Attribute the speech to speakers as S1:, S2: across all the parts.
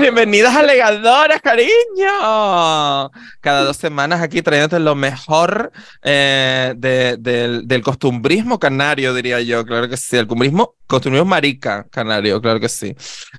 S1: bienvenidas a Legadoras, cariño. Cada dos semanas aquí trayéndote lo mejor eh, de- del, del costumbrismo canario, diría yo, claro que sí. El costumbrismo, costumbrismo marica canario, claro que sí.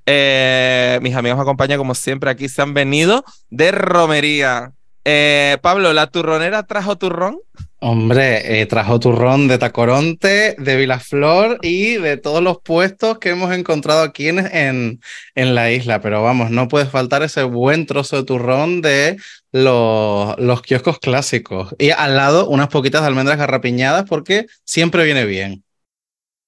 S1: Eh, mis amigos me acompañan como siempre aquí, se han venido de romería. Eh, Pablo, ¿la turronera trajo turrón?
S2: Hombre, eh, trajo turrón de Tacoronte, de Vilaflor y de todos los puestos que hemos encontrado aquí en, en, en la isla. Pero vamos, no puede faltar ese buen trozo de turrón de los, los kioscos clásicos. Y al lado, unas poquitas de almendras garrapiñadas porque siempre viene bien.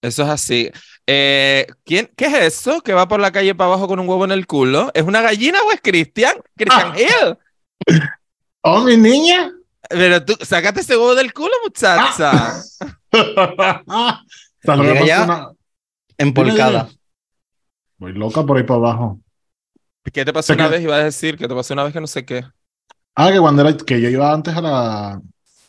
S1: Eso es así. Eh, ¿quién, ¿Qué es eso que va por la calle para abajo con un huevo en el culo? ¿Es una gallina o es Cristian? Cristian
S3: Ah.
S1: Hill.
S3: ¡Oh, mi niña!
S1: Pero tú, sácate ese huevo del culo, muchacha.
S3: Hasta luego,
S2: Llega ya.
S3: persona.
S2: Empolcada.
S3: Voy loca por ahí para abajo.
S1: ¿Qué te pasó
S3: Saca-
S1: una vez? Iba a decir que te pasó una vez que no sé qué.
S3: Ah, que cuando era, que yo iba antes a la...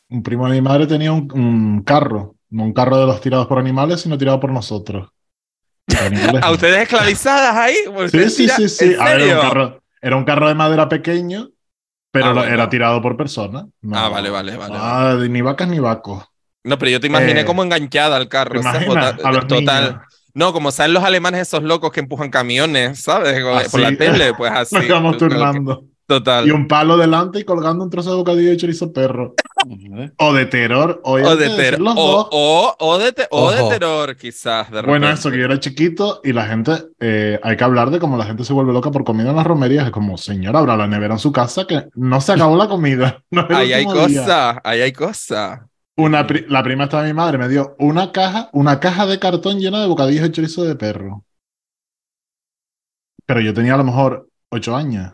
S3: Un primo de mi madre tenía un, un carro, no un carro de los tirados por animales, sino tirado por nosotros. Por animales,
S1: ¿A
S3: no.
S1: ustedes esclavizadas ahí?
S3: Sí, sí, sí, sí.
S1: ¿En
S3: A ver, era
S1: serio?
S3: un carro, era un carro de madera pequeño, pero
S1: Ah,
S3: lo-
S1: bueno.
S3: era tirado por persona. No,
S1: Ah, vale, vale, vale. vale.
S3: Ah, ni vacas ni vacos.
S1: No, pero yo te imaginé
S2: Eh,
S1: como enganchada al
S3: ¿Te
S1: carro. o sea,
S3: imaginas?
S1: bota-
S3: A los
S1: total.
S3: niños.
S1: No, como saben los alemanes esos locos que empujan camiones, ¿sabes?
S3: Así.
S1: Por la tele, pues así.
S3: Ah, Nos íbamos turnando.
S1: Total.
S3: Y un palo delante y colgando un trozo de bocadillo de chorizo perro.
S2: Hombre.
S3: O de terror. O,
S1: O de, ter-
S3: Los
S1: o,
S3: dos.
S1: o, o de te- o de
S2: Ojo.
S1: terror, quizás. de
S3: bueno,
S1: repente.
S3: eso, que yo era chiquito y la gente, eh, hay que hablar de cómo la gente se vuelve loca por comida en las romerías. Es como, señora, habrá la nevera en su casa que no se acabó la comida. No es el
S1: Ahí hay
S3: último día.
S1: cosas, ahí hay cosas.
S3: Una pri- la prima estaba mi madre, me dio una caja, una caja de cartón llena de bocadillos de chorizo de perro. Pero yo tenía a lo mejor ocho años.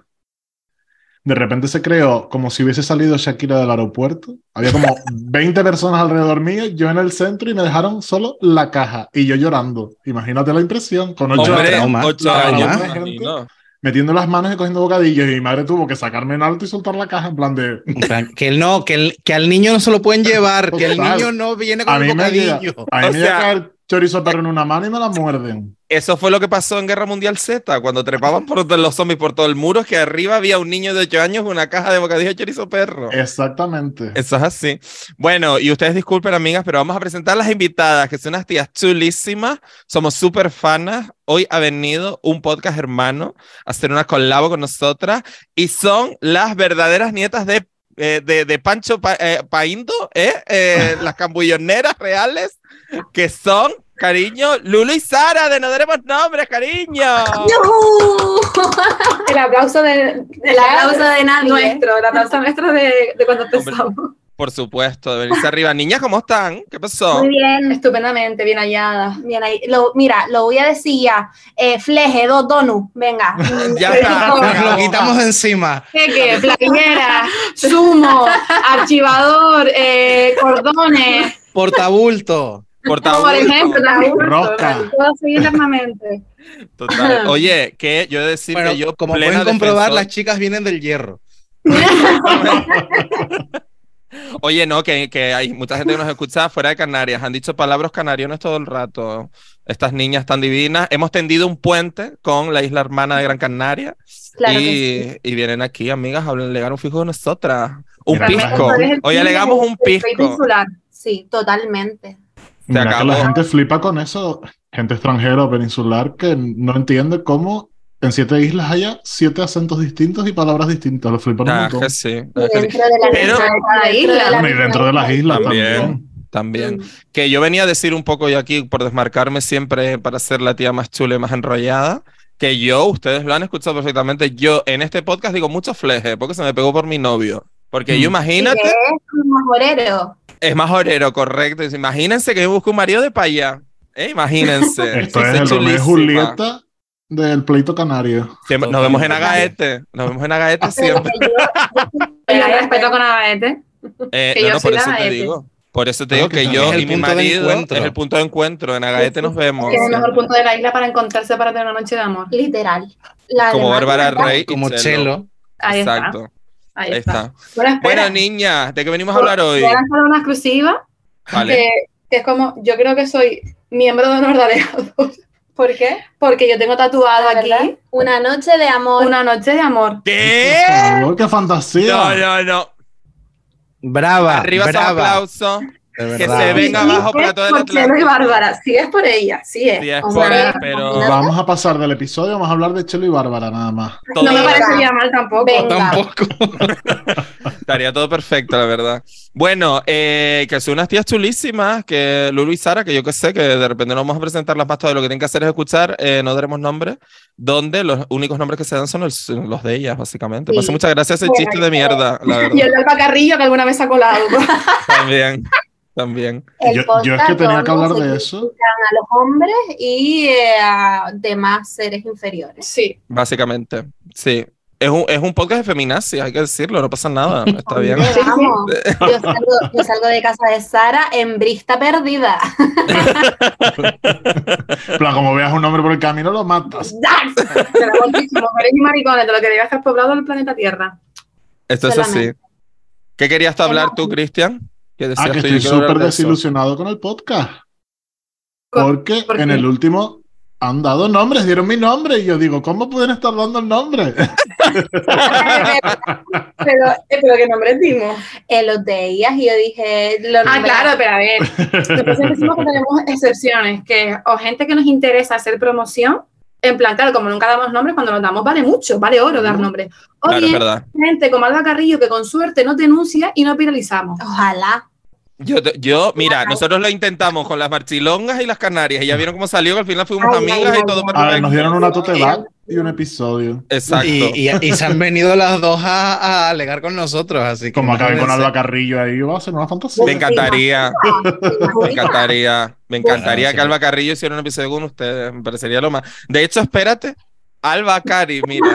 S3: De repente se creó como si hubiese salido Shakira del aeropuerto. Había como 20 personas alrededor mío, yo en el centro y me dejaron solo la caja y yo llorando. Imagínate la impresión, con ocho
S1: Hombre,
S3: años,
S2: traumas.
S1: ocho
S3: Traumas,
S1: años.
S3: gente.
S1: imagino.
S3: metiendo las manos y cogiendo bocadillos. Y mi madre tuvo que sacarme en alto y soltar la caja en plan de...
S2: En plan, Que, el no, que, el- que al niño no se lo pueden llevar, que el
S3: Total.
S2: niño no viene
S3: A
S2: con el
S3: mí me llega,
S2: bocadillo.
S3: a mí
S1: O
S3: me llega
S1: sea-
S3: a caer chorizo de perro en una mano y me la muerden.
S1: Eso fue lo que pasó en Guerra Mundial Z, cuando trepaban por de los zombies por todo el muro, es que arriba había un niño de 8 años con una caja de bocadillo de chorizo perro.
S3: Exactamente.
S1: Eso es así. Bueno, y ustedes disculpen, amigas, pero vamos a presentar las invitadas, que son unas tías chulísimas. Somos súper fanas. Hoy ha venido un podcast hermano a hacer una colabo con nosotras y son las verdaderas nietas de, eh, de, de Pancho Pa- eh, Paindo, ¿eh? Eh, las cambulloneras reales, que son, cariño, Lulu y Sara, de No Daremos Nombres, cariño.
S4: ¡Yujú!
S5: El aplauso de, de
S4: El
S5: la-
S4: aplauso de nadie.
S5: nuestro, el aplauso nuestro de, de cuando empezamos.
S1: Por supuesto, de venirse arriba. Niñas, ¿cómo están? ¿Qué pasó?
S4: Muy bien.
S5: Estupendamente, bien hallada.
S4: Bien ahí. Lo, mira, lo voy a decir ya. Eh, fleje, dos donuts. Venga.
S1: Ya está.
S4: Rico.
S2: Nos lo quitamos de encima.
S5: Cheque, plaquillera, sumo, archivador, eh, cordones,
S2: Portabulto.
S1: Portabulto.
S5: por ejemplo, la
S3: Rosca.
S5: Puedo seguir eternamente.
S1: Total. Oye, que yo he de decir
S2: Bueno,
S1: que yo
S2: como
S1: plena
S2: pueden comprobar,
S1: defensora-
S2: las chicas vienen del hierro.
S1: Oye, no, que, que hay mucha gente que nos escucha fuera de Canarias. Han dicho palabras canariones todo el rato. Estas niñas tan divinas. Hemos tendido un puente con la isla hermana de Gran Canaria.
S4: Claro
S1: y,
S4: que
S1: y vienen aquí, amigas, a alegar un fijo de nosotras. Un
S3: Mira,
S1: pisco.
S3: además,
S5: eres el
S1: Hoy alegamos un pisco.
S5: Insular.
S4: Sí, totalmente.
S1: Se
S3: Mira que
S1: acabó.
S3: la gente flipa con eso. Gente extranjera o peninsular que no entiende cómo en siete islas haya siete acentos distintos y palabras distintas. Lo flipan un
S1: Ah,
S3: montón.
S1: que sí, ah, que sí.
S4: Dentro de la
S1: Pero-
S4: dentro de cada isla.
S3: Bueno, y dentro de las islas
S1: También.
S3: también.
S1: También. Que yo venía a decir un poco yo aquí, por desmarcarme siempre para ser la tía más chula y más enrollada, que yo, ustedes lo han escuchado perfectamente, yo en este podcast digo mucho fleje, porque se me pegó por mi novio. Porque yo
S3: Mm.
S1: imagínate,
S4: Sí, que es un majorero.
S1: es más horero, correcto. Dice, Imagínense que yo busco un marido de paya. ¿eh? Imagínense.
S3: Esto
S1: Dice,
S3: es el Romeo y
S1: chulísima.
S3: Julieta del pleito canario.
S1: Siempre- nos vemos en Agaete. Nos vemos en Agaete
S4: Pero que
S1: siempre.
S4: yo-
S5: Y la respeto con Abaete.
S1: Eh,
S5: que
S1: no,
S5: yo
S1: no,
S5: soy
S1: por
S5: la
S1: eso te
S5: Agaete.
S1: digo. Por eso te
S3: Ah,
S1: digo
S3: que
S1: que
S3: también
S1: yo
S2: es el
S1: y mi
S2: punto de
S1: marido es
S2: encuentro.
S1: el punto de encuentro. En Agaete nos vemos.
S5: Que es el mejor punto de la isla para encontrarse para tener una noche de amor.
S4: Literal. La
S1: Como
S4: demás-
S1: Bárbara Rey. y
S2: Como
S1: Chelo.
S2: chelo.
S5: Ahí
S1: Exacto.
S5: está. Ahí
S1: Ahí
S5: está.
S1: está.
S5: Bueno, espera.
S1: Bueno, niñas, ¿de qué venimos a hablar hoy?
S5: voy a lanzar una exclusiva
S1: Vale.
S5: que, que es como, yo creo que soy miembro de honor de Alegador.
S4: ¿Por qué?
S5: Porque yo tengo tatuado
S4: ¿Verdad?
S5: aquí
S4: Una noche de amor.
S5: una noche de amor.
S3: Por
S1: ¿Qué?
S3: favor, ¡Qué fantasía!
S1: No, no, no.
S2: Brava,
S1: Arriba ese
S2: brava.
S1: aplauso.
S2: de
S1: que
S2: verdad.
S1: se venga abajo
S5: Sí,
S1: para todo el
S5: por Chelo y
S1: Atlántico.
S5: Bárbara, sí es por ella, sí es.
S1: Sí, es
S5: O
S1: por
S5: sea,
S1: él, pero
S3: Vamos a pasar del episodio, vamos a hablar de Chelo y Bárbara nada más.
S1: todo-
S5: no me parecería mal tampoco.
S4: Venga.
S2: Tampoco.
S1: estaría todo perfecto, la verdad. Bueno, eh, que son unas tías chulísimas, que Lulu y Sara, que yo que sé, que de repente no vamos a presentarlas más todo, lo que tienen que hacer es escuchar, eh, no daremos nombres, donde los únicos nombres que se dan son los, los de ellas, básicamente.
S4: Sí.
S1: Me hace muchas gracias ese
S4: Bueno,
S1: chiste de mierda, la
S5: Y
S1: verdad.
S5: el de Alba Carrillo que alguna vez ha colado.
S1: También, también.
S4: El
S3: Yo, yo es
S4: podcast
S3: que tenía que
S4: donde
S3: hablar
S4: se
S3: de eso.
S4: critican A los hombres y eh, a demás seres inferiores.
S5: Sí.
S1: Básicamente, sí. Es un, es un podcast de feminacia, hay que decirlo, no pasa nada, está bien.
S4: Hombre, vamos. Yo, salgo, yo salgo de casa de Sara en brista perdida.
S3: En plan, como veas un hombre por el camino, lo matas.
S5: Tenemos mujeres y maricones de lo que debe estar poblado el planeta Tierra.
S1: Esto es así.
S4: Solamente.
S1: ¿Qué querías tú hablar tú, Cristian? Que decías
S3: Ah, que
S1: tú,
S3: estoy
S1: yo quiero hablar
S3: súper
S1: de eso.
S3: desilusionado con el podcast.
S5: Con-
S3: Porque
S5: ¿por
S3: en
S5: qué?
S3: el último han dado nombres, dieron mi nombre. Y yo digo, ¿cómo pueden estar dando el nombre?
S5: Pero, eh, pero ¿qué nombres dimos?
S4: Eh, los de ellas y yo dije... lo
S5: Ah,
S4: nombré-
S5: claro, pero a ver. Nosotros siempre decimos que tenemos excepciones, que o gente que nos interesa hacer promoción, en plan, claro, como nunca damos nombres, cuando los damos vale mucho, vale oro dar nombres. O
S1: Claro, es
S5: bien,
S1: verdad.
S5: gente como Alba Carrillo que con suerte nos denuncia y no viralizamos.
S4: Ojalá.
S1: Yo, te- yo, mira, nosotros lo intentamos con las marchilongas y las canarias, y ya vieron cómo salió, que al final fuimos
S4: Ay,
S1: amigas
S4: ay,
S1: y
S4: ay,
S1: todo
S3: A
S4: ay.
S1: perfecto.
S3: ver, Ah, nos dieron una total y un episodio.
S1: Exacto.
S2: Y, y- y se han venido las dos a, a alegar con nosotros, así que.
S3: Como acabé con
S2: imagínense.
S3: Alba Carrillo ahí, va a ser una fantasía.
S1: Me encantaría, me encantaría, me encantaría que
S2: Bueno, sí.
S1: Alba Carrillo hiciera un episodio con ustedes, me parecería lo más. De hecho, espérate, Alba Cari, mira.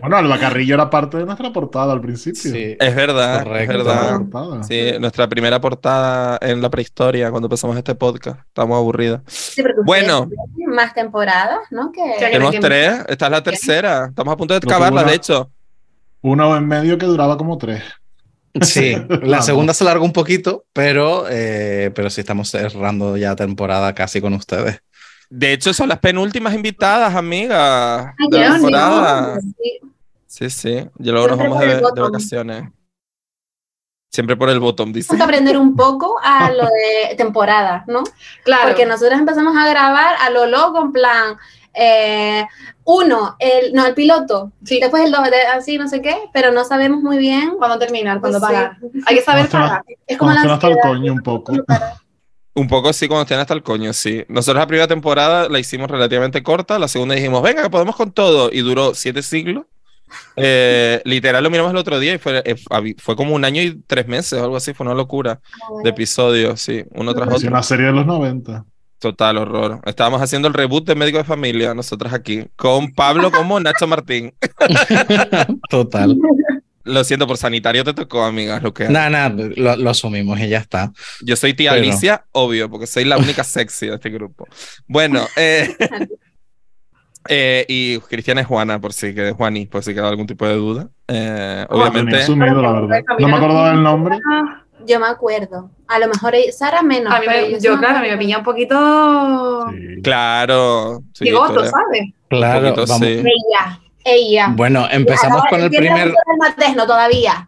S3: Bueno, Alba Carrillo era parte de nuestra portada al principio.
S2: Sí.
S1: Es verdad,
S2: Correcto.
S1: es
S3: Era la
S1: verdad.
S3: portada.
S1: Sí, nuestra primera portada en la prehistoria, cuando empezamos este podcast, estamos aburridas.
S4: Sí, porque ustedes
S1: Bueno.
S4: tienen más temporadas, ¿no?
S5: Sí.
S4: Que
S1: Tenemos
S5: que-
S1: tres, esta es la tercera. Estamos a punto de
S3: No
S1: acabarla,
S3: tengo
S1: de
S3: una-
S1: hecho.
S3: Uno en medio que duraba como tres.
S2: Sí, la
S3: Vamos.
S2: segunda se largó un poquito, pero, eh, pero sí estamos cerrando ya temporada casi con ustedes.
S1: De hecho, son las penúltimas invitadas,
S4: Ah,
S1: amigas.
S5: Ay,
S1: De la
S5: Dios,
S1: temporada.
S4: Sí.
S1: Sí, sí. Y luego nos
S4: Siempre
S1: vamos
S4: por
S1: de,
S4: el
S1: de
S4: bottom.
S1: vacaciones. Siempre por el bottom, dice.
S4: Tenemos que aprender un poco a lo de temporada, ¿no?
S5: Claro.
S4: Porque nosotros empezamos a grabar a lo loco, en plan, eh, uno, el, no, el piloto,
S5: Sí.
S4: después el dos, de- así, no sé qué, pero no sabemos muy bien.
S5: cuando terminar, cuando
S4: Pues sí.
S5: pagar. Hay que saber
S3: Hasta la-
S5: pagar.
S4: Es como
S3: Como
S4: la
S3: hasta el
S4: ansiedad.
S3: coño un poco.
S1: Un poco sí, cuando estén hasta el coño, sí. Nosotros la primera temporada la hicimos relativamente corta. La segunda dijimos, venga, que podemos con todo. Y duró siete siglos. Eh, literal, lo miramos el otro día y fue, eh, habi- fue como un año y tres meses o algo así. Fue una locura de episodios, sí. Uno tras
S3: Es
S1: otro.
S3: una serie de los 90.
S1: Total horror. Estábamos haciendo el reboot de Médico de Familia, nosotras aquí, con Pablo como Nacho Martín.
S2: Total.
S1: Lo siento, por sanitario te tocó, amigas, lo que hay.
S2: Nada, nada, lo, lo asumimos y ya está.
S1: Yo soy tía
S2: Pero-
S1: Alicia, obvio, porque soy la única sexy de este grupo. Bueno, eh, eh, y Cristiana es Juana, por si que Juani, por si queda algún tipo de duda.
S2: Ah,
S1: Eh,
S3: Tenía
S1: obviamente.
S3: asumido, la verdad. No me acordaba del nombre.
S5: Ah,
S4: Yo me acuerdo. A lo mejor eh, Sara menos.
S5: a mí
S4: pero
S5: me-
S4: sí
S5: yo,
S4: me
S5: claro, a mí
S4: acuerdo.
S5: me pilla un poquito.
S3: Sí.
S1: Claro. sí,
S5: Digo,
S1: tú
S5: tú
S1: eres-
S5: sabes.
S1: un
S2: Claro,
S1: poquito,
S2: vamos.
S1: sí.
S4: Ella, ella.
S2: Bueno, empezamos
S4: Acaba
S2: con
S4: de
S2: el
S4: decir la
S2: primer.
S4: mujer del materno todavía.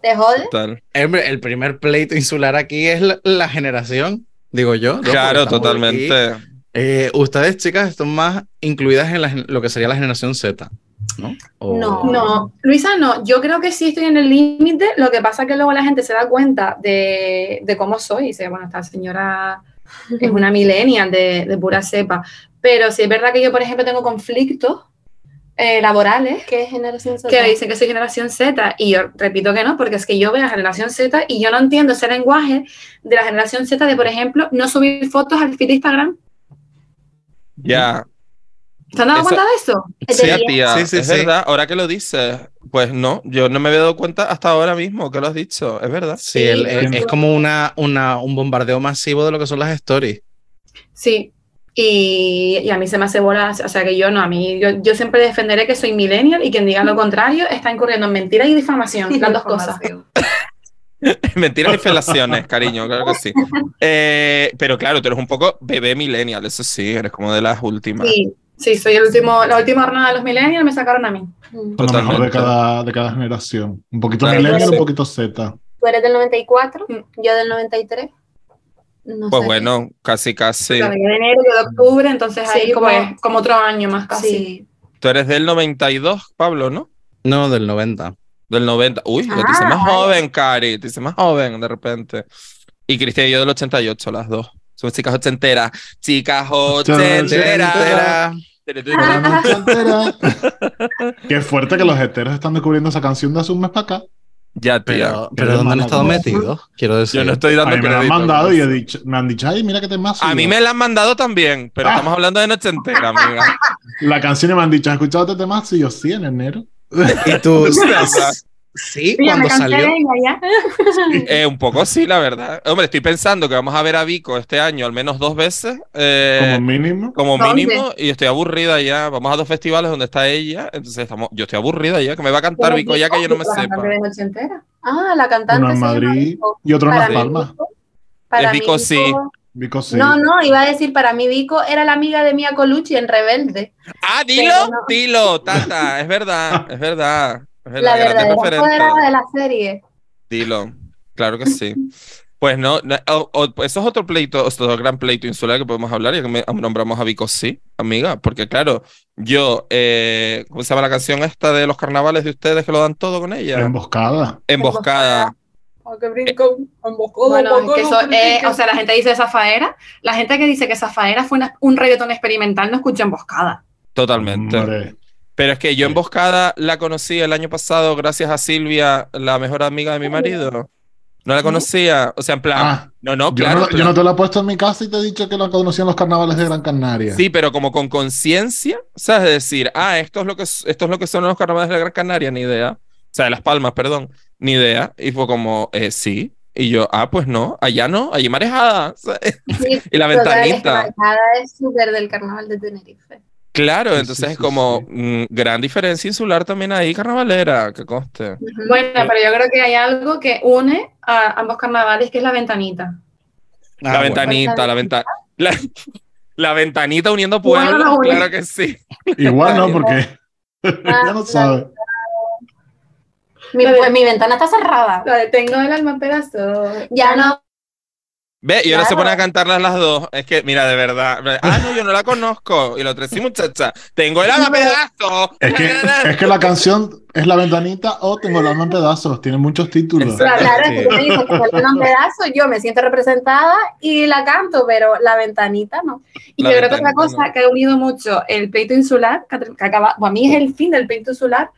S4: ¿Te jode?
S1: Total.
S2: Hombre, el primer pleito insular aquí es la, la generación, digo yo. ¿no? Porque
S1: Claro,
S2: estamos aquí.
S1: totalmente.
S2: Eh, ustedes, chicas, están más incluidas en la gen- lo que sería la generación Z, ¿no? O-
S4: No.
S5: No, Luisa, no. Yo creo que sí estoy en el límite. Lo que pasa es que luego la gente se da cuenta de, de cómo soy. Y dice, bueno, esta señora es una millennial de, de pura cepa. Pero sí es verdad que yo, por ejemplo, tengo conflictos eh, laborales
S4: ¿Qué es generación
S5: que
S4: social?
S5: dicen que soy generación Z y yo repito que no, porque es que yo veo a generación Z y yo no entiendo ese lenguaje de la generación Z de, por ejemplo, no subir fotos al feed de Instagram.
S1: Ya.
S5: ¿Se han dado
S1: Eso-
S5: cuenta de eso?
S4: Es
S1: Sí,
S4: de día.
S1: tía,
S2: Sí, sí,
S1: es
S2: sí.
S1: verdad. Ahora que lo dices, pues no, yo no me había dado cuenta hasta ahora mismo que lo has dicho, es verdad.
S2: Sí, el- el-
S3: Sí.
S2: es como una, una, un bombardeo masivo de lo que son las stories.
S5: Sí. Y, y a mí se me hace bola, o sea que yo no, a mí, yo, yo siempre defenderé que soy millennial y quien diga lo contrario está incurriendo en mentira y difamación, las dos cosas.
S1: Mentiras y felaciones, cariño, claro que sí. Eh, pero claro, tú eres un poco bebé millennial, eso sí, eres como de las últimas.
S5: Sí, sí, soy el último, la última jornada de los millennials me sacaron a mí.
S4: Mm.
S3: Lo mejor de
S1: Totalmente.
S3: cada, de cada generación. Un poquito
S1: Claro,
S3: millennial,
S1: sí.
S3: un poquito Z.
S4: Tú eres del 94,
S5: Mm.
S4: yo del 93. No
S1: Pues
S4: sé.
S1: bueno, casi, casi.
S5: La de enero, yo de octubre, entonces
S4: Sí,
S5: ahí como,
S4: pues.
S5: como otro año más casi.
S4: Sí.
S1: Tú eres del 92, Pablo, ¿no?
S2: No, del 90.
S1: Del 90. Uy, yo te hice
S4: Ah,
S1: más
S4: vale.
S1: joven, Cari. Te hice más joven de repente. Y Cristian y yo del 88, las dos. Somos chicas ochenteras. Chicas ochenteras.
S2: Entera.
S1: Pero
S3: Qué fuerte que los heteros están descubriendo esa canción de hace un mes para acá.
S1: Ya, tía.
S2: Pero, pero ¿dónde han estado metidos? Quiero decir.
S1: Yo no estoy
S3: A
S1: dando
S3: mí me la han
S1: crédito.
S3: mandado y he dicho- me han dicho, ay, mira que te más.
S1: A mí me la han mandado también, pero
S3: Ah.
S1: estamos hablando de noche entera, amiga.
S3: La canción y me han dicho, ¿has escuchado este tema? Sí, yo sí, en enero.
S2: Y tú.
S1: Exacto.
S2: sí,
S5: Mira,
S2: cuando
S5: me cansé
S2: salió.
S5: de ella ya.
S1: Eh, un poco sí, la verdad. Hombre, estoy pensando que vamos a ver a Vico este año al menos dos veces. eh,
S3: Como mínimo.
S1: como
S5: ¿Dónde?
S1: mínimo, y estoy aburrida ya. Vamos a dos festivales donde está ella, entonces estamos, yo estoy aburrida ya, que me va a cantar Vico ya que yo no me
S5: La
S1: sepa.
S5: cantante de noche entera.
S4: Ah, la cantante.
S3: Uno en
S4: se llama
S3: Madrid
S4: Vico.
S3: y otro en
S4: Para
S3: Las
S4: mí,
S3: Palmas.
S4: Vico- para
S1: Es
S4: mí,
S1: Vico, sí.
S3: Vico sí.
S4: No, no, iba a decir, para mí Vico era la amiga de Mia Colucci en Rebelde.
S1: Ah, dilo,
S4: Pero no.
S1: dilo, Tata, es verdad, es verdad. Es verdad,
S4: La
S1: grande
S4: verdadera
S1: referente.
S4: poderada de la serie.
S1: Dilo, claro que sí. Pues no, no, o- o- eso es otro pleito, o sea, otro gran pleito insular que podemos hablar, ya que me- nombramos a Vico sí, amiga, porque claro, yo, eh, ¿cómo se llama la canción esta de los carnavales de ustedes que lo dan todo con ella?
S3: Emboscada.
S1: Emboscada.
S5: Bueno, es que eso es, o sea, la gente dice Zafaera, la gente que dice que Zafaera fue una- un reggaetón experimental no escucha emboscada.
S1: Totalmente.
S3: Hombre,
S1: Pero es que yo
S3: Sí.
S1: Emboscada la conocí el año pasado gracias a Silvia, la mejor amiga de mi marido. No la conocía, o sea, en plan,
S3: Ah,
S1: no, no,
S3: yo,
S1: claro.
S3: no, yo no te lo he puesto en mi casa y te he dicho que lo conocí en los carnavales de Gran Canaria.
S1: Sí, pero como con conciencia, ¿sabes? De decir, ah, esto es lo que esto es lo que son los carnavales de la Gran Canaria, ni idea. O sea, de Las Palmas, perdón, ni idea. Y fue como, eh, sí. Y yo, ah, pues no, allá no, allí marejada. ¿sabes?
S4: Sí,
S1: Y la
S4: total, es
S1: ventanita.
S4: que Marcada es súper del carnaval de Tenerife.
S1: Claro,
S3: Sí, sí,
S1: entonces
S3: sí,
S1: es como
S3: sí.
S1: mm, gran diferencia insular también ahí, carnavalera, que conste.
S4: Ujú.
S5: Bueno, pero yo creo que hay algo que une a ambos carnavales, que es la ventanita.
S2: Ah,
S1: la
S2: bueno.
S1: ventanita, la ventana. La, la ventanita uniendo
S5: Bueno,
S1: pueblos,
S5: no, bueno.
S1: claro que sí.
S3: Igual no, porque
S4: Ah,
S3: ya no sabe.
S4: mi, pues, mi ventana está cerrada.
S5: La de tengo el alma en pedazos.
S4: Ya no.
S1: Ve, y ahora se
S4: Claro.
S1: ponen a cantarlas las dos. Es que, mira, de verdad. Ah, no, yo no la conozco. Y la otra, sí, muchacha. Tengo el alma a pedazos.
S3: Es que, es que la canción es La Ventanita o Tengo el alma en pedazos. Tiene muchos títulos.
S1: Exacto.
S4: Claro,
S1: Sí.
S4: que tú me dices que suelta un pedazo, yo me siento representada y la canto, pero la ventanita no.
S5: Y
S1: La
S5: yo creo que
S1: ventanita,
S5: otra cosa
S1: ¿no?
S5: que ha unido mucho el pleito insular, que que acaba, o a mí es el fin del pleito insular,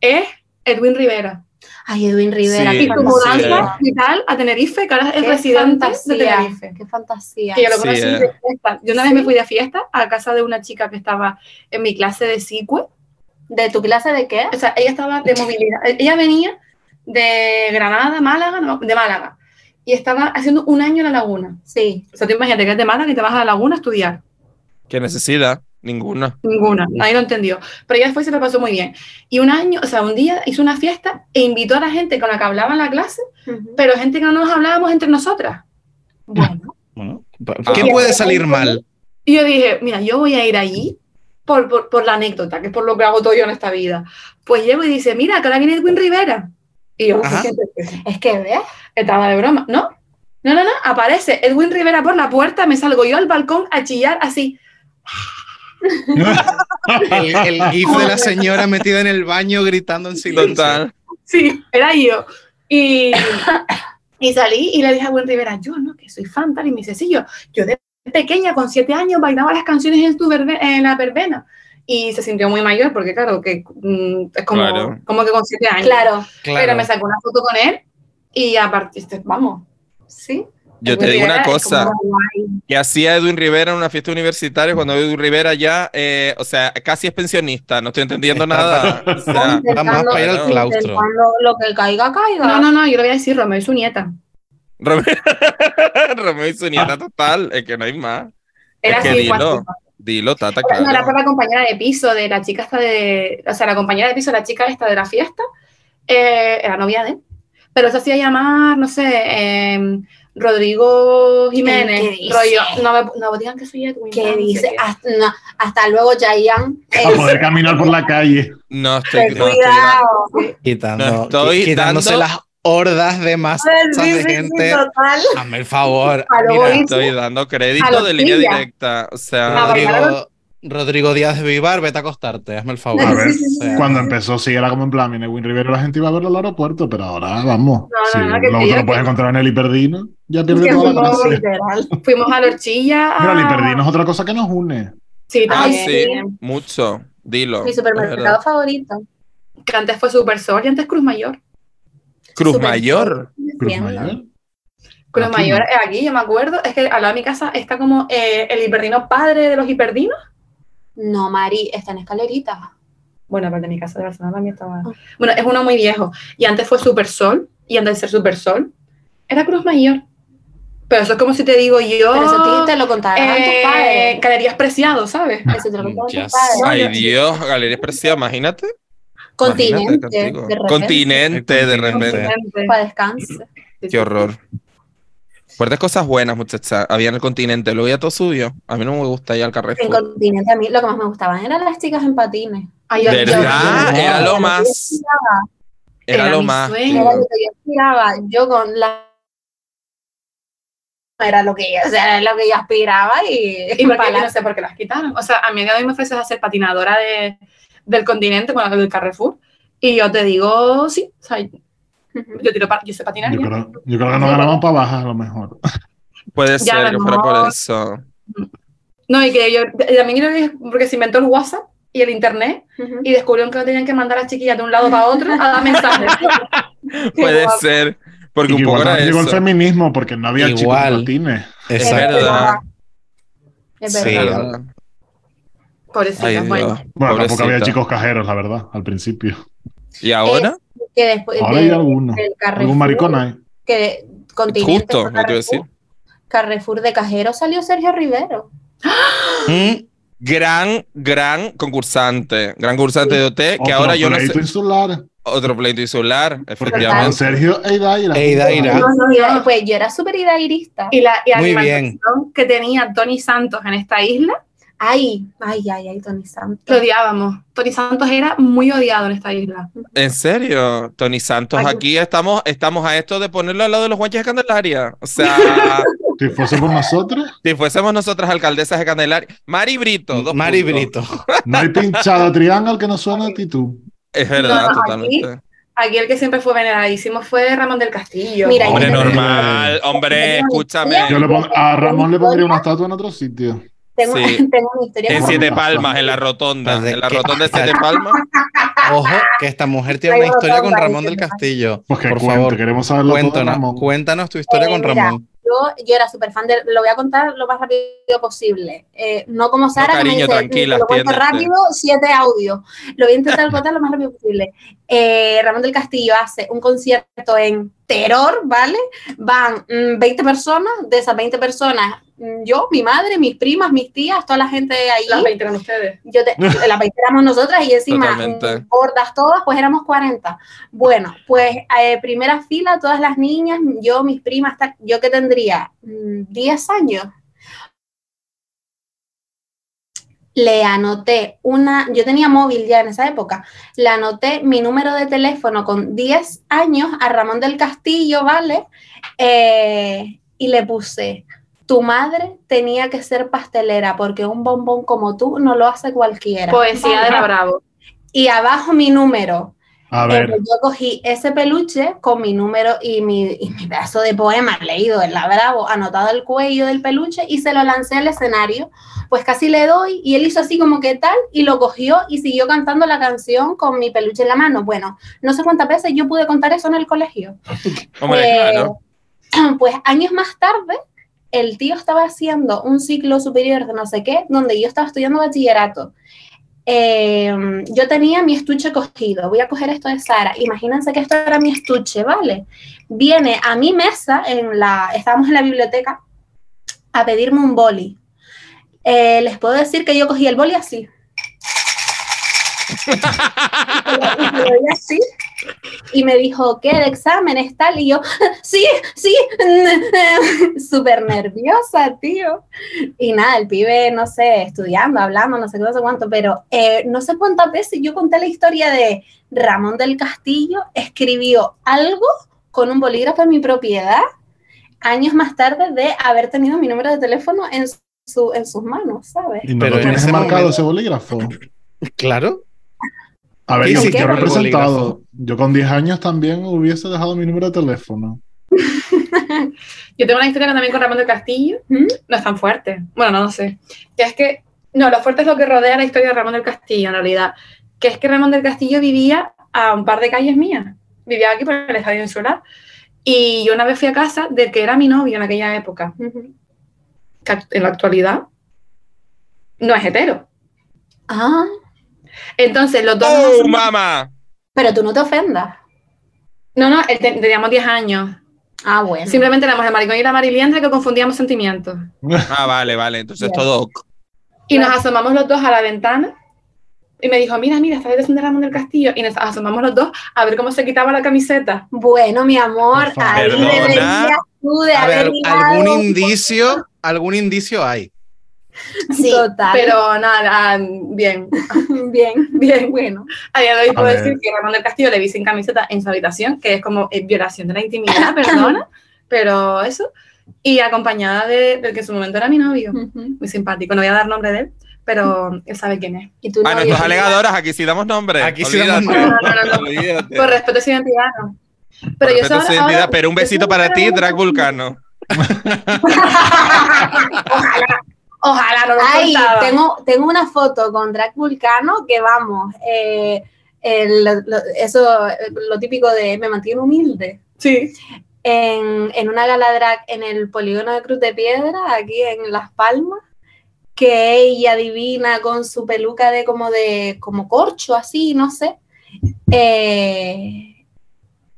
S5: es Edwin Rivera.
S4: Ay, Edwin Rivera.
S1: Sí,
S4: qué
S5: Y su
S1: sí,
S5: mudanza y tal a Tenerife, que ahora es
S4: Qué
S5: residente de
S4: fantasía.
S5: Tenerife.
S4: Qué fantasía.
S5: Que yo lo
S1: Sí,
S5: conocí
S1: eh.
S5: de fiesta. Yo una vez me fui de fiesta a casa de una chica que estaba en mi clase de psicue.
S4: ¿De tu clase de qué?
S5: O sea, ella estaba de movilidad. eh, Ella venía de Granada, Málaga, no, de Málaga. Y estaba haciendo un año en la laguna.
S4: Sí.
S5: O sea, tú imagínate que es de Málaga y te vas a la laguna a estudiar.
S1: ¿Qué necesidad? Ninguna.
S5: Ninguna, nadie lo entendió. Pero ella fue y se lo pasó muy bien. Y un año, o sea, un día hizo una fiesta e invitó a la gente con la que hablaba en la clase, pero gente que no nos hablábamos entre nosotras. Bueno.
S2: Bueno, pa-
S1: Ah.
S2: ¿Qué puede salir mal?
S5: Y yo dije, mira, yo voy a ir allí por, por, por la anécdota, que es por lo que hago todo yo en esta vida. Pues llego y dice, mira, que ahora viene Edwin Rivera. Y yo,
S2: Ajá.
S4: Es que ves.
S5: estaba de broma, ¿no? No, no, no, aparece Edwin Rivera por la puerta, me salgo yo al balcón a chillar así.
S2: El, el gif de la señora metida en el baño gritando en silencio.
S1: Total.
S5: Sí, era yo. Y, y salí y le dije a Gwen Rivera, yo no, que soy fan tal. Y me dice, sí, yo, yo de pequeña, con siete años, bailaba las canciones en, tu verbe- en la verbena. Y se sintió muy mayor porque, claro, que mm, es como,
S1: Claro.
S5: como que con siete años.
S4: Claro.
S5: Pero
S2: Claro.
S5: me sacó una foto con él y aparte, este, vamos, sí.
S1: Yo te
S5: Edwin
S1: digo una
S5: Rivera es
S1: cosa.
S5: como-
S1: Que hacía Edwin Rivera en una fiesta universitaria cuando Edwin Rivera ya, eh, o sea, casi es pensionista. No estoy entendiendo
S2: Está
S1: nada. O sea,
S2: Vamos
S4: Intentando-
S2: para ir al claustro.
S4: intentando Lo que caiga, caiga.
S5: No, no, no, yo le voy a decir Romeo y su nieta.
S1: Romeo, Romeo y su nieta total. Es que no hay más.
S5: Era
S1: Es que
S5: así,
S1: dilo,
S5: cuatro.
S1: Dilo, Tata,
S5: No, era por
S1: claro.
S5: la compañera de piso, de la chica esta de. O sea, la compañera de piso, la chica esta de la fiesta, eh, era novia de él. pero eso hacía llamar, no sé, eh, Rodrigo
S4: ¿Qué
S5: Jiménez,
S4: dice?
S5: rollo, no me, no me digan que soy Edwin.
S4: ¿Qué
S5: no sé
S4: dice? Ah. Hasta, no, hasta luego, Yayan.
S3: A poder caminar por la calle.
S1: No estoy,
S5: Pues
S4: Ten
S1: no estoy
S4: cuidado.
S2: Quitando,
S1: No estoy
S2: qui- quitándose
S1: dando-
S2: las hordas de masas
S4: Sí,
S2: de
S4: sí, sí,
S2: gente.
S4: total.
S2: Hazme el favor.
S4: A lo
S2: Mira,
S4: voy.
S1: Estoy dando
S5: A
S1: crédito
S5: los
S1: de línea
S5: pillas.
S1: directa. O
S5: A
S1: sea,
S5: ver.
S2: Rodrigo, Rodrigo Díaz de Vivar, vete a acostarte, hazme el favor.
S3: A ver,
S4: Sí, sí, sí,
S2: O sea,
S3: Cuando empezó, sí, era como en plan, mira, Win Rivera, la gente iba a verlo al aeropuerto, pero ahora vamos.
S5: No, no,
S3: si
S5: no, que
S3: lo,
S5: te
S3: te
S5: digo
S3: lo puedes
S5: que-
S3: encontrar en el hiperdino, ya
S4: Es
S3: pierde
S4: que
S3: toda
S4: es
S3: la
S4: un modo
S3: gracia.
S4: literal.
S5: Fuimos a la horchilla.
S3: Mira, el hiperdino es otra cosa que nos une.
S5: Sí,
S4: Ah,
S5: también.
S1: sí. mucho. Dilo.
S4: Mi
S1: es verdad.
S4: supermercado favorito.
S5: Que antes fue Super Sol y antes Cruz Mayor.
S1: Cruz
S4: Super-
S1: Mayor.
S3: Cruz
S4: Bien, ¿no?
S3: Mayor.
S5: Creo
S3: Aquí
S5: mayor
S3: no.
S5: eh, aquí, yo me acuerdo, es que al lado de mi casa está como eh, el hiperdino padre de los hiperdinos.
S4: No, Mari, está en escalerita.
S5: Bueno, aparte de mi casa de Barcelona también estaba. Ah. Bueno, es uno muy viejo. Y antes fue Super Sol, y antes de ser Super Sol, era Cruz Mayor. Pero eso es como si te digo yo.
S4: Pero eso te, te lo contaron
S5: Oh, eh,
S4: tus padres.
S5: Galerías Preciado, ¿sabes?
S4: Eso te lo contaron
S2: Ya
S4: tus padres.
S5: No,
S1: Ay,
S5: yo-
S1: Dios, Galería Expresiva, imagínate.
S4: Continente.
S1: Imagínate,
S4: de
S1: contigo.
S4: repente,
S1: Continente, de
S2: Continente.
S1: repente.
S4: Para descanso.
S1: Qué horror. Fuertes cosas buenas, muchachas. Había en el continente, luego ya todo subió. A mí no me gusta ir al
S4: En
S1: Carrefour.
S4: continente a mí lo que más me gustaban eran las chicas en patines.
S5: Ay, yo- yo-
S1: ¿Verdad?
S2: yo-
S1: Era lo más. Era
S5: Era
S1: lo
S5: mi
S1: más.
S5: sueño.
S4: Era lo que yo aspiraba. Yo con la era lo que yo, o sea, era lo que yo aspiraba y,
S5: Y porque,
S4: para
S5: yo no
S4: la-
S5: sé por qué las quitaron. O sea, a mí a día de hoy me ofreces a ser patinadora de, del continente, bueno, del Carrefour, y yo te digo, sí, o sea, yo tiro pa- yo sé patinar.
S3: Yo
S5: yo-
S3: creo, yo creo que nos ganamos para bajas a lo mejor.
S1: Puede
S5: Ya,
S1: ser que fuera
S5: no.
S1: por eso.
S5: No, y que yo y también creo que es porque se inventó el WhatsApp y el internet
S4: Ujú.
S5: y descubrieron que no tenían que mandar a las chiquillas de un lado para otro a dar mensajes.
S1: Puede
S5: guapo.
S1: ser.
S3: Y
S1: Porque
S3: que
S1: un poco
S3: igual
S1: era
S3: también llegó el
S1: eso.
S3: feminismo porque no había chicos
S2: Igual.
S3: en patines.
S4: Es
S1: Exacto.
S4: verdad. Es
S2: Sí.
S4: verdad.
S1: ¿verdad? Ay,
S5: Pobrecitas,
S1: Dios.
S5: bueno.
S3: Bueno, tampoco
S1: Pobrecita.
S3: había chicos cajeros, la verdad, al principio.
S1: ¿Y
S4: Eh,
S1: ahora?
S4: Que después
S3: Ahora
S4: de-
S3: hay algunos.
S4: del
S3: Algún maricón
S4: Carrefour,
S3: hay.
S4: que continente
S1: Justo,
S4: fue
S1: lo que iba a decir.
S4: Carrefour, Carrefour de Cajero salió Sergio Rivero.
S2: mm,
S1: Gran, gran concursante. Gran concursante de OT, que
S3: Otro
S1: ahora yo no sé.
S3: pleito insular.
S1: Otro pleito insular,
S3: Porque estaban
S1: efectivamente.
S3: Sergio e Idaira.
S2: E Idaira.
S4: No, no, yo-
S5: no.
S4: Pues yo era súper idairista.
S5: Y la, y la
S2: Muy
S5: animación que tenía Tony Santos en esta isla,
S4: Ay, ay, ay, ay, Tony Santos.
S5: lo odiábamos. Tony Santos era muy odiado en esta isla.
S1: En serio, Tony Santos,
S5: Ay,
S1: aquí estamos, estamos a esto de ponerlo al lado de los guanches de Candelaria. O sea,
S3: Si fuese por nosotros,
S1: si fuésemos nosotras alcaldesas de Candelaria. Mari Brito. dos
S2: Mari
S1: puntos.
S2: Brito.
S3: no hay pinchado triángulo que no suena a Titu.
S1: Es verdad,
S5: No, aquí-
S1: totalmente.
S5: Aquí el que siempre fue veneradísimo fue Ramón del Castillo.
S4: Mira,
S1: Hombre,
S4: yo-
S1: normal. Hombre,
S3: eh, Yo
S1: escúchame.
S3: le pon- a Ramón le pondría una estatua en otro sitio.
S4: Tengo,
S1: Sí.
S4: tengo una historia.
S1: En
S4: con-
S1: Siete Palmas, en la rotonda. En la rotonda de Siete Palmas.
S2: Ojo, que esta mujer tiene una historia con Ramón del Castillo.
S3: Pues que
S2: Por
S3: cuente,
S2: favor,
S3: queremos saberlo todo de
S2: cuéntanos,
S3: Ramón.
S2: cuéntanos tu historia
S4: Eh,
S2: con
S4: mira,
S2: Ramón.
S4: Yo, yo era súper fan de. Lo voy a contar lo más rápido posible. Eh, no como Sara, que me
S1: cariño,
S4: dice,
S1: tranquila,
S4: lo cuento
S1: atiéndete.
S4: rápido, siete audios. Lo voy a intentar contar lo más rápido posible. Eh, Ramón del Castillo hace un concierto en Terror, ¿vale? Van mm, 20 personas, de esas 20 personas, mm, yo, mi madre, mis primas, mis tías, toda la gente ahí.
S5: las 20 eran ustedes.
S4: yo te, la veinte éramos nosotras y encima mm,
S1: Totalmente.
S4: gordas todas, pues éramos 40. Bueno, pues eh, primera fila, todas las niñas, yo, mis primas, tal, yo que tendría mm, 10 años. Le anoté una, yo tenía móvil ya en esa época, le anoté mi número de teléfono con 10 años a Ramón del Castillo, ¿vale? Eh, y le puse, tu madre tenía que ser pastelera porque un bombón como tú no lo hace cualquiera.
S5: Poesía de la Bravo.
S4: Y abajo mi número.
S3: A
S4: Eh,
S3: ver,
S4: yo cogí ese peluche con mi número y mi, y mi pedazo de poema leído en la Bravo, anotado el cuello del peluche y se lo lancé al escenario. Pues casi le doy y él hizo así como que tal y lo cogió y siguió cantando la canción con mi peluche en la mano. Bueno, no sé cuántas veces yo pude contar eso en el colegio.
S1: Hombre,
S4: Eh,
S1: claro.
S4: Pues años más tarde, el tío estaba haciendo un ciclo superior de no sé qué, donde yo estaba estudiando bachillerato. Eh, yo tenía mi estuche cogido, voy a coger esto de Sara, imagínense que esto era mi estuche, ¿vale? Viene a mi mesa, en la, estábamos en la biblioteca, a pedirme un boli. Eh, les puedo decir que yo cogí el boli así. Y lo di así, Y me dijo, ¿qué? ¿De exámenes tal? Y yo, sí, sí, súper nerviosa, tío. Y nada, el pibe, no sé, estudiando, hablando, no sé qué, no sé cuánto, pero eh, no sé cuántas veces yo conté la historia de Ramón del Castillo escribió algo con un bolígrafo en mi propiedad años más tarde de haber tenido mi número de teléfono en, su, en sus manos, ¿sabes?
S3: Y no
S2: Pero
S3: lo
S2: en
S3: tienes
S2: ese
S3: marcado
S2: momento-
S3: ese bolígrafo.
S2: Claro.
S3: A ver,
S2: ¿Qué
S3: yo, yo
S2: hicieron
S3: he
S2: con el
S3: representado.
S2: bolígrafo?
S3: Yo con 10 años también hubiese dejado mi número de teléfono.
S5: Yo tengo una historia también con Ramón del Castillo,
S4: ¿Mm?
S5: no es tan fuerte, bueno, no, no sé, que es que, no, lo fuerte es lo que rodea la historia de Ramón del Castillo en realidad, que es que Ramón del Castillo vivía a un par de calles mías, vivía aquí por el Estadio Insular, y yo una vez fui a casa del que era mi novio en aquella época, que act- en la actualidad no es hetero.
S4: Ah,
S5: Entonces los dos... nos
S1: ¡Oh,
S5: hacemos-
S1: mamá!
S4: pero tú no te ofendas.
S5: no, no, él te- teníamos 10 años.
S4: Ah, bueno.
S5: Simplemente éramos el maricón y la mariliendra que confundíamos sentimientos.
S1: Ah, vale, vale. Entonces
S4: Bien.
S1: todo. ok.
S5: Y nos asomamos los dos a la ventana y me dijo, mira, mira, está la habitación de Ramón del Castillo. Y nos asomamos los dos a ver cómo se quitaba la camiseta.
S4: Bueno, mi amor,
S3: Por favor.
S4: ahí
S1: Perdona.
S4: deberías tú de
S2: A
S4: haber
S2: ver,
S4: ligado.
S2: algún indicio, algún indicio hay.
S4: Sí, total.
S5: Pero nada, ah, bien.
S4: bien, bien, bueno.
S5: A día de hoy
S3: A
S5: puedo
S3: ver.
S5: decir que Ramón del Castillo le vi sin camiseta en su habitación, que es como eh, violación de la intimidad, perdona, pero eso. Y acompañada de, del que en su momento era mi novio,
S4: Mm.
S5: muy simpático. No voy a dar nombre de él, pero él sabe quién es.
S4: Y tú
S1: Ah,
S4: no
S1: nuestros
S4: habías-
S1: alegadoras, aquí sí damos nombres.
S2: Aquí sí damos
S5: No,
S1: Olvídate,
S5: no, no, no.
S1: olvídate.
S5: Por respeto a su identidad, no.
S1: Por
S5: Pero yo
S1: respeto a
S5: solo-
S1: su
S5: ahora-
S1: identidad, pero un
S5: yo
S1: besito
S5: solo
S1: para
S5: ahora
S1: ti,
S5: voy a-
S1: Drag Vulcano.
S5: Ojalá no lo
S4: Ay,
S5: contaba.
S4: tengo, tengo una foto con Drag Vulcano que vamos, eh, el- lo- eso, eh, lo típico de me mantiene humilde.
S5: Sí.
S4: En, en una gala drag en el polígono de Cruz de Piedra, aquí en Las Palmas, que ella divina con su peluca de como de como corcho, así, no sé. Eh,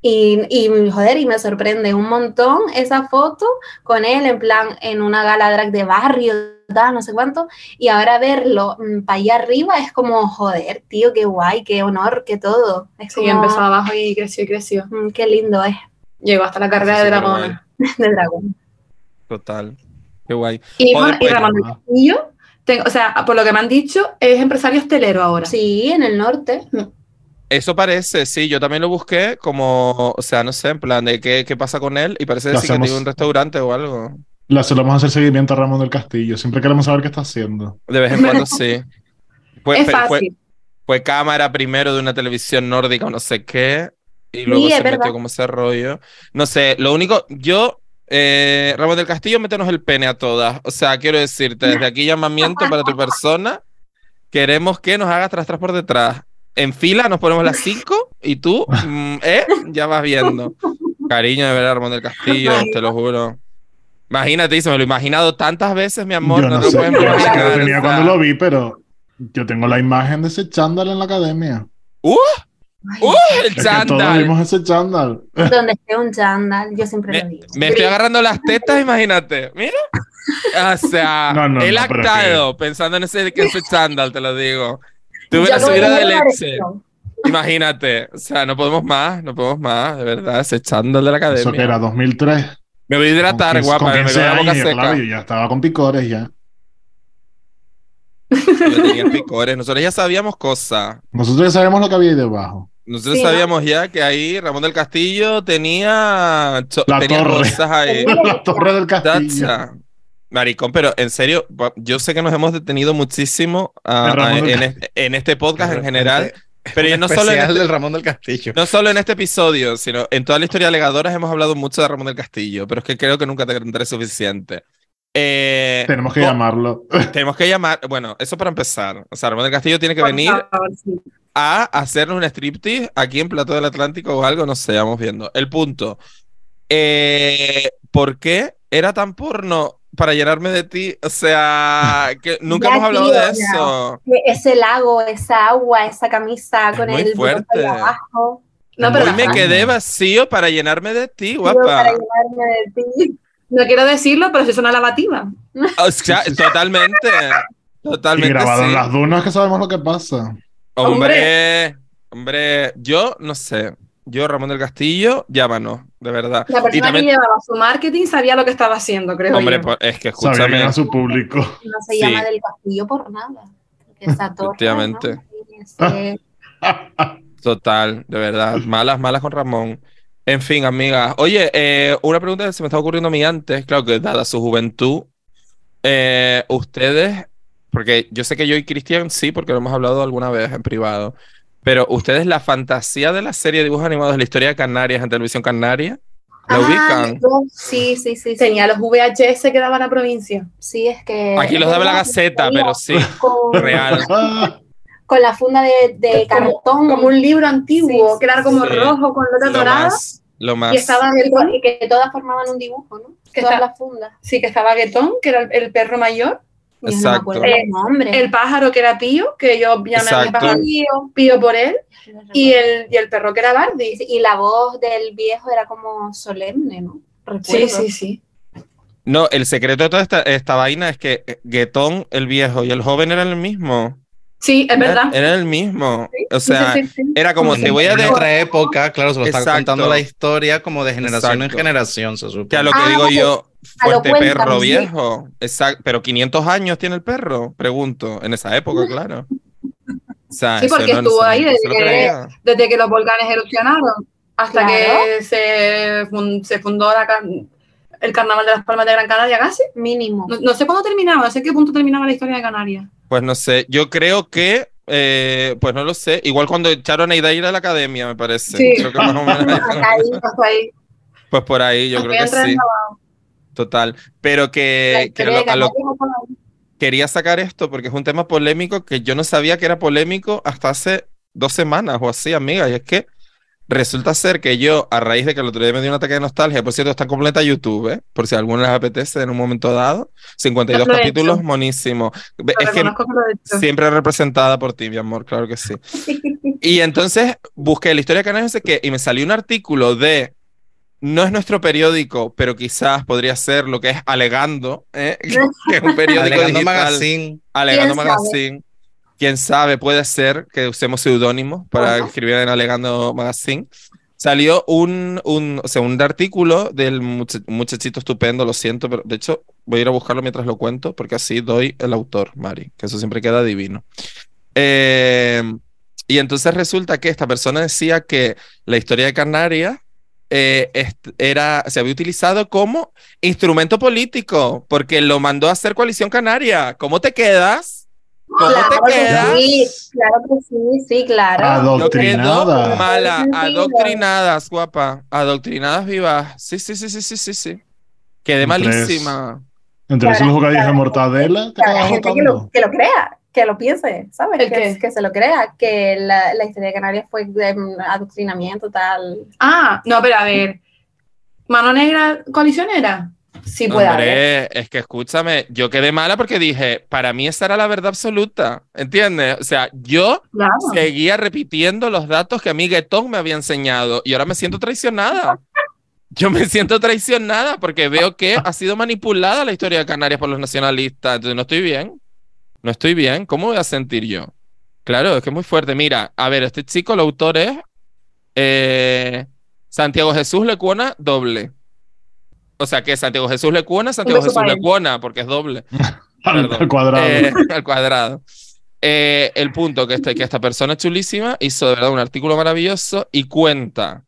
S4: y, y, joder, y me sorprende un montón esa foto con él en plan en una gala drag de barrio, tal, no sé cuánto, y ahora verlo para allá arriba es como, joder, tío, qué guay, qué honor, qué todo. Es
S5: Sí,
S4: como,
S5: empezó abajo y creció y creció.
S4: mm, qué lindo es
S5: Llegó hasta la carrera
S1: Sí,
S5: de
S1: sí, pero
S5: Dragona.
S4: de dragón.
S1: Total. Qué guay.
S5: Y,
S1: Joder,
S5: y
S1: pues,
S5: Ramón del
S3: mamá.
S5: Castillo, tengo- o sea, por lo que me han dicho, es empresario hostelero ahora.
S4: Sí, en el norte.
S1: Eso parece, sí, yo también lo busqué como, o sea, no sé, en plan de qué, qué pasa con él y parece
S3: Lo
S1: decir que tiene
S3: hacemos.
S1: un restaurante o algo.
S3: Le solemos hacer seguimiento a Ramón del Castillo. Siempre queremos saber qué está haciendo.
S1: De vez en cuando sí. Fue,
S5: es
S1: fue-
S5: fácil.
S1: fue- fue cámara primero de una televisión nórdica o no sé qué, y luego
S4: Sí,
S1: se
S4: es verdad.
S1: metió como ese rollo. No sé, lo único, yo, eh, Ramón del Castillo, métenos el pene a todas. O sea, quiero decirte, desde aquí llamamiento para tu persona, queremos que nos hagas tras tras por detrás. En fila nos ponemos las cinco y tú, mm, ¿eh? Ya vas viendo. Cariño, de verdad, Ramón del Castillo, te lo juro. Imagínate, y se me lo he imaginado tantas veces, mi amor.
S3: yo no,
S1: te lo
S3: sé,
S1: puedes
S3: yo no sé qué
S1: imaginar,
S3: edad tenía
S1: o sea.
S3: cuando lo vi, pero yo tengo la imagen de ese chándal en la academia.
S1: ¡Uh! El
S3: Es que todos
S1: chándal.
S3: vimos ese chándal.
S4: Donde esté un chándal, yo siempre lo digo.
S1: Ah. Me estoy agarrando las tetas, imagínate. Mira. O sea,
S3: No, no,
S1: he
S3: no, pero
S1: lactado pensando en ese, que ese chándal, te lo digo. Tuve
S4: Yo
S1: una
S4: como
S1: subida
S4: tengo
S1: de
S4: una
S1: leche.
S4: erección.
S1: Imagínate. O sea, no podemos más, no podemos más, de verdad, ese chándal de la
S3: Eso que
S1: academia.
S3: era 2003.
S1: Me voy a hidratar,
S3: Con quince-
S1: guapa,
S3: con
S1: me
S3: 15
S1: quedó la boca
S3: años, yo, claro,
S1: seca.
S3: yo ya estaba con picores ya.
S1: Yo tenía picores. Nosotros ya sabíamos cosas.
S3: Nosotros ya sabemos lo que había ahí debajo.
S1: Nosotros
S4: Sí, ¿no?
S1: sabíamos ya que ahí Ramón del Castillo tenía, cho-
S3: La
S1: tenía
S3: torre.
S1: cosas ahí.
S3: La torre del castillo.
S1: Tacha. ah, Maricón, pero en serio, va- yo sé que nos hemos detenido muchísimo ah,
S3: En Ramón
S1: ah,
S3: del
S1: en, es- en este podcast en general, pero ya
S2: Pero
S1: no
S2: no
S1: solo, en este,
S2: del Ramón del Castillo.
S1: no solo en este episodio, sino en toda la historia de Legadoras hemos hablado mucho de Ramón del Castillo, pero es que creo que nunca te contaré suficiente. Eh,
S3: Tenemos que
S1: co-
S3: llamarlo.
S1: tenemos que llamar, bueno, eso para empezar. O sea, Ramón del Castillo tiene que venir
S5: Por favor, sí.
S1: a hacernos un striptease aquí en Plato del Atlántico o algo, no sé, vamos viendo. El punto. eh, ¿Por qué era tan porno para llenarme de ti? O sea, que nunca
S4: Ya,
S1: hemos hablado
S4: tío,
S1: de
S4: ya.
S1: eso.
S4: Ese lago, esa agua, esa camisa
S1: Es
S4: con
S1: muy
S4: el botón
S1: fuerte.
S4: de abajo.
S5: No,
S1: Hoy
S5: pero
S1: me
S5: la-
S1: quedé vacío para llenarme de ti,
S4: Yo para
S1: guapa.
S4: llevarme de ti.
S5: no quiero decirlo, pero sí es una lavativa.
S1: O sea, totalmente.
S3: Y
S1: Totalmente.
S3: grabado en
S1: sí.
S3: las dunas que sabemos lo que pasa.
S1: Hombre, hombre, yo no sé. yo, Ramón del Castillo, llámanos, de verdad.
S5: La
S1: Y
S5: persona
S1: también,
S5: que llevaba su marketing sabía lo que estaba haciendo, creo
S1: hombre,
S5: yo.
S1: pues, es que
S3: Sabía que
S1: escúchame,
S3: era su público.
S4: No se
S1: Sí.
S4: llama del castillo por nada. porque esa torre,
S1: Efectivamente. Ah,
S4: ¿no?
S5: Eh,
S4: Ese-
S1: total, de verdad, malas, malas con Ramón. En fin, amigas. Oye, eh, una pregunta que se me estaba ocurriendo a mí antes, claro que dada su juventud, eh, ustedes, porque yo sé que yo y Cristian sí, porque lo hemos hablado alguna vez en privado, pero ustedes la fantasía de la serie de dibujos animados de la historia de Canarias en televisión canaria, la
S4: Ah,
S1: ubican.
S4: yo- sí, sí, sí, sí.
S5: Tenía los VHS que daban a provincia.
S4: Sí, es que.
S1: Aquí los
S4: es
S1: daba la
S4: verdad,
S1: Gaceta,
S4: salía
S1: pero sí,
S4: Con,
S1: real.
S4: con la funda de, de
S5: Como-
S4: cartón.
S5: Como un libro antiguo,
S4: Mm. Sí,
S5: que era como
S1: sí.
S5: rojo con letra
S1: Lo
S5: dorada.
S1: más, lo más.
S5: Y estaba
S4: y
S5: Guetón,
S4: con- y que todas formaban un dibujo, ¿no?
S5: Que
S4: todas
S5: está-
S4: las fundas.
S5: sí, que estaba Guetón, que era el, el perro mayor.
S4: Yo Pues no me
S1: Exacto.
S4: acuerdo los nombres.
S5: El pájaro, que era Pío, que yo llamé a mi
S1: Exacto.
S5: pájaro Pío, Pío por él. Y el, y el perro, que era Bardi.
S4: y la voz del viejo era como solemne, ¿no? Recuerdo.
S5: sí.
S1: No, el secreto de toda esta, esta vaina es que eh, Guetón, el viejo y el joven eran el mismo.
S5: Sí, es verdad.
S1: Eran, eran el mismo. eh, O
S5: Sí,
S1: sea,
S5: sí, sí.
S1: era como
S2: en,
S1: te voy a
S2: en
S1: de-
S2: otra época, claro, se lo están
S1: Exacto.
S2: contando la historia como de generación
S1: Exacto.
S2: en generación,
S1: que
S2: se
S1: a
S2: supone.
S1: lo que
S4: Ah,
S1: digo yo,
S4: a lo
S1: fuerte
S4: cuentan,
S1: perro
S4: sí.
S1: viejo. Exacto, pero 500 años tiene el perro, pregunto, en esa época, claro. O sea,
S5: Sí,
S1: eso
S5: porque
S1: no- no
S5: estuvo
S1: se-
S5: ahí
S1: no se lo
S5: desde-
S1: creía.
S5: Desde que los volcanes erupcionaron hasta
S4: Claro.
S5: que se, fun- se fundó la can- el carnaval de las Palmas de Gran Canaria casi.
S4: Mínimo.
S5: No, no sé cuándo terminaba, no sé qué punto terminaba la historia de Canarias.
S1: Pues no sé, yo creo que, eh, pues no lo sé, igual cuando echaron a Idaira a la academia, me parece.
S5: Sí.
S1: Creo que más o menos-
S4: Hasta ahí.
S5: Hasta ahí.
S1: pues por ahí, yo
S5: Hasta
S1: creo
S5: ahí
S1: que
S5: entra
S1: sí.
S5: en
S1: Total, pero
S4: La
S1: que, que
S4: historia
S1: Eh, lo-
S4: de
S1: a lo-
S4: Canarias estaba ahí.
S1: quería sacar esto porque es un tema polémico que yo no sabía que era polémico hasta hace dos semanas o así, amiga. Y es que resulta ser que yo, a raíz de que el otro día me dio un ataque de nostalgia, por cierto, está completa YouTube, ¿eh? por si a alguno les apetece en un momento dado, 52
S5: Lo he hecho.
S1: capítulos, monísimo. Ve-
S5: Lo
S1: Es que
S5: reconozco que lo he hecho.
S1: siempre representada por ti, mi amor, claro que sí. Y entonces busqué la historia de Canarias, no sé qué, y me salió un artículo de. No es nuestro periódico, pero quizás podría ser lo que es Alegando, ¿eh? que es un periódico
S2: Alegando
S1: digital.
S2: Magazine.
S1: Alegando
S4: ¿Quién sabe?
S1: Magazine. Quién sabe, puede ser que usemos seudónimos para
S4: Ajá.
S1: escribir en Alegando Magazine. Salió un, un, o sea, un artículo del much- muchachito estupendo, lo siento, pero de hecho voy a ir a buscarlo mientras lo cuento, porque así doy el autor, Mari, que eso siempre queda divino. Eh, y entonces resulta que esta persona decía que la historia de Canarias eh, est- era, se había utilizado como instrumento político, porque lo mandó a hacer coalición canaria. ¿Cómo te quedas? ¿Cómo
S4: Claro
S1: te
S4: que
S1: quedas?
S4: sí, claro que sí, sí, claro.
S1: No quedó
S3: Adoctrinada.
S1: mala,
S4: Sentido.
S1: adoctrinadas, guapa, adoctrinadas vivas. Sí, sí, sí, sí, sí, sí, sí. Quedé
S3: Tres.
S1: malísima.
S3: Entre esos bocadillos de mortadela, te
S4: O sea, la
S3: quedas
S4: gente que lo,
S3: votando.
S4: que lo crea, que lo piense, ¿sabes?
S5: ¿El
S4: Que,
S5: qué?
S4: que se lo crea, que la, la historia de Canarias fue de mm, adoctrinamiento tal.
S5: Ah, no, pero a ver. ¿Mano negra coalicionera? Sí puede haber.
S1: Hombre, es que escúchame, yo quedé mala porque dije, para mí esa era la verdad absoluta, ¿entiendes? O sea, yo
S5: Claro.
S1: seguía repitiendo los datos que a mí Guetón me había enseñado y ahora me siento traicionada. Yo me siento traicionada porque veo que ha sido manipulada la historia de Canarias por los nacionalistas. Entonces no estoy bien. No estoy bien. ¿Cómo voy a sentir yo? Claro, es que es muy fuerte. Mira, a ver, este chico, el autor es eh, Santiago Jesús Lecuona, doble. O sea que Santiago Jesús Lecuona, Santiago
S5: beso
S1: Jesús
S5: para él.
S1: Lecuona, porque es doble.
S3: Al cuadrado.
S1: Eh, al cuadrado. Eh, el punto que, este, que esta persona chulísima hizo de verdad un artículo maravilloso y cuenta.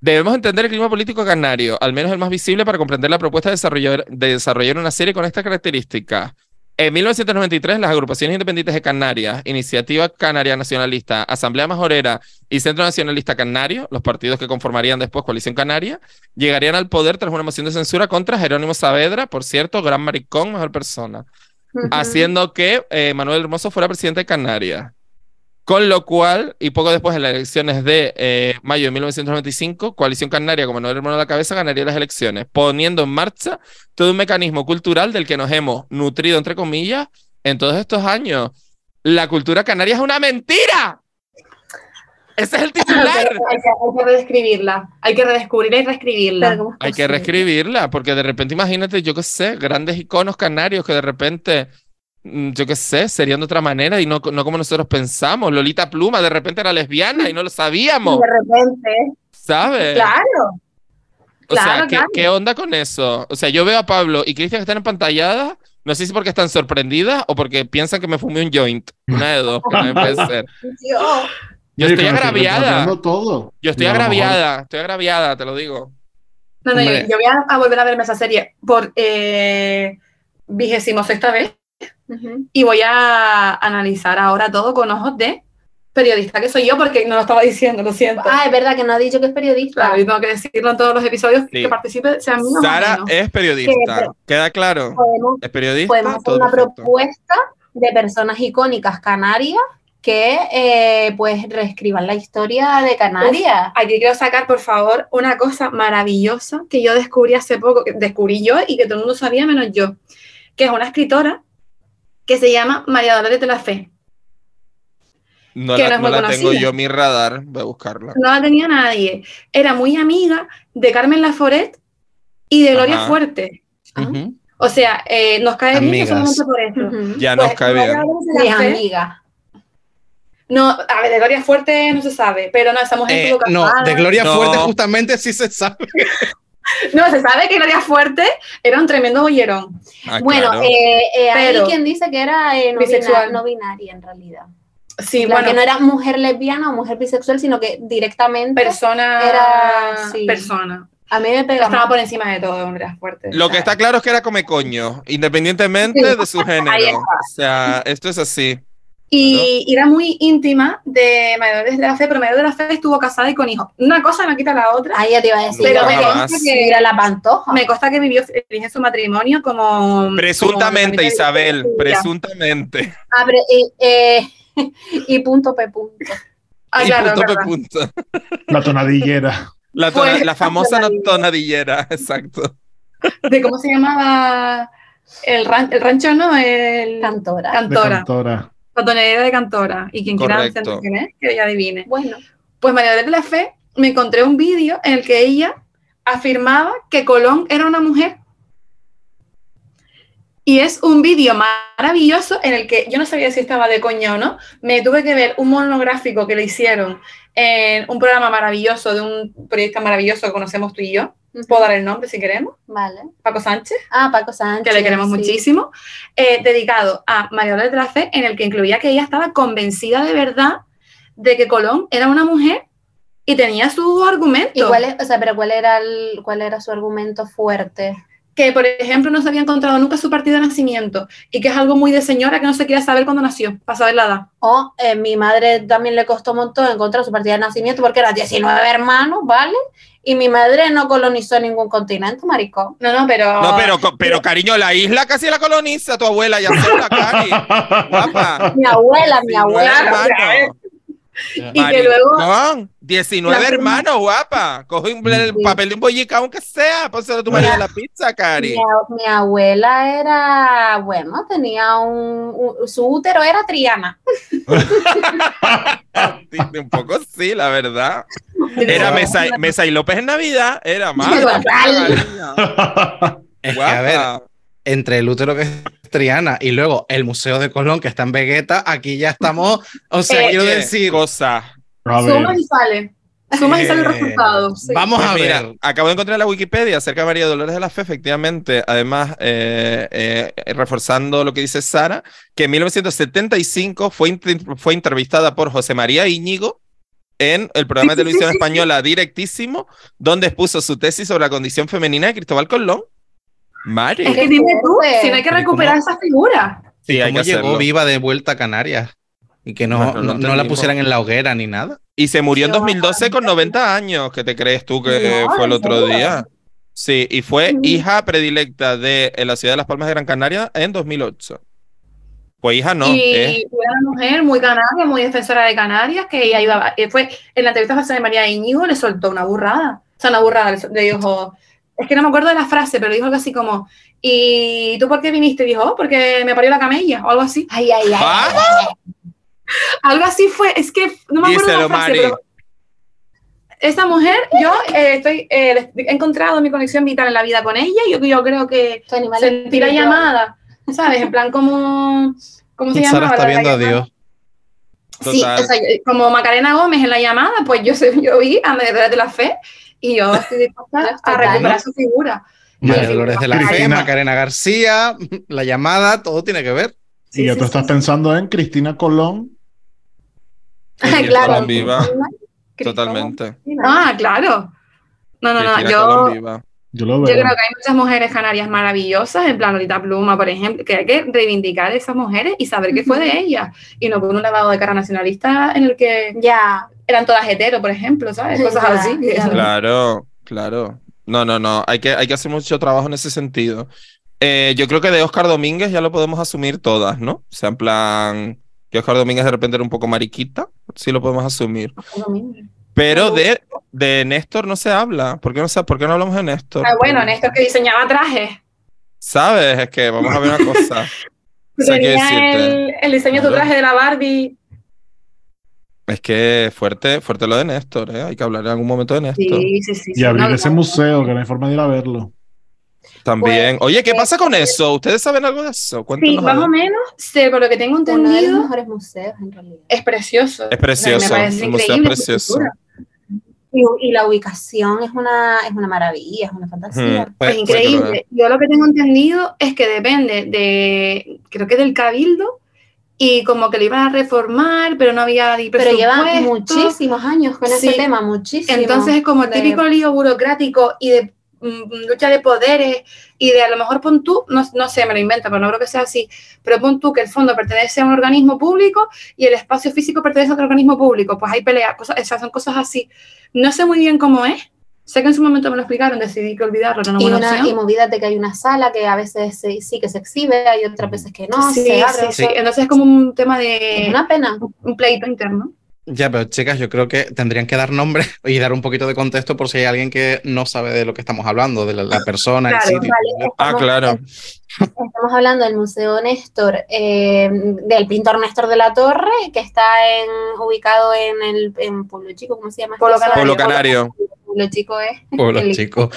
S1: Debemos entender el clima político canario, al menos el más visible, para comprender la propuesta de desarrollar, de desarrollar una serie con estas características. En 1993, las agrupaciones independientes de Canarias, Iniciativa Canaria Nacionalista, Asamblea Majorera y Centro Nacionalista Canario, los partidos que conformarían después Coalición Canaria, llegarían al poder tras una moción de censura contra Jerónimo Saavedra, por cierto, gran maricón, mejor persona Ah, haciendo que eh, Manuel Hermoso fuera presidente de Canarias. Con lo cual, y poco después de las elecciones de eh, mayo de 1995, Coalición Canaria, con Manuel Hermoso a la cabeza, ganaría las elecciones, poniendo en marcha todo un mecanismo cultural del que nos hemos nutrido, entre comillas, en todos estos años. La cultura canaria es una mentira. Ese es el titular.
S5: Hay que, hay que redescribirla. Hay que redescubrirla y reescribirla.
S4: Pero, ¿cómo es
S1: Hay que
S4: posible?
S1: reescribirla, porque de repente, imagínate, yo qué sé, grandes iconos canarios que de repente mm, yo qué sé, serían de otra manera y no, no como nosotros pensamos. Lolita Pluma de repente era lesbiana y no lo sabíamos,
S4: de repente,
S1: ¿sabes?
S4: claro.
S1: O sea,
S5: Claro,
S1: ¿qué,
S5: claro.
S1: qué onda con eso? O sea, yo veo a Pablo y Cristian que están empantalladas. No sé si porque están sorprendidas o porque piensan que me fumé un joint. Una de dos, que no puede ser.
S4: Yo,
S1: Yo
S3: Oye,
S1: estoy
S3: que me
S1: agraviada.
S3: replanteando todo.
S1: Yo estoy
S3: Y a lo mejor-
S1: agraviada. Estoy agraviada, te lo digo.
S5: No, no, yo,
S2: Hombre.
S5: yo voy a, a volver a verme esa serie por eh, vigésimo sexta vez
S4: ujú.
S5: y voy a analizar ahora todo con ojos de periodista que soy yo porque no lo estaba diciendo, lo siento.
S4: Ah, es verdad que no ha dicho que es periodista.
S5: Claro, yo tengo que decirlo en todos los episodios
S1: Sí.
S5: que participe, sean míos o
S1: Sara eh.
S5: menos.
S1: es periodista. ¿Queda claro?
S4: Podemos,
S1: Es periodista.
S4: podemos hacer
S1: todo
S4: una
S1: perfecto.
S4: propuesta de personas icónicas canarias que eh, pues reescriban la historia de Canarias.
S5: Aquí quiero sacar, por favor, una cosa maravillosa que yo descubrí hace poco, que descubrí yo y que todo el mundo sabía menos yo, que es una escritora que se llama María Dolores de la Fe.
S1: No
S5: que no
S1: la,
S5: es
S1: no
S5: muy
S1: la tengo
S5: conocida.
S1: yo en mi radar. Voy a buscarla.
S5: No la tenía nadie. Era muy amiga de Carmen Laforet y de Gloria
S1: Ajá.
S5: Fuerte.
S1: Ujú.
S5: O sea, eh, nos cae bien no
S2: Amigas.
S5: solamente por eso.
S1: Ya nos
S5: Pues,
S1: cae
S5: María
S1: bien.
S5: Dolores de la
S4: Mis
S5: Fe-
S4: amigas.
S5: No, a ver, de Gloria Fuerte no se sabe, pero no, esa mujer
S2: Eh,
S5: estuvo
S2: no,
S5: casada.
S2: de Gloria
S1: No.
S2: Fuerte justamente sí se sabe.
S5: No, se sabe que Gloria Fuerte era un tremendo bollerón.
S1: Ah,
S4: Bueno,
S1: claro.
S4: eh, eh, hay
S5: Pero-
S4: quien dice que era eh, no,
S5: Bisexual.
S4: bina- no binaria en realidad.
S5: Sí,
S4: La
S5: bueno,
S4: que no era mujer lesbiana o mujer bisexual, sino que directamente
S5: persona.
S4: Era- sí.
S5: Persona.
S4: a mí me pega.
S5: Estaba por encima de todo, Gloria Fuerte.
S1: Lo que
S5: O sea,
S1: está claro es que era come coño, independientemente de su género.
S5: está.
S1: O sea, esto es así.
S5: Y y era muy íntima de Mayores de la Fe, pero Mayores de la Fe estuvo casada y con hijos. Una cosa no quita la otra.
S4: Ahí ya te iba a decir.
S1: Nunca
S5: Pero
S4: yo
S5: me
S4: me
S1: jamás.
S5: consta, que,
S4: Mira la pantoja.
S5: me consta que vivió feliz en su matrimonio como.
S1: Presuntamente,
S5: como-
S1: Isabel,
S5: Ya.
S1: presuntamente.
S4: Abre, eh, eh, y punto P punto.
S5: Ah,
S1: Y
S5: claro,
S1: punto
S5: es
S1: por
S5: verdad.
S1: punto.
S3: La tonadillera.
S1: La, tona-
S5: Pues,
S1: la famosa no-
S5: tonadilla.
S1: tonadillera, exacto.
S5: De cómo se llamaba el, ran- el rancho, ¿no? El
S4: Cantora.
S3: De
S5: Cantora.
S3: cantora.
S5: La tonelera de Cantora. Y quien quiera
S1: Correcto.
S5: entender quién es, que ya adivine.
S4: Bueno,
S5: Pues María Dolores de la Fe me encontré un vídeo en el que ella afirmaba que Colón era una mujer. Y es un vídeo maravilloso en el que yo no sabía si estaba de coña o no. Me tuve que ver un monográfico que le hicieron en un programa maravilloso de un periodista maravilloso que conocemos tú y yo. Puedo dar el nombre si queremos.
S4: vale.
S5: Paco Sánchez,
S4: Ah, Paco Sánchez.
S5: que le queremos
S4: sí.
S5: muchísimo. eh, dedicado a María Dolores de la Fe, en el que incluía que ella estaba convencida de verdad de que Colón era una mujer y tenía su argumento.
S4: ¿Y cuál es- o sea, pero cuál era el, cuál era su argumento fuerte?
S5: que, por ejemplo, no se había encontrado nunca su partido de nacimiento y que es algo muy de señora que no se quiere saber cuándo nació, para saber la edad.
S4: O eh, mi madre también le costó un montón encontrar su partida de nacimiento porque eran 19 hermanos, ¿vale? Y mi madre no colonizó ningún continente, maricón.
S5: No, no, pero...
S1: No, pero, co- pero cariño, la isla casi la coloniza tu abuela ya sola, Cari. Guapa.
S4: Mi abuela, mi
S1: 19
S4: abuela.
S1: hermanos.
S5: Y que
S1: Maricón,
S5: luego...
S1: 19
S5: La-
S1: hermanos, guapa. Coge un, el
S4: Sí.
S1: papel de un bollica, aunque sea, pónselo a tu marido en la pizza,
S4: Mi,
S1: Cari.
S4: a- mi abuela era, bueno, tenía un, un- su útero era Triana.
S1: Sí, Un poco sí, la verdad. Era
S5: Era
S1: Mesa, Mesa y López en Navidad, era más.
S4: Total.
S2: Es que, a ver, entre el útero que es Triana y luego el Museo de Colón que está en Vegeta, aquí ya estamos, o sea,
S5: Eh,
S2: quiero decir,
S1: Cosa.
S3: A ver.
S5: Sumas y sale. Sumas y sale el
S2: Eh,
S5: resultado. sí.
S2: vamos
S1: Pues
S2: a
S1: mira,
S2: ver.
S1: acabo de encontrar la Wikipedia acerca de María Dolores de la Fe, efectivamente. Además, eh, eh, reforzando lo que dice Sara, que en 1975 fue, int- fue entrevistada por José María Íñigo en el programa de televisión española Directísimo, donde expuso su tesis sobre la condición femenina de Cristóbal Colón.
S5: Es
S1: Mari.
S5: que dime tú
S4: Fuerte.
S5: si no hay que
S2: Pero
S5: recuperar esa figura.
S1: Sí, hay
S2: ¿Cómo
S1: que
S2: llegó
S1: hacerlo.
S2: viva de vuelta a Canarias? Y que no,
S1: Bueno, no
S2: no- no la
S1: entendimos.
S2: pusieran en la hoguera ni nada.
S1: Y se murió en
S4: Yo,
S1: 2012 con 90 años, que te crees tú que
S4: No,
S1: fue el
S4: ¿en
S1: otro
S4: serio?
S1: día. Sí, y fue
S4: Ujú.
S1: hija predilecta de eh, la ciudad de Las Palmas de Gran Canaria en 2008. Pues hija no,
S5: y
S1: es
S2: eh.
S5: era una mujer muy canaria, muy defensora de Canarias, que ella iba... eh, Fue, en la entrevista pasada de María Íñigo le soltó una burrada. O sea, una burrada. Le, sol- le dijo... Es que no me acuerdo de la frase, pero dijo algo así como... ¿Y tú por qué viniste? Dijo, "Oh, porque me parió la camella o algo así.
S4: Ay, ay, ay, ay.
S1: ¿Vamos?
S4: ay.
S5: Algo así fue, es que no me acuerdo de
S1: Díselo,
S5: la frase,
S1: Mari.
S5: pero esta mujer, yo eh, estoy, eh, he encontrado mi conexión vital en la vida con ella, yo, yo creo que
S4: Tu animal
S5: sentir la
S4: espiritual.
S5: llamada ¿Sabes? En plan como... ¿Cómo se llama?
S2: Sara está viendo a Dios.
S5: Sí, o sea, yo- como Macarena Gómez en la llamada, pues yo, sé- yo vi a Medellín de la Fe y yo estoy dispuesta a
S4: Total.
S5: recuperar su figura.
S2: María
S5: sí,
S2: Dolores de la
S3: Cristina.
S2: Fe, Macarena García, la llamada, todo tiene que ver.
S5: Sí,
S3: y ya
S5: sí,
S3: tú
S5: sí,
S3: estás
S5: sí.
S3: pensando en Cristina Colón.
S4: Claro.
S1: Colón viva,
S5: Cristóbal.
S1: totalmente.
S5: Ah, claro. No, no, no.
S1: Cristina
S5: Yo,
S1: Colón viva.
S3: Yo lo
S5: yo
S3: veo.
S5: creo que hay muchas mujeres canarias maravillosas, en plan Lolita Pluma, por ejemplo, que hay que reivindicar a esas mujeres y saber qué fue de ellas. Y no con un lavado de cara nacionalista en el que
S4: Ya,
S5: eran todas hetero, por ejemplo, ¿sabes? Cosas
S4: Ya,
S5: así.
S4: ya.
S1: Claro, claro. No, no, no. Hay que, hay que hacer mucho trabajo en ese sentido. Eh, yo creo que de Oscar Domínguez ya lo podemos asumir todas, ¿no? O sea, en plan, que Oscar Domínguez de repente era un poco mariquita, sí lo podemos asumir. Pero de, de Néstor no se habla. ¿Por qué no, se- por qué no hablamos de Néstor?
S5: Ah, bueno, Néstor que diseñaba trajes.
S1: ¿Sabes? Es que vamos a ver una cosa. O sea, quiero
S5: Tenía
S1: decirte.
S5: el, el diseño de tu
S1: Claro.
S5: traje de la Barbie.
S1: Es que fuerte, fuerte lo de Néstor, ¿eh? Hay que hablar en algún momento de Néstor.
S5: Sí, sí, sí.
S3: Y abrir ese museo, que no hay forma de ir a verlo.
S1: También. Oye, ¿qué
S5: eh,
S1: pasa con eso? ¿Ustedes saben algo de eso?
S5: Sí,
S1: Cuéntanos
S5: más
S1: algo.
S5: o menos, sé, por lo que tengo
S4: uno de los
S5: entendido,
S4: mejores museos en realidad.
S5: es precioso.
S1: Es precioso,
S5: Me parece
S1: el museo es
S5: increíble su
S1: precioso.
S5: estructura.
S4: Y, y la ubicación es una, es una maravilla, es una fantasía.
S1: Pues,
S5: Pues
S1: pues,
S5: increíble. Yo lo que tengo entendido es que depende de, creo que del cabildo, y como que lo iban a reformar, pero no había ni
S4: Pero llevan
S5: presupuesto.
S4: muchísimos años con
S5: Sí.
S4: ese tema, muchísimos.
S5: Entonces es como el
S4: de-
S5: típico lío burocrático y de mm, lucha de poderes y de a lo mejor pon tú, no, no sé, me lo invento, pero no creo que sea así, pero pon tú que el fondo pertenece a un organismo público y el espacio físico pertenece a otro organismo público, pues hay peleas, cosas, esas son cosas así. No sé muy bien cómo es, sé que en su momento me lo explicaron, decidí que olvidarlo, no era una
S4: y,
S5: buena
S4: una,
S5: opción.
S4: y movida de que hay una sala que a veces se- sí que se exhibe, hay otras veces que no,
S5: sí,
S4: se
S5: sí,
S4: abre.
S5: sí. entonces es como un tema
S4: Es
S5: de
S4: una
S1: Ah,
S4: pena.
S5: un pleito interno.
S2: Ya, pero chicas, yo creo que tendrían que dar nombre y dar un poquito de contexto por si hay alguien que no sabe de lo que estamos hablando, de la, la persona, el
S5: Claro,
S2: sitio.
S1: Ah, claro.
S4: Estamos hablando del Museo Néstor, eh, del pintor Néstor de la Torre, que está en, ubicado en el en Pueblo Chico, ¿cómo se llama?
S5: Pueblo
S4: Eso,
S1: Pueblo
S5: Pueblo
S1: Canario.
S4: Pueblo Chico es
S2: Pueblo
S4: el-
S2: chico.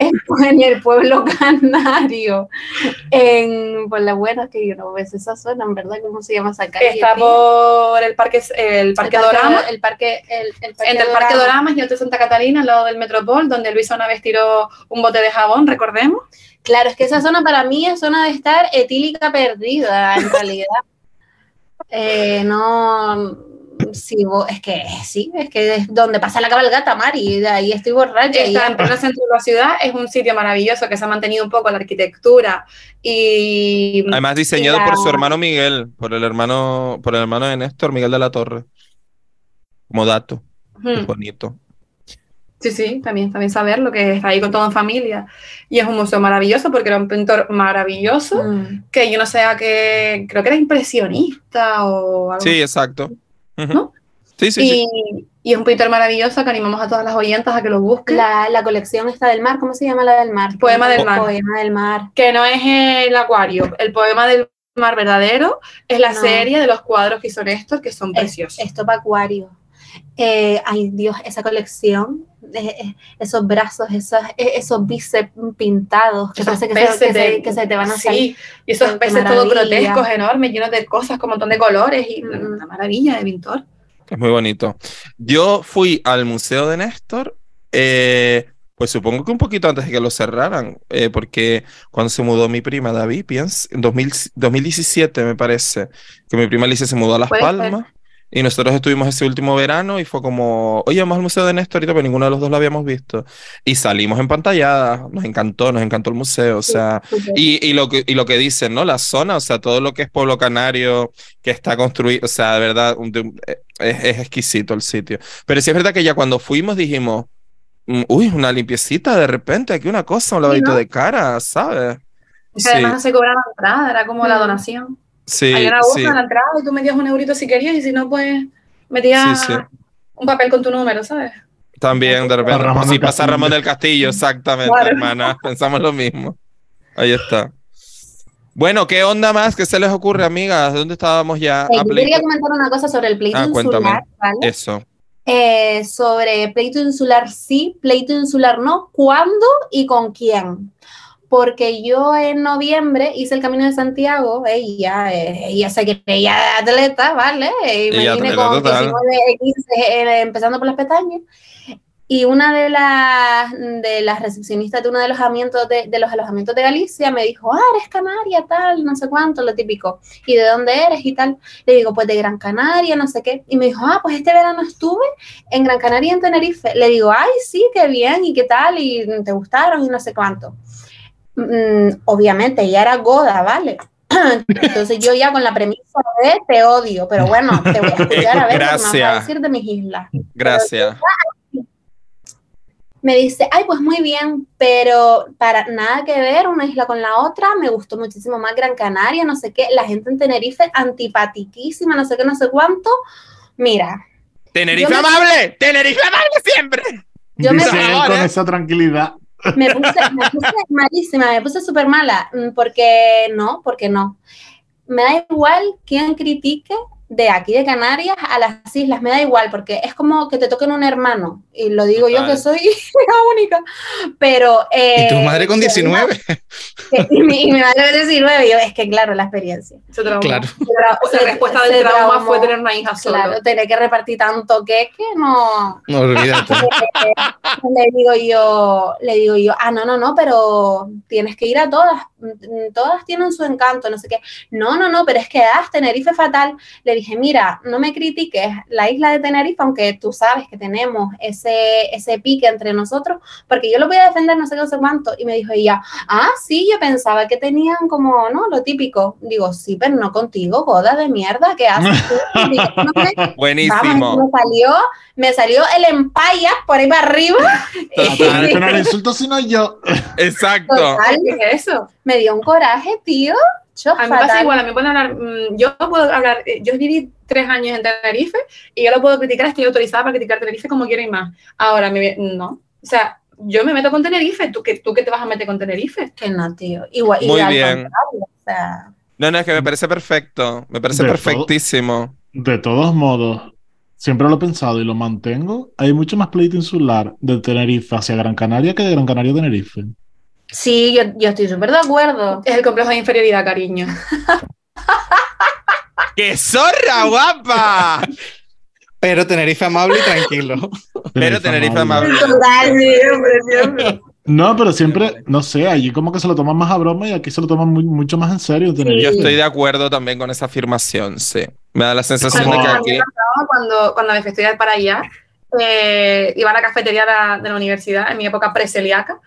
S4: en el pueblo canario, en por la buena que yo no ves esa zona, en verdad, ¿cómo se llama esa calle?
S5: Está por el parque, el parque Dorama,
S4: el parque, el, el parque
S5: entre el Parque
S4: Dorama.
S5: Doramas y el de Santa Catalina, al lado del Metropol, donde Luisa una vez tiró un bote de jabón, recordemos.
S4: Claro, es que esa zona para mí es zona de estar etílica perdida, en realidad. Eh, no, sí, bo- es que sí, es que es donde pasa la cabalgata, Mari, y de ahí estoy borracha. y
S5: Está
S4: ya.
S5: en pleno centro de la ciudad, es un sitio maravilloso que se ha mantenido un poco la arquitectura y
S1: Además diseñado
S4: la-
S1: por su hermano Miguel, por el hermano, por el hermano de Néstor, Miguel de la Torre. Como dato,
S5: Ujú.
S1: bonito.
S5: sí, sí, también, también saber lo que está ahí con todo en familia. Y es un museo maravilloso porque era un pintor maravilloso,
S4: Mm.
S5: que yo no sé a qué, creo que era impresionista o algo
S1: Sí, exacto. Ujú.
S5: ¿No?
S1: Sí, sí, sí.
S5: Y, y es un pintor maravilloso que animamos a todas las oyentas a que lo busquen.
S4: La, la colección está del mar, ¿cómo se llama la del mar?
S5: Poema del Mar.
S4: Poema del mar.
S5: que no es el acuario, el poema del mar verdadero, es la
S4: No.
S5: serie de los cuadros que hizo Néstor, que son preciosos.
S4: Esto para Acuario. Eh, ay, Dios, esa colección, eh, eh, esos brazos, esos, eh, esos bíceps pintados, que
S5: Esos
S4: parece que se, que
S5: peces de-
S4: se- que se te van a salir.
S5: Sí, y esos
S4: Qué
S5: peces todos
S4: maravilla.
S5: grotescos, enormes, llenos de cosas, con un montón de colores, y
S4: Mm.
S5: una maravilla de pintor.
S1: Es muy bonito. Yo fui al Museo de Néstor, eh, pues supongo que un poquito antes de que lo cerraran, eh, porque cuando se mudó mi prima David, piensa, en 2000 2017 me parece, que mi prima Alicia se mudó a Las
S5: Puede ser.
S1: Palmas. Y nosotros estuvimos ese último verano y fue como, oye, vamos al Museo de Néstor ahorita, pero ninguno de los dos lo habíamos visto. Y salimos en pantallada, nos encantó, nos encantó el museo, o sea, y, y lo que, y lo que dicen, ¿no? La zona, o sea, todo lo que es Pueblo Canario, que está construido, o sea, de verdad, un- de un- eh, es, es exquisito el sitio. Pero sí es verdad que ya cuando fuimos dijimos, mm, uy, una limpiecita de repente, aquí una cosa, un lavadito
S5: ¿no?
S1: de cara, ¿sabes?
S5: O sea,
S1: Sí,
S5: Además no se cobraba la entrada, era como la
S4: Mm.
S5: donación.
S1: sí,
S5: Había una
S1: sí,
S5: bolsa en la entrada y tú metías un eurito si querías, y si no, pues metías
S1: Sí, sí.
S5: un papel con tu número, ¿sabes?
S1: también de repente.
S3: Ramón
S1: sí,
S3: del
S1: pasa
S3: Castillo.
S1: Ramón del Castillo, exactamente,
S5: Claro.
S1: hermana, pensamos lo mismo. Ahí está. Bueno, ¿qué onda más? ¿Qué se les ocurre, amigas? ¿Dónde estábamos ya?
S5: Pues,
S4: Eh,
S1: A
S4: yo
S1: play-
S4: quería comentar una cosa sobre el pleito
S1: Ah, cuéntame.
S4: insular, ¿vale?
S1: Eso.
S4: Eh, sobre pleito insular sí, pleito insular no, cuándo y con quién. porque yo en noviembre hice el Camino de Santiago, ella, eh, ella se creía atleta, ¿vale? Eh,
S1: Ella
S4: Imagínate
S1: atleta
S4: con
S1: total.
S4: 19, 15, eh, empezando por las pestañas. Y una de las, de las recepcionistas de uno de los, alojamientos de, de los alojamientos de Galicia me dijo, ah, eres canaria, tal, no sé cuánto, lo típico. ¿Y de dónde eres y tal? Le digo, pues de Gran Canaria, no sé qué. Y me dijo, ah, pues este verano estuve en Gran Canaria y en Tenerife. Le digo, ay, sí, qué bien, y qué tal, y te gustaron, y no sé cuánto. Mm, obviamente, ella era goda, ¿vale? Entonces yo ya con la premisa de te odio, pero bueno, te voy a escuchar a ver lo que me vas a
S1: Gracias.
S4: decir de mis islas.
S1: Gracias.
S4: Me dice, ay, pues muy bien, pero para nada que ver una isla con la otra, me gustó muchísimo más Gran Canaria, no sé qué, la gente en Tenerife antipatiquísima, no sé qué, no sé cuánto. Mira,
S1: Tenerife
S4: Yo me-
S1: amable, Tenerife amable siempre.
S4: yo me
S3: Dice él
S1: ahora-
S3: con esa tranquilidad.
S4: me puse, me puse malísima, me puse súper mala, mm, porque no, porque no. Me da igual quién critique de aquí de Canarias a las islas, me da igual, porque es como que te toquen un hermano, y lo digo yo
S1: Total.
S4: que soy la única, pero...
S2: Y tu
S4: eh,
S2: madre con
S4: que-
S2: 19,
S4: que- y, mi, y mi madre con 19, yo, es que claro, la experiencia.
S5: Se traumó.
S2: claro.
S4: Pero,
S5: O sea, la respuesta
S4: se
S5: del trauma
S4: traumó.
S5: fue tener una hija solo.
S4: Claro, tener que repartir tanto que, que no...
S2: No, olvídate.
S4: le digo yo, le digo yo, ah, no, no, no, pero tienes que ir a todas, mm, todas tienen su encanto, no sé qué. No, no, no, pero es que ah, Tenerife fatal. Le dije, mira, no me critiques la isla de Tenerife, aunque tú sabes que tenemos ese, ese pique entre nosotros, porque yo lo voy a defender no sé qué, no sé cuánto. Y me dijo ella, ah, sí, yo pensaba que tenían como, ¿no? Lo típico. Digo, sí, pero no contigo, goda de mierda, ¿qué haces tú? Digo, no me Vamos,
S1: Buenísimo.
S4: me salió, me salió el empaya por ahí para arriba.
S1: Total.
S3: Esto no lo insulto, sino yo.
S1: Exacto.
S4: Total,
S5: ¿Qué es eso?
S4: me dio un coraje, tío. Cho,
S5: A mí me
S4: fatal.
S5: pasa igual, a mí me pueden hablar, mm, yo puedo hablar, eh, yo viví tres años en Tenerife y yo lo puedo criticar, estoy autorizada para criticar Tenerife como quiera y más. Ahora, me- no, o sea, yo me meto con Tenerife, ¿tú qué, tú qué te vas a meter con Tenerife?
S4: Que no, tío. Igual,
S1: Muy
S4: y al
S1: bien.
S4: contrario, o sea,
S1: No, no, es que me parece perfecto. Me parece
S3: De todo.
S1: perfectísimo.
S3: De todos modos, siempre lo he pensado y lo mantengo. Hay mucho más pleito insular de Tenerife hacia Gran Canaria que de Gran Canaria a Tenerife.
S4: sí, yo, yo estoy súper de acuerdo.
S5: Es el complejo de inferioridad, cariño.
S1: ¡Qué zorra, guapa!
S2: Pero Tenerife amable y tranquilo.
S1: Pero Tenerife amable.
S4: Total,
S3: No, pero siempre, no sé, allí como que se lo toman más a broma y aquí se lo toman muy- mucho más en serio en Tenerife.
S1: Yo estoy de acuerdo también con esa afirmación, sí. Me da la sensación de que
S3: Como-
S1: aquí.
S5: pasaba cuando, cuando me fui a estudiar para allá, eh, iba a la cafetería de la, de la universidad, en mi época preceliaca,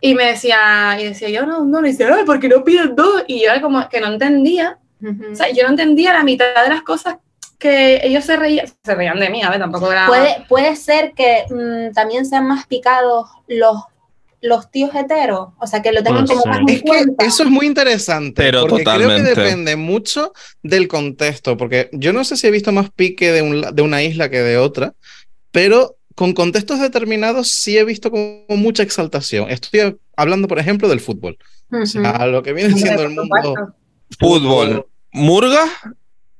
S5: y me decía, y decía yo, no, no, y dice, ay, ¿por qué no pides dos? Y yo era como que no entendía, o sea, yo no entendía la mitad de las cosas que ellos se reían, se reían de mí, a ver, tampoco era...
S4: Puede, puede ser que mm, también sean más picados los, los tíos heteros. O sea, que lo tengan
S3: Puede
S4: como
S3: ser.
S4: más en
S2: Es que
S4: cuenta.
S2: eso es muy interesante,
S1: Pero
S2: porque creo
S1: totalmente.
S2: que depende mucho del contexto, porque yo no sé si he visto más pique de, un la- de una isla que de otra, pero con contextos determinados sí he visto como mucha exaltación. Estoy hablando, por ejemplo, del fútbol, o sea,
S4: Ujú.
S2: lo que viene siendo el
S5: Por
S2: mundo
S5: supuesto.
S1: Fútbol, murga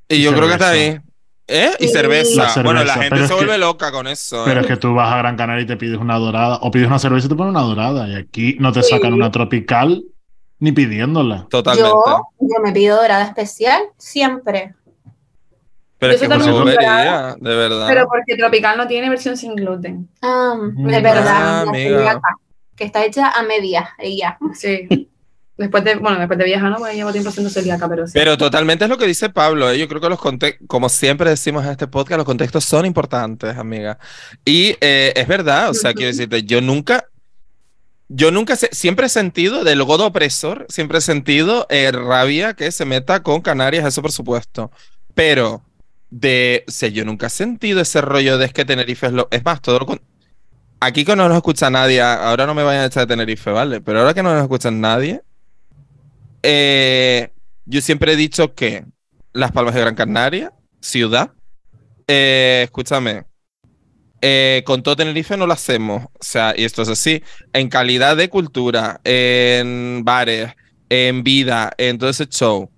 S1: y
S3: Y
S1: yo creo que
S3: cerveza.
S1: hasta ahí. ¿Eh? Y
S4: Sí.
S1: cerveza.
S3: La cerveza,
S1: Bueno, la
S3: pero
S1: gente se
S3: es que-
S1: vuelve loca con eso.
S3: Pero
S1: ¿eh?
S3: es que tú vas a Gran Canaria y te pides una dorada, o pides una cerveza y te ponen una dorada, y aquí no te sacan una tropical ni pidiéndola.
S1: Totalmente.
S4: Yo, yo me pido dorada especial siempre.
S1: Pero
S5: Yo
S1: es que
S5: soy
S1: es una
S5: también
S1: bobería, de verdad.
S5: Pero porque Tropical no tiene versión sin gluten.
S4: Ah,
S3: Mm.
S4: es verdad.
S1: Ah,
S4: la
S1: amiga.
S4: celíaca, que está hecha a medias, ella.
S5: Sí. Después de, bueno, después de viajar, no, porque llevo tiempo siendo celíaca, pero sí.
S1: Pero totalmente es lo que dice Pablo. ¿eh? Yo creo que los contextos, como siempre decimos en este podcast, los contextos son importantes, amiga. Y eh, es verdad, o sea, quiero decirte, yo nunca, yo nunca, se- siempre he sentido del godo opresor, siempre he sentido eh, rabia que se meta con Canarias, eso por supuesto. Pero de, o sea, yo nunca he sentido ese rollo de es que Tenerife es lo, es más, todo lo con- Aquí que no nos escucha nadie, ahora no me vayan a echar de Tenerife, ¿vale? Pero ahora que no nos escucha nadie, eh, yo siempre he dicho que Las Palmas de Gran Canaria, ciudad, eh, escúchame, eh, con todo Tenerife no lo hacemos. O sea, y esto es así, en calidad de cultura, en bares, en vida, en todo ese show.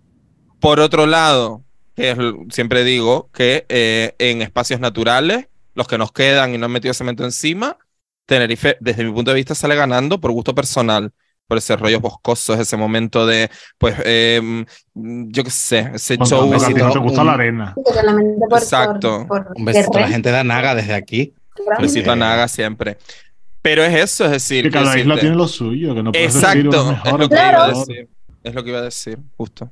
S1: Por otro lado, que es l- siempre digo que eh, en espacios naturales, los que nos quedan y no han metido cemento encima, Tenerife, desde mi punto de vista, sale ganando por gusto personal. por ese rollo boscoso, ese momento de, pues, eh, yo qué sé, ese
S3: Contando
S1: show.
S3: que a ti no te gusta
S2: un-
S3: la arena.
S4: Totalmente por-
S1: Exacto.
S4: por- por
S2: Un besito a la
S4: Guerrero,
S2: gente de Anaga desde aquí.
S4: ¿verdad?
S2: Pues sí.
S1: Besito a Naga siempre. Pero es eso, es decir.
S3: Que cada
S1: decirte-
S3: isla tiene lo suyo, que no puedes decir uno
S1: Exacto,
S3: es
S1: es
S3: mejor,
S1: lo que
S3: otro es
S1: iba a
S3: peor.
S1: decir. Es lo que iba a decir, justo.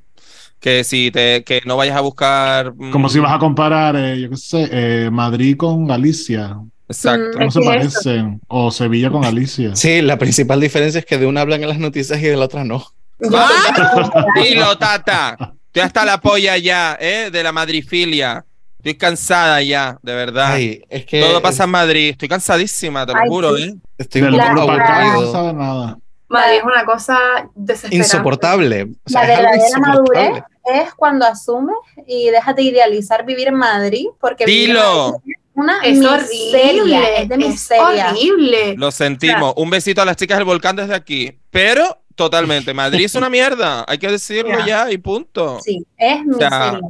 S1: Que si te, que no vayas a buscar. mm,
S3: Como si vas a comparar, eh, yo qué sé, eh, Madrid con Galicia.
S1: Exacto.
S4: Mm,
S3: No se
S4: Es que
S3: parecen. O Sevilla con Galicia.
S2: Sí, la principal diferencia es que de una hablan en las noticias y de la otra no.
S1: ¡Ah! Dilo, tata. Estoy hasta la polla ya, ¿eh? De la madrifilia. Estoy cansada ya, de verdad.
S2: Ay, es que
S1: Todo pasa en Madrid. Estoy cansadísima, te lo
S4: Ay,
S1: juro,
S4: sí.
S1: ¿eh?
S2: estoy un
S3: Del
S4: la-
S3: pueblo
S2: poco
S3: para acá no se
S2: aburrido.
S3: sabe nada.
S5: Madrid es una cosa desesperante.
S2: Insoportable. O sea,
S4: La
S2: es algo
S4: verdadera
S2: insoportable.
S4: madurez Es cuando asumes y déjate idealizar vivir en Madrid, porque vivir en
S1: Dilo.
S4: Madrid es una
S5: Es
S4: miseria,
S5: horrible.
S4: es de
S5: Es
S4: miseria.
S5: horrible.
S1: Lo sentimos. Un besito a las chicas del volcán desde aquí. Pero, totalmente. Madrid es una mierda. Hay que decirlo ya y punto.
S4: Sí, es
S1: sea,
S4: miseria.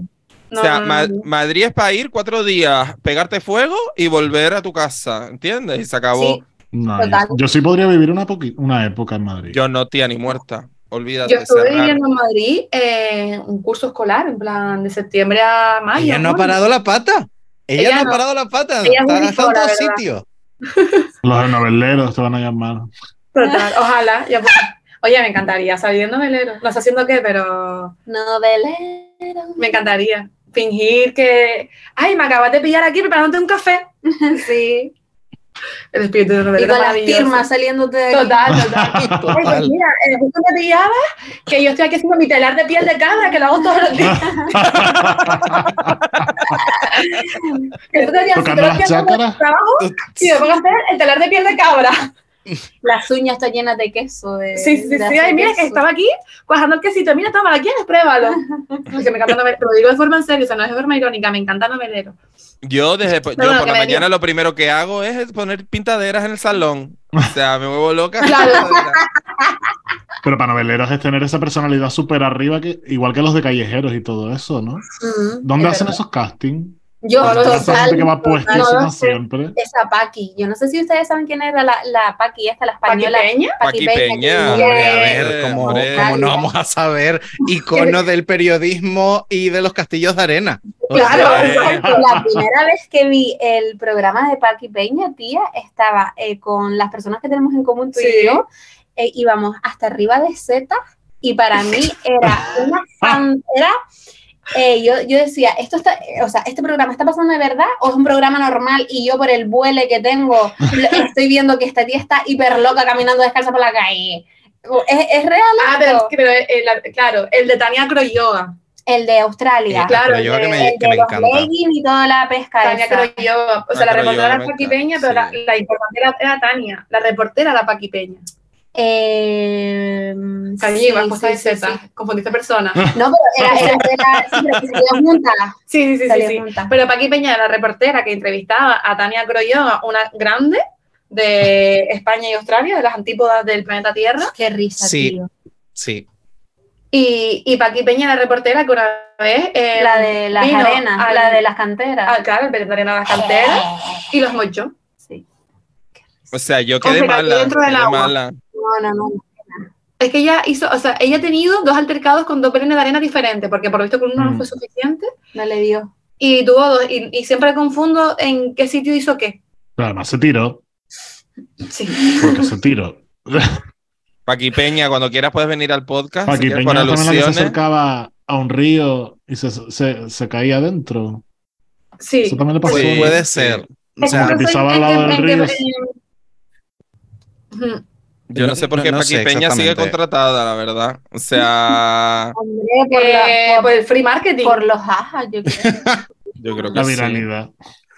S5: No,
S1: o sea,
S5: no, no,
S1: Ma-
S5: no.
S1: Madrid es para ir cuatro días, pegarte fuego y volver a tu casa, ¿entiendes? Y se acabó.
S4: Sí.
S3: No,
S4: Total.
S3: yo, yo sí podría vivir una, poqui- una época en Madrid.
S1: Yo no, tía, ni muerta. Olvídate.
S5: Yo estuve
S1: cerrar.
S5: viviendo en Madrid eh, un curso escolar, en plan de septiembre a mayo.
S2: Ella no ha
S5: ¿no?
S2: parado la pata. Ella,
S5: Ella
S2: no ha
S5: no.
S2: parado la pata.
S5: Ella es
S2: está,
S5: un
S2: está en
S5: bipolar,
S2: todo
S5: ¿verdad?
S2: sitio.
S3: Los noveleros te van a llamar.
S5: Total, ojalá. ya- oye, me encantaría salir de novelero. No sé haciendo qué, pero
S4: Novelero.
S5: me encantaría. Fingir que. Ay, me acabas de pillar aquí preparándote un café.
S4: Sí.
S5: El espíritu de novelero.
S4: Y con las
S5: maravilloso.
S4: firmas saliéndote de aquí.
S5: Total, total. Ay, pues
S2: Total.
S5: mira, eh, justo me pillabas que yo estoy aquí haciendo mi telar de piel de cabra, que lo hago todos los días. Que tú te digas,
S3: Tocando
S5: si te lo
S3: las
S5: hacías como
S3: chácaras.
S5: trabajo, y me pongo a hacer el telar de piel de cabra.
S4: Las uñas están llenas de queso. De,
S5: Sí, sí, sí,
S4: de
S5: sí.
S4: hacer
S5: Ay, mira, que
S4: queso.
S5: estaba aquí cuajando el quesito. Mira, toma, ¿la quieres? Pruébalo. Porque me encanta novelero. Te Lo digo de forma en serio, o sea, no es de forma irónica, me encanta novelero.
S1: Yo desde po-
S5: No,
S1: yo
S5: no,
S1: por
S5: que
S1: la
S5: me
S1: mañana lo primero que hago es poner pintaderas en el salón. O sea, me vuelvo loca.
S5: Claro.
S3: Pero para noveleros es tener esa personalidad súper arriba, que, igual que los de callejeros y todo eso, ¿no?
S4: Mm,
S3: ¿Dónde
S4: es
S3: hacen
S4: verdad.
S3: esos castings?
S4: Yo,
S5: No, no,
S3: Esa gente
S4: total.
S3: que va puesta
S4: no
S3: encima
S5: lo sé.
S3: siempre.
S4: Esa Paqui. Yo no sé si ustedes saben quién era la, la Paqui, esta, la española.
S5: Paquipeña.
S1: Paqui Peña.
S2: Hombre,
S4: que-
S2: a
S1: Eh,
S2: ver, ¿cómo,
S1: hombre.
S2: cómo no vamos a saber? Icono del periodismo y de los castillos de arena. O sea,
S4: Claro,
S1: Hombre.
S4: porque la primera vez que vi el programa de Paqui Peña, tía, estaba eh, con las personas que tenemos en común tú
S5: Sí.
S4: y yo, eh, íbamos hasta arriba de setas y para mí era una fan, era, eh, yo, yo decía, esto está, eh, o sea, este programa está pasando de verdad o es un programa normal y yo por el vuele que tengo lo- estoy viendo que esta tía está hiper loca caminando descalza por la calle. ¿Es, es real
S5: Ah, pero, es que- pero, eh, la- claro, el de Tania Croyoga.
S4: el de Australia?
S5: claro,
S2: pero yo
S5: el
S2: que
S5: de-
S2: me,
S4: el
S2: que
S4: de
S2: me
S4: los
S2: encanta.
S4: leggings y toda la pesca.
S5: Tania
S4: esa.
S5: Croyoga. O sea,
S1: Ah,
S5: la
S1: Croyoga,
S5: reportera
S1: me
S5: era Paqui Peña, pero la,
S1: encanta,
S5: la importante era, era Tania. La reportera era Paqui Peña.
S4: Eh,
S5: Calle,
S4: sí,
S5: ibas puesta
S4: sí, sí,
S5: de Z.
S4: sí.
S5: Confundiste personas.
S1: Ah.
S4: No, pero era, era, era- sí, pero que salían juntas,
S5: Sí, sí, sí, sí.
S4: salían
S5: sí.
S4: juntas.
S5: Pero Paqui Peña era la reportera que entrevistaba a Tania Croyoga, una grande de España y Australia, de las antípodas del planeta Tierra.
S4: Qué risa,
S2: Sí.
S4: tío.
S2: Sí.
S5: Y, y Paqui Peña, la reportera, que una vez. eh,
S4: La de las
S5: vino
S4: arenas,
S5: al-
S4: la de las canteras.
S5: Ah, claro, el veterinario de las canteras. Y los mochos.
S4: Sí.
S1: O sea, yo
S5: O
S1: quedé
S5: sea,
S1: mala.
S5: dentro del
S1: quedé
S5: agua.
S1: mala.
S4: No, no, no.
S5: Es que ella hizo, o sea, ella ha tenido dos altercados con dos perennes de arena diferentes, porque por lo visto con uno no
S3: Mm.
S5: fue suficiente.
S4: No le dio.
S5: Y tuvo dos, y, y siempre confundo en qué sitio hizo qué.
S3: Pero además se tiró,
S5: Sí.
S3: porque se tiró.
S1: Paqui Peña, cuando quieras puedes venir al podcast.
S3: Aquí
S1: si
S3: Peña
S1: quieres, por
S3: era también la que se
S1: alusiones.
S3: acercaba a un río y se, se, se caía adentro.
S5: Sí.
S3: Eso también le pasó.
S1: Sí.
S2: Puede ser. O sea,
S3: Como que pisaba al lado del río.
S5: Ujú.
S1: Yo no sé por qué
S2: No- no
S1: Paqui
S2: sé
S1: Peña sigue
S2: exactamente.
S1: contratada, la verdad. O sea,
S4: Hombre, por,
S5: Eh,
S4: la-
S5: por
S4: por,
S5: el free marketing.
S4: por los ajas, yo creo.
S1: yo creo que
S3: La
S1: sí.
S3: viralidad.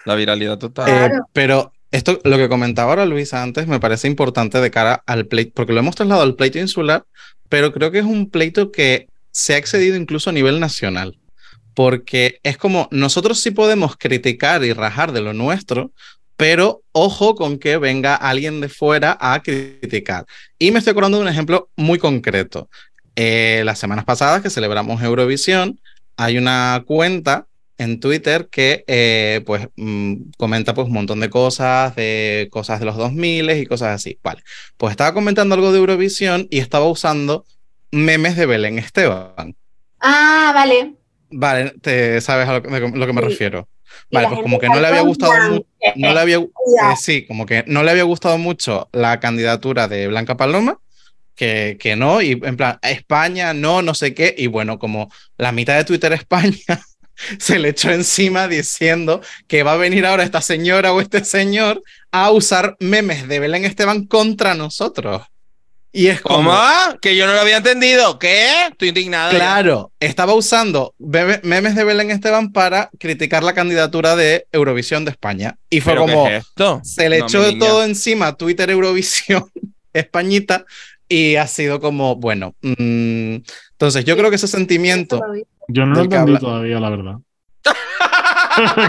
S1: La viralidad total.
S2: Eh,
S5: Claro.
S2: pero esto, lo que comentaba ahora Luisa antes, me parece importante de cara al pleito, porque lo hemos trasladado al pleito insular, pero creo que es un pleito que se ha excedido incluso a nivel nacional, porque es como nosotros sí podemos criticar y rajar de lo nuestro, pero ojo con que venga alguien de fuera a criticar. Y me estoy acordando de un ejemplo muy concreto. Eh, las semanas pasadas que celebramos Eurovisión, hay una cuenta en Twitter que eh, pues mm, comenta pues un montón de cosas, de cosas de los 2000 y cosas así. Vale, pues estaba comentando algo de Eurovisión y estaba usando memes de Belén Esteban.
S4: Ah, vale.
S2: Vale, te sabes a lo que, de lo que me
S4: Sí.
S2: refiero.
S4: Y
S2: Vale, pues
S4: la gente
S2: como que no le había
S4: cantando,
S2: gustado, mu-
S4: eh,
S2: no le había,
S4: ya.
S2: eh, sí, como que no le había gustado mucho la candidatura de Blanca Paloma, que, que no, y en plan, España, no, no sé qué, y bueno, como la mitad de Twitter España se le echó encima diciendo que va a venir ahora esta señora o este señor a usar memes de Belén Esteban contra nosotros. Y es como,
S1: ¿Cómo? Que yo no lo había entendido. ¿Qué? Estoy indignada.
S2: Claro, estaba usando bebe- memes de Belén Esteban para criticar la candidatura de Eurovisión de España. Y fue
S1: ¿Pero qué
S2: como,
S1: es esto?
S2: se le
S1: No,
S2: echó
S1: mi
S2: de
S1: niña.
S2: todo encima a Twitter Eurovisión Españita y ha sido como, bueno, mm, entonces yo creo que ese sentimiento,
S4: Eso lo vi.
S3: Yo no lo
S2: Del que
S3: entendí
S2: habla-
S3: todavía, la verdad.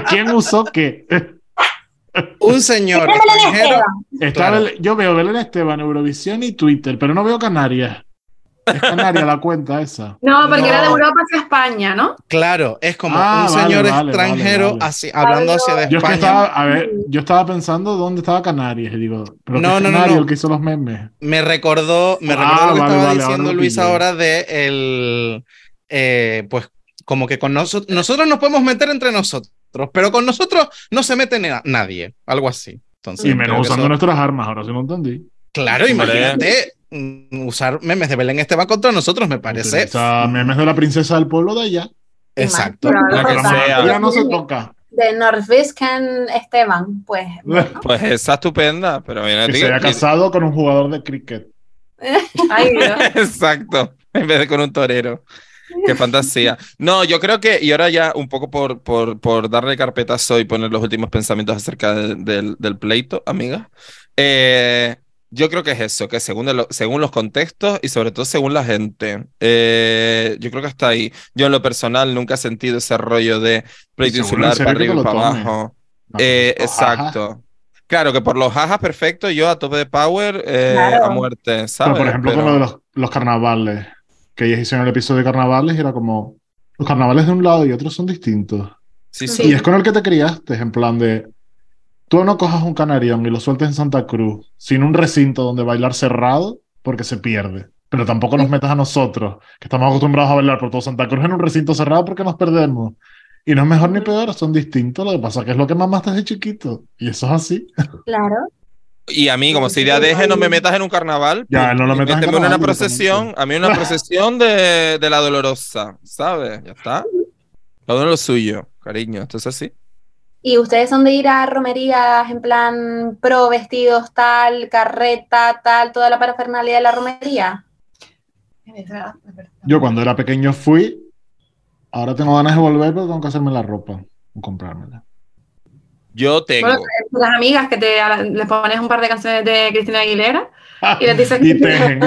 S3: ¿Quién usó qué?
S2: un señor
S4: Déjamelo de
S2: extranjero,
S4: Esteban.
S3: Está
S2: Claro.
S3: Bel- Yo veo Belén Esteban, Eurovisión y Twitter, pero no veo Canarias. Es Canarias la cuenta esa.
S5: No, porque
S2: No.
S5: era de Europa hacia España, ¿no?
S2: claro, es como
S3: Ah,
S2: un
S3: vale,
S2: señor
S3: vale,
S2: extranjero
S3: vale, vale.
S2: así- hablando hacia de
S3: Yo es que
S2: España.
S3: estaba, a ver, yo estaba pensando dónde estaba Canarias y digo, pero
S2: No,
S3: no,
S2: no, no,
S3: Canarias
S2: no.
S3: el que hizo los memes.
S2: Me recordó, me
S3: Ah,
S2: recordó lo que
S3: vale,
S2: estaba
S3: vale, ahora
S2: diciendo
S3: lo
S2: Luis
S3: pillo.
S2: ahora de el, eh, pues como que con nosotros, nosotros nos podemos meter entre nosotros, pero con nosotros no se mete na- nadie, algo así. Entonces,
S3: y
S2: creo
S3: menos
S2: que
S3: usando
S2: eso-
S3: nuestras armas, ahora sí no entendí.
S2: Claro,
S1: Vale.
S2: imagínate mm, usar memes de Belén Esteban contra nosotros, me parece.
S3: Utiliza memes de la princesa del pueblo de allá.
S2: Exacto.
S5: Claro.
S1: La que
S3: la
S1: sea.
S3: madura no se toca.
S4: De Norviscan Esteban, pues.
S1: Pues esa estupenda, pero Eh, mira,
S3: que
S1: tío,
S3: se haya
S1: y-
S3: casado con un jugador de cricket.
S5: Ay, Dios.
S1: Exacto, en vez de con un torero. Qué fantasía. No, yo creo que, y ahora ya un poco por, por, por darle carpetazo y poner los últimos pensamientos acerca de- del, del pleito, amiga, eh, yo creo que es eso, que según, de lo- según los contextos y sobre todo según la gente, eh, yo creo que hasta ahí. Yo en lo personal nunca he sentido ese rollo de pleito
S3: Y seguro en
S1: insular
S3: serio
S1: para
S3: que te
S1: arriba y
S3: lo
S1: para
S3: tomes.
S1: abajo.
S3: No,
S1: Eh,
S3: pero- Ajá.
S1: exacto. Claro, que por los jajas, perfecto, yo a tope de power, eh,
S4: Claro.
S1: a muerte, ¿sabes?
S3: Pero, por ejemplo,
S1: Pero-
S3: con lo de los, los carnavales, que ellos hicieron el episodio de carnavales y era como, los carnavales de un lado y otros son distintos.
S1: Sí,
S5: Sí.
S1: sí.
S3: Y es con el que te criaste, en plan de, tú no cojas un canarión y lo sueltes en Santa Cruz, sin un recinto donde bailar cerrado, porque se pierde. Pero tampoco nos metas a nosotros, que estamos acostumbrados a bailar por todo Santa Cruz en un recinto cerrado porque nos perdemos. Y no es mejor ni peor, son distintos. Lo que pasa es que es lo que mamaste de chiquito. Y eso es así.
S4: Claro.
S1: Y a mí, como si ya
S4: Sí,
S1: deje, no me
S4: ahí.
S1: metas en un carnaval.
S3: Ya,
S1: pues,
S3: no lo metas en
S1: méteme una
S3: carnaval
S1: procesión, a mí una procesión de, de la dolorosa, ¿sabes? Ya está. Cada uno lo suyo, cariño. Esto es así.
S4: ¿Y ustedes son de ir a romerías en plan pro vestidos tal, carreta tal, toda la parafernalia de la romería?
S3: Yo cuando era pequeño fui, ahora tengo ganas de volver, pero tengo que hacerme la ropa o comprármela.
S1: Yo tengo.
S5: Bueno, Las amigas que te a la- les pones un par de canciones de Cristina Aguilera y les dices
S3: Y tejen.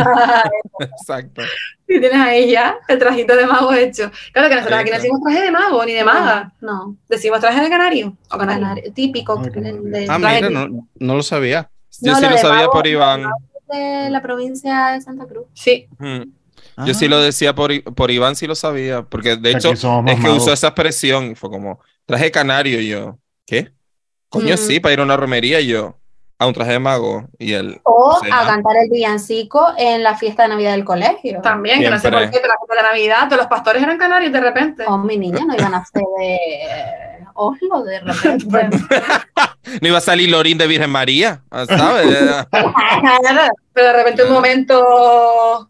S1: Exacto.
S5: y tienes ahí ya el trajito de mago hecho. Claro que nosotros
S1: Ahí
S5: aquí no
S1: está.
S5: decimos traje de mago ni de maga,
S4: No,
S5: decimos traje de canario o canario.
S4: canario, típico
S3: Ay, qué
S4: de,
S3: maravilla.
S2: Ah,
S5: Traje-
S2: mira, no, no lo sabía.
S1: Yo
S4: No,
S1: sí
S4: lo
S1: lo
S4: de
S1: sabía
S4: pavo-
S1: por Iván.
S4: de la provincia de Santa Cruz.
S5: Sí,
S1: Mm. Yo
S3: Ah.
S1: sí lo decía por, I- por Iván, sí lo sabía. Porque de hecho,
S3: Aquí somos más
S1: es que
S3: magos.
S1: usó esa expresión. y Fue como, traje canario. Y yo, ¿qué? Coño,
S5: Mm.
S1: sí, para ir a una romería. Y yo, a un traje de mago. Y él,
S4: O
S1: Sí,
S4: a
S1: ¿no?
S4: cantar el villancico en la fiesta de Navidad del colegio.
S5: también, que no sé
S1: Siempre.
S5: por qué, pero la fiesta de Navidad, todos los pastores eran canarios de repente.
S4: O mi niña no iban a ser de Oslo de repente.
S1: no iba a salir Lorín de Virgen María, ah, ¿sabes?
S5: Pero de repente un momento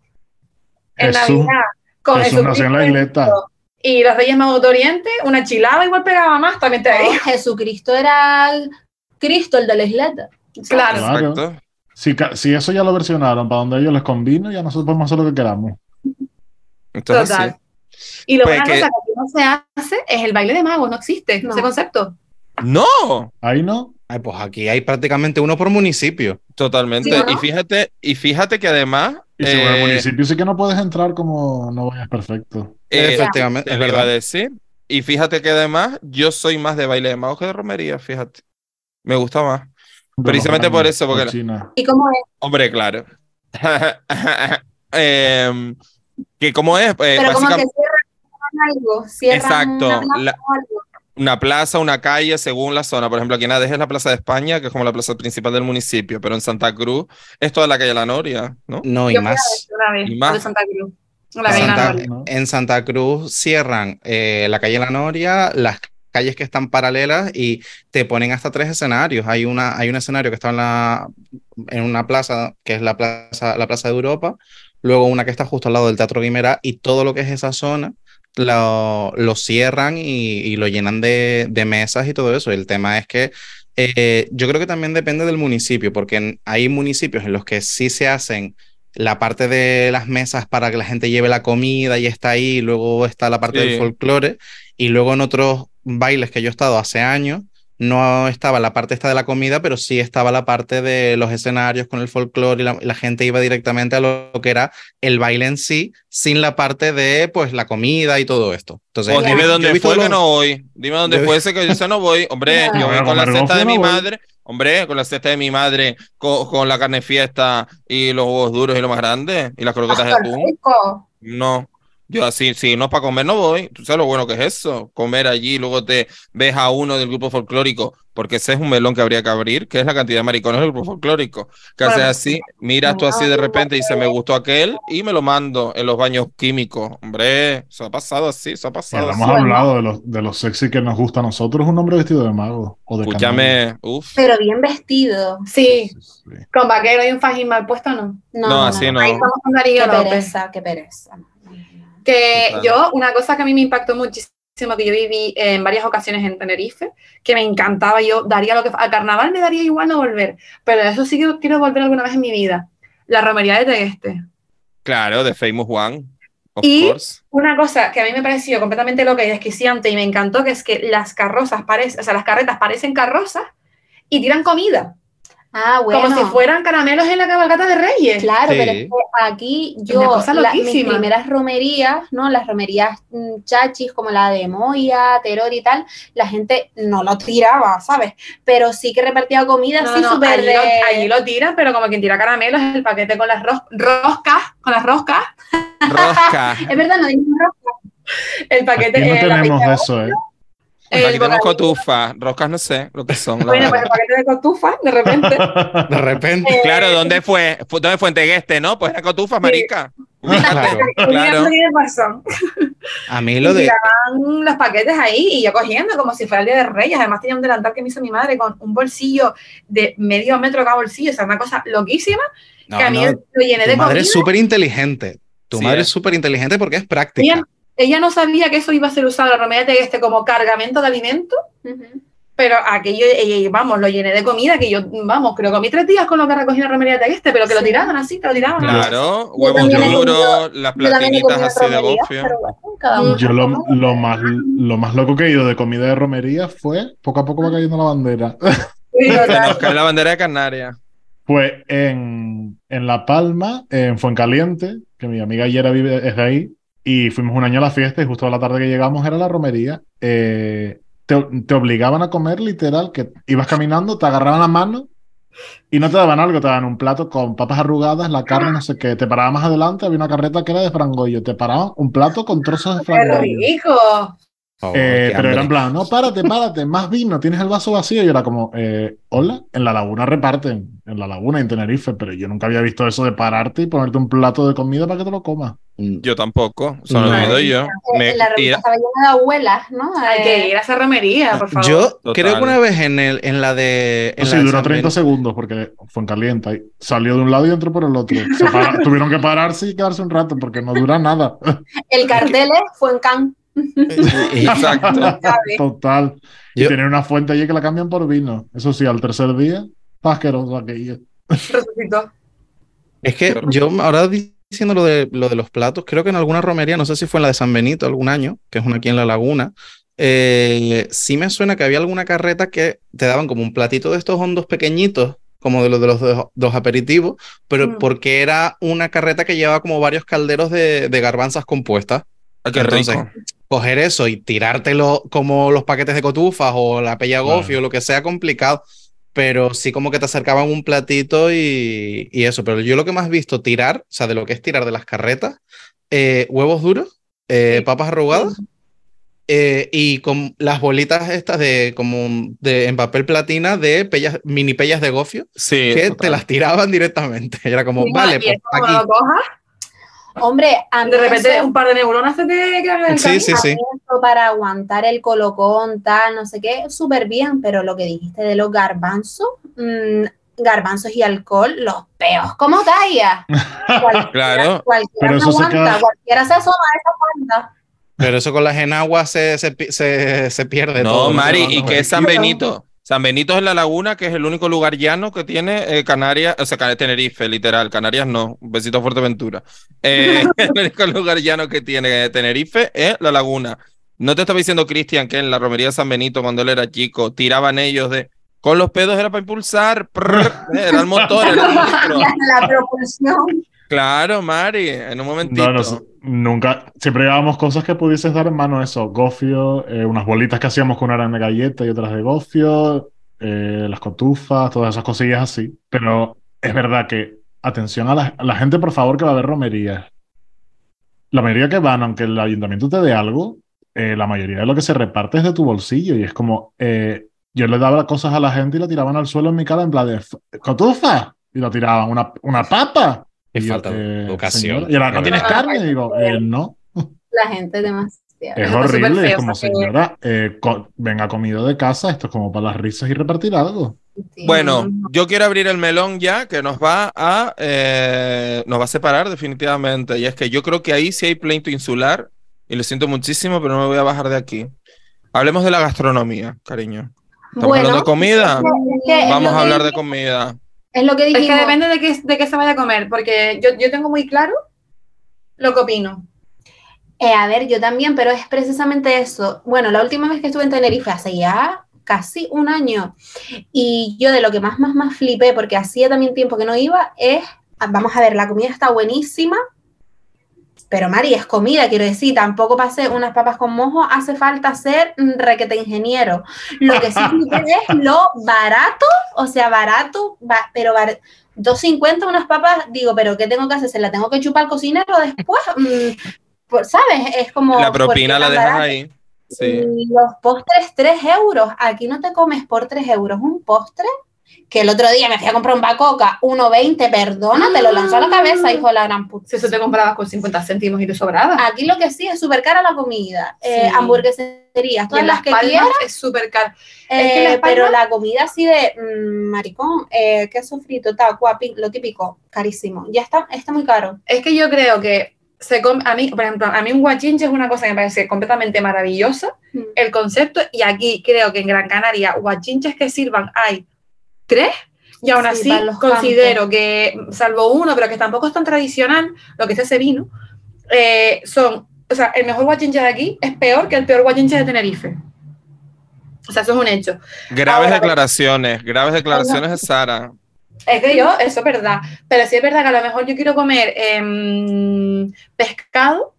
S5: en
S3: Jesús.
S5: Navidad con
S3: Jesús nació en la
S5: Jesucristo
S3: isleta.
S5: y los Reyes Magos de Oriente, una chilada igual pegaba más, también te digo.
S4: No, Jesucristo era el Cristo, el de la isleta.
S5: Claro.
S1: Exacto.
S3: Si, ca- si eso ya lo versionaron para donde ellos les convino, ya nosotros podemos hacer lo que queramos.
S1: Entonces,
S5: Total.
S1: sí.
S5: Y lo
S1: Pues
S5: una
S1: que-
S5: cosa que no se hace es el baile de magos, no existe
S4: No.
S5: ese concepto.
S1: No,
S3: Ahí no.
S2: Ay, pues aquí hay prácticamente uno por municipio.
S1: totalmente.
S4: Sí, ¿no?
S1: Y fíjate, y fíjate que además
S3: Y según
S1: eh,
S3: el municipio sí que no puedes entrar como no vayas perfecto.
S1: eh,
S2: Efectivamente,
S1: te
S2: es
S1: lo iba a
S2: verdad.
S1: decir. Y fíjate que además yo soy más de baile de magos que de romería, fíjate. Me gusta más.
S3: De
S1: Precisamente
S3: los
S1: por eso, porque la-
S3: cochina.
S4: ¿Y cómo es?
S1: Hombre, claro. Em, que como es, Eh,
S4: Pero como que
S1: básicamente.
S4: cierran algo, cierran
S1: Exacto.
S4: una plaza
S1: la-
S4: o algo.
S1: una plaza, una calle, según la zona. Por ejemplo, aquí en Adeje es la Plaza de España, que es como la plaza principal del municipio, pero en Santa Cruz es toda la calle La Noria, ¿no?
S2: No, y
S5: Yo fui a
S2: más.
S5: ver una vez,
S1: Y más.
S5: de Santa Cruz. La
S2: En
S5: calle
S2: Santa-
S5: Navarra.
S3: ¿no?
S2: En Santa Cruz cierran eh, la calle La Noria, las calles que están paralelas y te ponen hasta tres escenarios. Hay una, hay un escenario que está en la, en una plaza, que es la plaza, la Plaza de Europa, luego una que está justo al lado del Teatro Guimerá y todo lo que es esa zona lo, lo cierran y, y lo llenan de, de mesas y todo eso. El tema es que eh, yo creo que también depende del municipio, porque en- hay municipios en los que sí se hacen la parte de las mesas para que la gente lleve la comida y está ahí, y luego está la parte
S1: Sí.
S2: del folclore, y luego en otros bailes que yo he estado hace años, no estaba la parte esta de la comida, pero sí estaba la parte de los escenarios con el folclore y la, la gente iba directamente a lo que era el baile en sí, sin la parte de pues la comida y todo esto. Entonces,
S1: Pues
S5: Ya.
S1: dime
S2: yo he
S1: dónde
S2: visto
S1: fue que
S2: los-
S1: no voy. Dime dónde
S2: Yo he
S1: fue ese que yo ese no voy. Hombre,
S5: Ya.
S1: yo voy
S3: Bueno,
S1: con la
S3: comer
S1: cesta de
S3: gofio
S1: mi
S3: no voy.
S1: madre. Hombre, con la cesta de mi madre, co- con, la carne fiesta y los huevos duros y lo más grande y las croquetas de
S4: Hasta el
S1: atún.
S4: seco.
S1: No. Yo así, si no es para comer, no voy. Tú sabes lo bueno que es eso. Comer allí, luego te ves a uno del grupo folclórico, porque ese es un melón que habría que abrir, que es la cantidad de maricones del grupo folclórico. Que haces
S5: Bueno,
S1: así, miras tú así de repente y dices, me gustó aquel, y me lo mando en los baños químicos. Hombre, eso ha pasado así, eso ha
S3: Bueno,
S1: pasado así.
S3: hemos hablado de los, de los sexy que nos gusta a nosotros, un hombre vestido de mago. O de canario.
S1: Escúchame, uff.
S4: Pero bien vestido.
S5: Sí,
S3: Sí, sí.
S5: con vaquero y un fajín mal puesto, ¿no.
S4: No,
S1: No, así no.
S5: Ahí estamos con Darío
S4: Qué
S5: López.
S4: pereza, qué pereza.
S5: Que
S1: Total.
S5: yo, una cosa que a mí me impactó muchísimo, que yo viví en varias ocasiones en Tenerife, que me encantaba, yo daría lo que... Al carnaval me daría igual no volver, pero eso sí que quiero volver alguna vez en mi vida. La romería de Tegueste.
S1: Claro, de Famous One. Of
S5: Y-
S1: course.
S5: Una cosa que a mí me pareció completamente loca y desquiciante y me encantó, que es que las carrozas parecen, o sea, las carretas parecen carrozas y tiran comida,
S4: Ah, bueno.
S5: como si fueran caramelos en la cabalgata de Reyes.
S4: Claro,
S2: Sí.
S4: pero es que aquí
S5: Una
S4: yo,
S5: cosa
S4: la- mis
S5: loquísima.
S4: primeras romerías, ¿no? Las romerías mm, chachis, como la de Moya, Teror y tal, la gente no lo tiraba, ¿sabes? Pero sí que repartía comida
S5: No,
S4: así
S5: no,
S4: súper
S5: allí,
S4: de-
S5: lo, allí lo tiran, pero como quien tira caramelos, el paquete con las ros- roscas, con las roscas,
S1: Rosca.
S4: Es verdad, no dijimos ropa.
S5: el paquete,
S3: Aquí no
S5: eh, la
S3: tenemos
S5: pizza-
S3: de eso, ¿eh?
S5: el
S1: Aquí tenemos
S5: bocadillo.
S1: cotufa. Roscas no sé lo que son. la
S5: Bueno, pues
S1: verdad.
S5: el paquete de cotufa, de repente.
S2: De
S4: Eh,
S2: repente,
S1: Claro, ¿dónde fue? Fu- ¿Dónde fue en Tegueste, no? Pues era cotufa, marica.
S4: Ah,
S2: Claro.
S1: Claro.
S5: Mira qué me pasó.
S2: a mí lo de...
S5: Tiraban los paquetes ahí y yo cogiendo como si fuera el día de Reyes. Además, tenía un delantal que me hizo mi madre con un bolsillo de medio metro cada bolsillo. O sea, una cosa loquísima
S2: No,
S5: que a mí
S2: no,
S5: lo llené de
S2: tu madre
S5: comida.
S2: es súper inteligente. Tu
S1: Sí,
S2: madre
S1: eh.
S2: es súper inteligente porque es práctica.
S5: Ella, ella no sabía que eso iba a ser usado, la romería de este como cargamento de alimento. Pero aquello, eh, eh, vamos, lo llené de comida, que yo, vamos, creo que comí tres días con lo que recogí en la romería de este, pero que lo
S4: Sí.
S5: tiraban así, que lo tiraban.
S1: Claro,
S4: Yo
S1: huevos
S4: también he
S1: duros, las
S4: Yo también he
S1: platinitas
S4: comido
S1: así de
S4: romerías,
S1: gofio.
S4: pero bueno, cada uno
S3: Yo
S4: con
S3: lo,
S4: su madre.
S3: lo más, lo más loco que he ido de comida de romería fue, poco a poco va cayendo la bandera,
S5: Sí,
S1: Se
S5: total.
S1: nos cae la bandera de Canarias.
S3: Pues en, en La Palma, en Fuencaliente, que mi amiga Yera vive, es de ahí, y fuimos un año a la fiesta y justo a la tarde que llegamos era la romería. eh, te, te obligaban a comer literal, que ibas caminando, te agarraban la mano y no te daban algo, te daban un plato con papas arrugadas, la carne, no sé qué. Te paraban más adelante, había una carreta que era de frangollo, te paraban un plato con trozos de
S5: ¡Qué
S3: frangollo.
S5: rico!
S2: Oh,
S3: Eh,
S2: qué
S3: pero era en
S2: hambre.
S3: plan, no, párate, párate, más vino, tienes el vaso vacío. Y era como, eh, hola, en la laguna reparten, en la laguna, en Tenerife, pero yo nunca había visto eso de pararte y ponerte un plato de comida para que te lo comas.
S1: Yo tampoco, solo
S2: No.
S1: me doy yo. Me-
S4: En Eh, la
S1: y-
S4: revista estaba llena de abuelas, ¿no? Eh,
S5: Hay que ir a esa romería, por favor.
S2: Yo
S1: Total.
S2: creo que una vez en, el, en la de... En
S3: Pues sí,
S2: la de
S3: duró
S2: San
S3: 30
S2: Benito-
S3: segundos porque fue en caliente. y Salió de un lado y entró por el otro. Se para- tuvieron que pararse y quedarse un rato porque no dura nada.
S4: El cartel fue en Can.
S2: Y-
S1: Exacto.
S3: Total. Y
S2: Yo-
S3: tener una fuente allí que la cambian por vino. Eso sí, al tercer día, asqueroso aquello.
S5: Resucitó.
S2: Es que yo ahora diciendo lo de, lo de los platos, creo que en alguna romería, no sé si fue en la de San Benito algún año, que es una aquí en La Laguna, eh, sí me suena que había alguna carreta que te daban como un platito de estos hondos pequeñitos, como de los de los dos, dos aperitivos, pero
S5: Mm.
S2: porque era una carreta que llevaba como varios calderos de, de garbanzas compuestas.
S1: Ay, qué
S2: Entonces,
S1: rico.
S2: Coger eso y tirártelo como los paquetes de cotufas o la pella
S3: Claro.
S2: gofio o lo que sea complicado, pero sí como que te acercaban un platito y, y eso. Pero yo lo que más he visto tirar, o sea, de lo que es tirar de las carretas, eh, huevos duros, eh, papas arrugadas, eh, y con las bolitas estas de como un- de, en papel platina de pellas, mini pellas de gofio
S1: Sí,
S2: que te
S1: total.
S2: las tiraban directamente. Era como,
S5: Y
S2: vale,
S5: es
S2: pues
S5: como
S2: aquí.
S5: lo cojas,
S4: Hombre, a mí
S5: de repente
S4: eso-
S5: un par de neuronas se te quedan en el
S2: Sí, sí,
S4: a
S2: sí.
S4: mí eso para aguantar el colocón, tal, no sé qué, súper bien, pero lo que dijiste de los garbanzos, mm, garbanzos y alcohol, los peos, ¿cómo calla? Cualquiera,
S1: Claro.
S4: cualquiera
S3: Pero
S4: se
S3: eso se
S4: aguanta,
S3: queda-
S4: cualquiera se asoma a esa cuenta.
S2: Pero eso con las enaguas se, se, pi- se, se pierde.
S1: No,
S2: todo,
S1: Mari,
S2: No,
S1: ¿y
S2: no,
S1: qué
S2: no.
S1: es San Benito? San Benito es la laguna, que es el único lugar llano que tiene eh, Canarias, o sea, Can- Tenerife, literal, Canarias no, un besito a Fuerteventura. Eh, el único lugar llano que tiene Tenerife es la laguna. No te estaba diciendo, Cristian, que en la romería de San Benito, cuando él era chico, tiraban ellos de... Con los pedos era para impulsar, prrr, eh, era el motor, era el litro.
S4: Y hasta la propulsión.
S1: Claro, Mari, en un momentito.
S3: No, no, nunca. Siempre llevábamos cosas que pudieses dar en mano eso. Gofio, eh, unas bolitas que hacíamos que una eran de galleta y otras de gofio, eh, las cotufas, todas esas cosillas así. Pero es verdad que, atención a la, a la gente, por favor, que va a ver romerías. La mayoría que van, aunque el ayuntamiento te dé algo, eh, la mayoría de lo que se reparte es de tu bolsillo. Y es como, eh, yo le daba cosas a la gente y la tiraban al suelo en mi cara en plan de, "F- cotufa, y la tiraban, una, una papa.
S2: Qué
S3: Y yo,
S2: falta de
S3: eh,
S2: educación.
S3: señora, Y ahora, ¿no
S2: de
S3: tienes
S2: verdad.
S3: carne? Y digo, eh, no.
S4: La gente es
S1: Eh,
S4: demasiado.
S3: Es
S5: Está súper
S3: horrible. Es
S5: feo,
S3: como,
S5: o sea que-
S3: señora, eh, co- venga comido de casa. Esto es como para las risas y repartir algo.
S1: Bueno, yo quiero abrir el melón ya que nos va a eh, nos va a separar definitivamente. Y es que yo creo que ahí sí hay pleito insular y lo siento muchísimo, pero no me voy a bajar de aquí. Hablemos de la gastronomía, cariño. Estamos hablando de comida.
S4: es que Eh, es lo
S1: Vamos
S4: que
S1: a hablar
S4: dije-
S1: de comida.
S4: Es lo que
S5: Es
S4: dijimos.
S5: que depende de qué, de qué se vaya a comer, porque yo, yo tengo muy claro lo que opino.
S4: Eh, a ver, yo también, pero es precisamente eso. Bueno, la última vez que estuve en Tenerife hace ya casi un año y yo de lo que más, más, más flipé, porque hacía también tiempo que no iba, es, ah, vamos a ver, la comida está buenísima, pero Mari, es comida, quiero decir, tampoco pasé unas papas con mojo, hace falta ser mm, requete ingeniero. Lo que sí flipé es lo barato, o sea, barato, ba- pero bar- 2.50 unas papas, digo, pero ¿qué tengo que hacer? ¿Se la tengo que chupar al cocinero después? Mm, por- ¿Sabes? Es como...
S1: La
S4: ¿por qué
S1: propina la
S4: tan
S1: dejas
S4: barato?
S1: ahí. Sí.
S4: Y los postres, 3 euros. Aquí no te comes por 3 euros un postre. Que el otro día me fui a comprar un bacoca, 1,20, perdona, te lo lanzó a la cabeza, hijo de la gran puta.
S5: Si Ah. eso te comprabas con 50 céntimos y te sobraba.
S4: Aquí lo que sí es súper cara la comida.
S5: Sí.
S4: eh, hamburgueserías,
S5: Y
S4: todas
S5: en
S4: las que
S5: Palmas
S4: quieras.
S5: es súper caro.
S4: eh,
S5: que en Las Palmas-
S4: pero la comida así de mm, maricón, eh, queso frito, tacua, pin- lo típico, carísimo. Ya está, está muy caro.
S5: Es que yo creo que se come, a mí, por ejemplo, a mí un guachinche es una cosa que me parece completamente maravillosa, el concepto, y aquí creo que en Gran Canaria guachinches que sirvan hay tres, y aún
S4: Sí,
S5: así
S4: para los
S5: considero que, salvo uno, pero que tampoco es tan tradicional, lo que es ese vino, eh, son, o sea, el mejor guachinche de aquí es peor que el peor guachinche de Tenerife. O sea, eso es un hecho.
S1: Graves
S5: Ahora-
S1: declaraciones, graves declaraciones de Sara.
S5: Es que yo, eso es verdad. Pero sí es verdad que a lo mejor yo quiero comer em, pescado.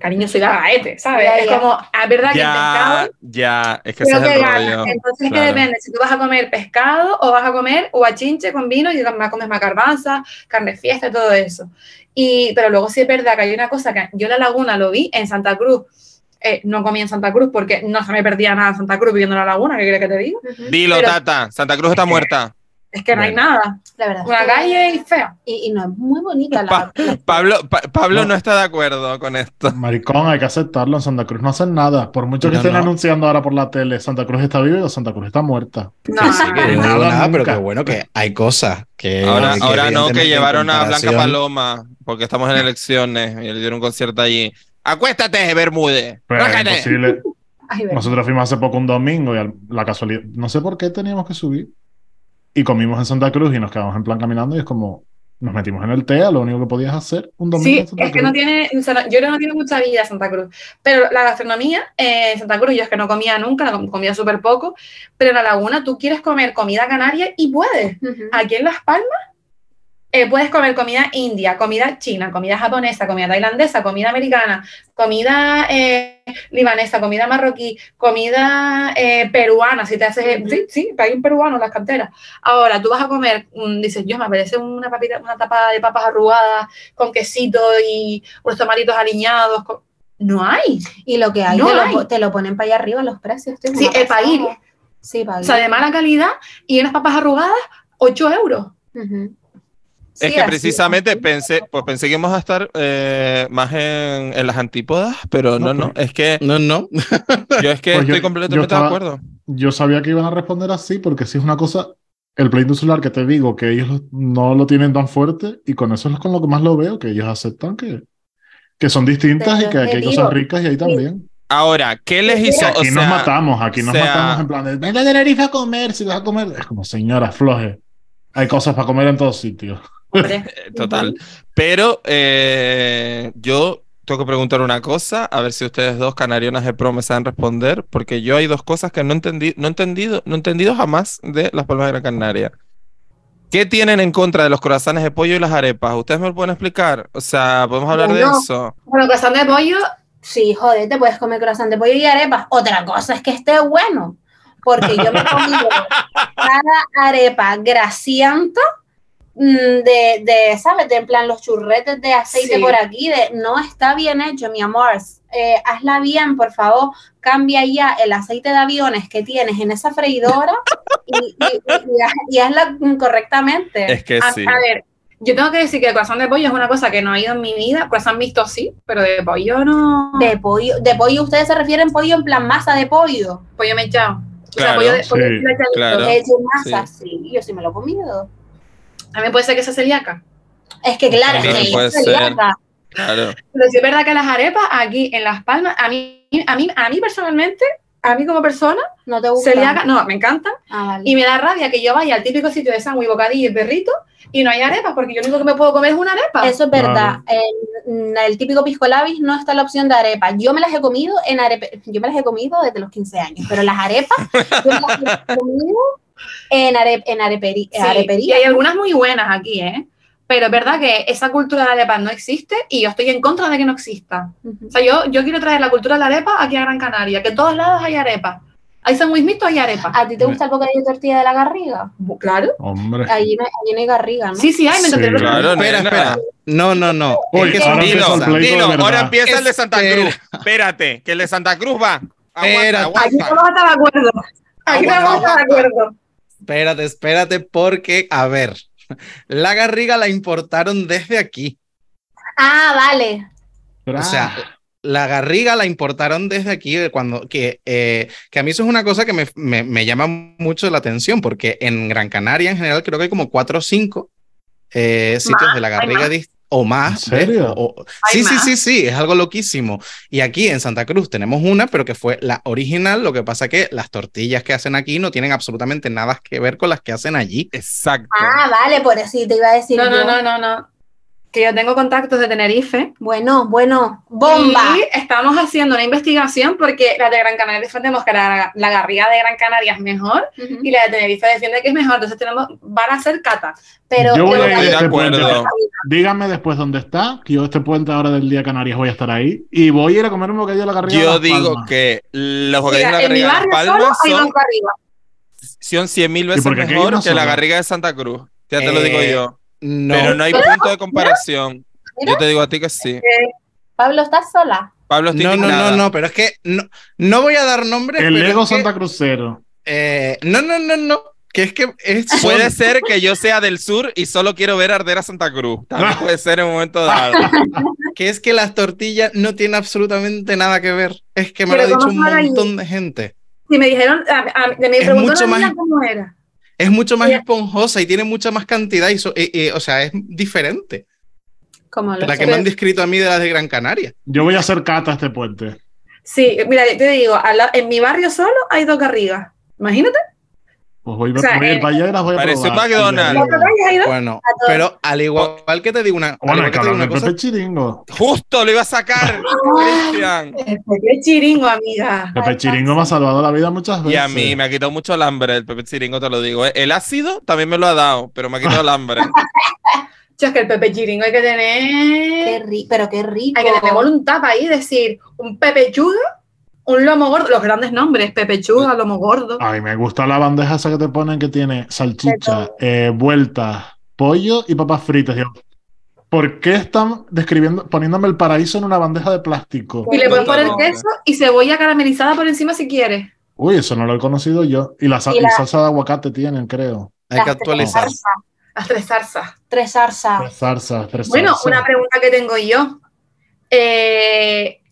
S5: Cariño, soy gaete, ¿sabes?
S4: Ya,
S5: es
S4: ya.
S5: como, es verdad que el
S1: Ya,
S5: pescado
S1: ya, es que ese
S5: creo
S1: es
S5: que
S1: el
S5: gana.
S1: rollo.
S5: Entonces,
S1: claro.
S5: que depende, si tú vas a comer pescado o vas a comer guachinche con vino y además comes macarbanza, carne fiesta, todo eso. Y, pero luego sí es verdad que hay una cosa que yo en la laguna lo vi en Santa Cruz. Eh, no comí en Santa Cruz porque no se me perdía nada en Santa Cruz viviendo en la laguna, ¿qué quieres que te diga?
S1: Dilo,
S5: Pero-
S1: Tata, Santa Cruz está muerta.
S5: Es que no hay
S2: Bueno.
S5: nada.
S4: La verdad. es
S5: Una
S4: que-
S5: calle y fea.
S4: Y, y no es muy bonita la.
S1: Pablo, Pa- Pablo
S3: No.
S1: no está de acuerdo con esto.
S3: Maricón, hay que aceptarlo. En Santa Cruz no hacen nada. Por mucho que
S1: No,
S3: estén
S1: no.
S3: anunciando ahora por la tele, Santa Cruz está viva o Santa Cruz está muerta.
S5: No,
S2: Sí, que yo no digo
S3: Nada,
S2: nada, pero
S3: nunca.
S2: que bueno que hay cosas que.
S1: Ahora,
S2: Eh, que
S1: ahora no, que
S2: evidentemente en
S1: llevaron a Blanca
S2: comparación-
S1: Paloma, porque estamos en elecciones y le dieron un concierto allí. Acuéstate, Bermúdez.
S3: Pero Pues, es
S1: Rácate.
S3: imposible.
S4: Ay, verdad.
S3: Nosotros fuimos hace poco un domingo y al- la casualidad, no sé por qué teníamos que subir. Y comimos en Santa Cruz y nos quedamos en plan caminando y es como, nos metimos en el TEA, lo único que podías hacer un domingo
S5: Sí,
S3: en Santa
S5: es que
S3: Cruz.
S5: no tiene, o sea, no- yo creo que no tiene mucha vida Santa Cruz, pero la gastronomía eh, en Santa Cruz yo es que no comía nunca, no com- comía súper poco, pero en la laguna tú quieres comer comida canaria y puedes.
S4: Ujú.
S5: Aquí en Las Palmas eh, puedes comer comida india, comida china, comida japonesa, comida tailandesa, comida americana, comida eh, libanesa, comida marroquí, comida eh, peruana, si te haces,
S4: Ujú.
S5: sí, sí, hay un peruano en las canteras. Ahora, tú vas a comer, mm, dices, yo me parece una papita, una tapa de papas arrugadas con quesito y unos tomatitos aliñados. con- no hay.
S4: Y lo que hay,
S5: No
S4: te, lo,
S5: hay.
S4: po- te lo ponen para allá arriba los precios. tío,
S5: Sí,
S4: como
S5: el
S4: pasada.
S5: paguil.
S4: Sí,
S5: O
S4: paguil.
S5: sea, de mala calidad y unas papas arrugadas, 8 euros.
S4: Ujú. Sí,
S1: Es que
S4: así,
S1: precisamente
S4: así.
S1: pensé, pues pensé que íbamos a estar eh, más en, en las antípodas, pero no,
S3: No,
S1: no, es que
S2: No, no.
S1: yo es que
S3: Pues yo-
S1: estoy
S3: yo
S1: completamente
S3: estaba-
S1: de acuerdo.
S3: Yo sabía que iban a responder así porque si es una cosa, el pleito solar que te digo, que ellos lo- no lo tienen tan fuerte y con eso es con lo que más lo veo, que ellos aceptan que, que son distintas
S4: Pero
S3: y que
S4: es que
S3: aquí hay
S4: digo,
S3: cosas ricas y ahí también.
S1: Ahora, ¿qué les
S4: Que
S1: hizo?
S3: Que
S1: O
S3: aquí nos
S1: sea,
S3: matamos, aquí nos
S1: o sea-
S3: matamos en plan de, ven a Tenerife a comer, si vas a comer. Es como, señora, floje. Hay cosas para comer en todos sitios.
S5: Hombre,
S1: eh, total. Pero eh, yo tengo que preguntar una cosa, a ver si ustedes dos canarionas de pro me saben responder, porque yo hay dos cosas que no entendí, no he entendido, no he entendido jamás de las palmas de Gran Canaria. ¿Qué tienen en contra de los corazones de pollo y las arepas? ¿Ustedes me lo pueden explicar? O sea, podemos hablar de
S5: Bueno.
S1: eso.
S5: bueno, corazón de pollo,
S4: Sí, joder, te puedes comer croissant de pollo y arepas. Otra cosa es que esté bueno, porque yo me he comido cada arepa grasienta mm, de, de, ¿sabes? De en plan los churretes de aceite
S5: Sí.
S4: por aquí, de no está bien hecho, mi amor. Eh, hazla bien, por favor. Cambia ya el aceite de aviones que tienes en esa freidora y, y- y- y haz- y hazla correctamente.
S1: Es que
S3: Ah,
S5: Ah, a,
S1: sí.
S5: a ver, yo tengo que decir que el corazón de pollo es una cosa que no ha ido en mi vida. Corazón visto sí, pero de pollo no.
S4: De pollo, de pollo, ustedes se refieren pollo en plan masa de pollo.
S5: pollo mechado.
S1: Claro,
S5: o sea, pollo de pollo
S3: sí,
S5: mechadito.
S1: claro.
S4: De hecho, masa, sí, yo sí me lo he comido.
S5: También puede ser que sea celíaca.
S4: Es que claro,
S1: También
S4: es que
S1: puede
S4: es celíaca.
S1: Claro.
S5: Pero sí es verdad que las arepas aquí en Las Palmas, a mí, a mí, a mí personalmente, a mí como persona,
S4: No te gusta.
S5: celíaca, no, me encantan.
S4: Ah, vale.
S5: Y me da rabia que yo vaya al típico sitio de sándwich, bocadillo y perrito y no hay arepas, porque yo lo único que me puedo comer es una arepa.
S4: Eso es verdad. En, en el típico pisco labis no está la opción de arepa. Yo me las he comido en arepe, yo me las he comido desde los 15 años, pero las arepas yo me las he comido en, are- en areperi-
S5: Sí, y
S4: arepería.
S5: hay algunas muy buenas aquí, ¿eh? Pero es verdad que esa cultura de la arepa no existe y yo estoy en contra de que no exista.
S4: Ujú.
S5: O sea, yo, yo quiero traer la cultura de la arepa aquí a Gran Canaria, que en todos lados hay arepa. Hay sándwich mixto, hay arepa.
S4: ¿A ti te gusta el bocadillo de tortilla de la garriga?
S5: Ah, Claro.
S3: Hombre.
S4: Allí no, allí no hay garriga, ¿no?
S5: Sí, sí, hay, me
S3: Sí,
S5: encontré los-
S1: claro.
S2: espera,
S1: nena.
S2: espera. No, no, no.
S3: Uy,
S2: Es que
S3: ahora
S2: son
S3: empieza el
S2: cosas.
S3: pleito. de verdad. Este.
S1: empieza
S2: Espera.
S1: Espérate, que el de Santa Cruz va.
S2: Espérate.
S5: Aquí no vamos a estar de acuerdo. Aquí no
S1: Aguanta,
S5: vamos a estar
S1: aguanta.
S5: de acuerdo.
S2: Espérate, espérate, porque, a ver, la garriga la importaron desde aquí.
S4: Ah, vale.
S3: Pero,
S2: O sea,
S3: ah,
S2: La garriga la importaron desde aquí, de cuando, que, eh, que a mí eso es una cosa que me, me- me llama mucho la atención, porque en Gran Canaria en general creo que hay como cuatro o cinco eh, sitios de la garriga
S5: más.
S2: dis- o más.
S3: ¿En
S2: ¿ves?
S3: serio?
S2: O- o-
S5: Hay
S2: sí, sí,
S5: más.
S2: sí, sí, es algo loquísimo. Y aquí en Santa Cruz tenemos una, pero que fue la original, lo que pasa que las tortillas que hacen aquí no tienen absolutamente nada que ver con las que hacen allí.
S1: Exacto.
S4: Ah, vale, por eso te iba a decir.
S5: No, no,
S4: yo.
S5: no, no, no. Que yo tengo contactos de Tenerife.
S4: Bueno, bueno, bomba.
S5: Y estamos haciendo una investigación porque la de Gran Canaria defendemos que la, la garriga de Gran Canaria es mejor
S4: Ujú.
S5: y la de Tenerife defiende que es mejor. Entonces tenemos, van a hacer cata.
S4: Pero
S3: yo voy a ir
S1: Estoy
S3: a
S1: de
S3: este puente.
S1: acuerdo.
S3: Díganme después dónde está, que yo este puente ahora del día Canarias voy a estar ahí y voy a ir a comerme un bocadillo de la carrera.
S1: Yo digo que los bocadillos de
S5: Mira,
S1: la
S5: en mi
S1: Garriga de Las
S5: barrio solo
S1: Palmas
S5: hay
S1: son,
S5: banco arriba.
S1: son 100.000
S3: ¿Y
S1: veces
S3: por qué aquí hay
S1: mejor
S3: una
S1: que la
S3: sola?
S1: Garriga de Santa Cruz. Ya te lo
S2: Eh,
S1: digo yo.
S2: No,
S1: Pero no hay punto de comparación.
S4: mira.
S1: Yo te digo a ti que sí.
S4: Pablo, ¿estás sola?
S1: Pablo, estoy
S2: no, no,
S1: indignada.
S2: no, no, pero es que no, no voy a dar nombres.
S3: El
S2: pero
S3: Lego
S2: es que-
S3: Santa Crucero.
S2: Eh, no, no, no, no. Que es que es
S1: Puede
S2: son-
S1: ser que yo sea del sur y solo quiero ver arder a Santa Cruz. También puede ser en un momento dado.
S2: que es que las tortillas no tienen absolutamente nada que ver. Es que me lo
S5: Pero
S2: ha dicho
S5: ¿cómo
S2: un
S5: saben?
S2: montón de gente.
S5: Si me dijeron, a, a- me preguntaron
S2: mucho
S5: a mí
S2: más-
S5: cómo era.
S2: Es mucho más
S5: Mira.
S2: esponjosa y tiene mucha más cantidad y, so- y- y, o sea, es diferente.
S5: Como lo
S2: La que
S5: sé.
S2: me han descrito a mí de las de Gran Canaria.
S3: Yo voy a hacer cata a este puente.
S5: Sí, mira, yo te digo, al lado- en mi barrio solo hay dos garrigas. Imagínate.
S3: Pues voy,
S5: O sea,
S3: voy a ir
S5: eh,
S3: para allá y las voy a
S1: parece
S3: probar.
S1: un McDonald's.
S3: Ay, ay, ay.
S5: ¿Has ido?
S2: Bueno, pero al igual que te digo una, al
S3: Bueno,
S2: igual
S3: hay
S2: que
S3: que
S2: te digo
S3: hablar de
S2: una cosa,
S3: Pepe Chiringo.
S1: Justo lo iba a sacar,
S5: Ah.
S1: Cristian.
S5: Qué chiringo, amiga.
S3: Pepe Chiringo me ha salvado la vida muchas veces.
S1: Y a mí me ha quitado mucho el hambre el Pepe Chiringo, te lo digo. ¿eh? El ácido también me lo ha dado, pero me ha quitado el hambre.
S5: Yo es que el Pepe Chiringo hay que
S4: Qué
S5: tener.
S4: ri- pero qué rico.
S5: Hay que tener voluntad para ahí, decir, un Pepe Chuga, un lomo gordo, los grandes nombres, Pepe Chuga, lomo gordo.
S3: A mí me gusta la bandeja esa que te ponen que tiene
S4: De
S3: salchicha, eh, vueltas, pollo y papas fritas. Yo, ¿Por qué están describiendo, poniéndome el paraíso en una bandeja de plástico?
S5: Y le puedes poner
S1: Totalmente.
S5: queso y cebolla caramelizada por encima si quieres.
S3: Uy, eso no lo he conocido yo. Y la, sa-
S4: Y
S3: y
S4: la-
S3: salsa de aguacate tienen, creo.
S2: Hay
S4: Las
S2: que
S4: tres
S2: actualizar.
S4: zarzas,
S5: Las tres zarzas.
S4: Tres zarzas.
S3: Tres zarzas, tres
S5: Bueno,
S3: salsas.
S5: una pregunta que tengo yo.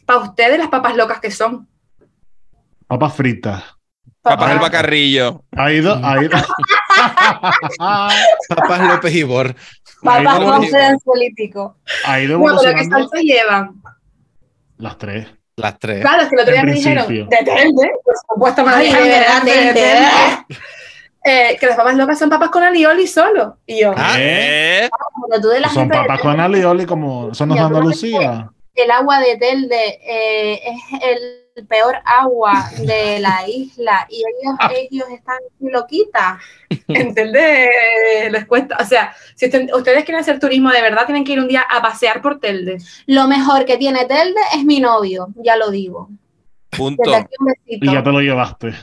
S5: Para ustedes, las papas locas que son.
S3: Papas fritas.
S1: Papas del
S4: Papá.
S1: Bacarrillo.
S3: Ha ido, ha ido.
S2: Papás López y Bor.
S4: Papá
S3: Ahí no-
S4: José del Político.
S3: ha ido
S5: No, pero ¿qué
S3: evolucionando
S5: salsa llevan?
S3: las tres.
S2: Las tres.
S5: Claro, es que el otro día
S3: En
S5: me dijeron,
S3: principio.
S5: detente, por supuesto, me lo
S4: Ay,
S5: dijeron,
S4: es verdad,
S5: detente,
S4: detente.
S5: eh, que las papas locas son papas con alioli solo. Y yo,
S2: Ah,
S1: ¿Eh?
S4: Cuando tú de las
S3: Pues Son
S4: jefes
S3: papas con alioli como son los de
S4: Ya, pero
S3: Andalucía.
S4: el agua de Telde eh, es el peor agua de la isla y ellos, ellos están loquitas.
S5: ¿entendés? Les cuesta. O sea, si usted- ustedes quieren hacer turismo de verdad, tienen que ir un día a pasear por Telde.
S4: Lo mejor que tiene Telde es mi novio, ya lo digo. Desde
S1: Punto.
S4: aquí un besito.
S3: Y ya te lo llevaste.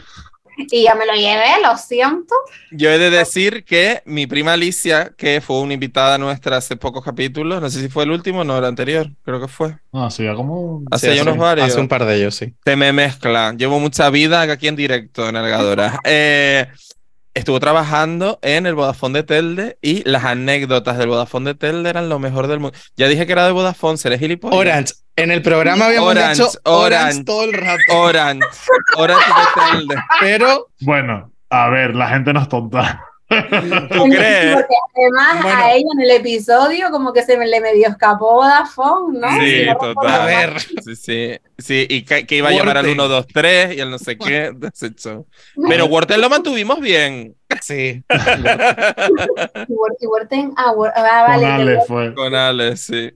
S4: Y ya me lo llevé, lo siento.
S1: Yo he de decir que mi prima Alicia, que fue una invitada nuestra hace pocos capítulos, no sé si fue el último no el anterior, creo que fue.
S3: Ah, sí, ya como.
S1: Hace
S2: Sí,
S1: ya
S2: hace-
S1: unos varios.
S2: Hace un par de ellos, sí.
S1: Se me mezcla. Llevo mucha vida aquí en directo, nalgadora. Eh, estuvo trabajando en el Vodafone de Telde y las anécdotas del Vodafone de Telde eran lo mejor del mundo. Ya dije que era de Vodafone, seré gilipollas.
S2: Orange. En el programa habíamos
S1: Orange,
S2: hecho Orange
S1: Orange.
S2: todo el rato.
S1: Orange. Orange de Telde.
S2: Pero
S3: Bueno, a ver, la gente no es tonta.
S1: ¿Tú crees?
S4: Porque además
S2: Bueno.
S4: a ella en el episodio como que se me le medio escapó Vodafone, ¿no?
S1: Sí,
S4: Si no
S1: total.
S4: recuerdo
S2: a
S1: Nada.
S2: ver,
S1: Sí, sí. Sí, y que, que iba a llamar al
S2: Wortel.
S1: 123 y al no sé qué. entonces, chao. Pero Wortel lo mantuvimos bien.
S2: sí.
S4: mal. Y Wor- y Worten- ah, Wor- ah,
S3: Con
S4: vale, que
S3: Ale fue.
S1: Con Ale, sí.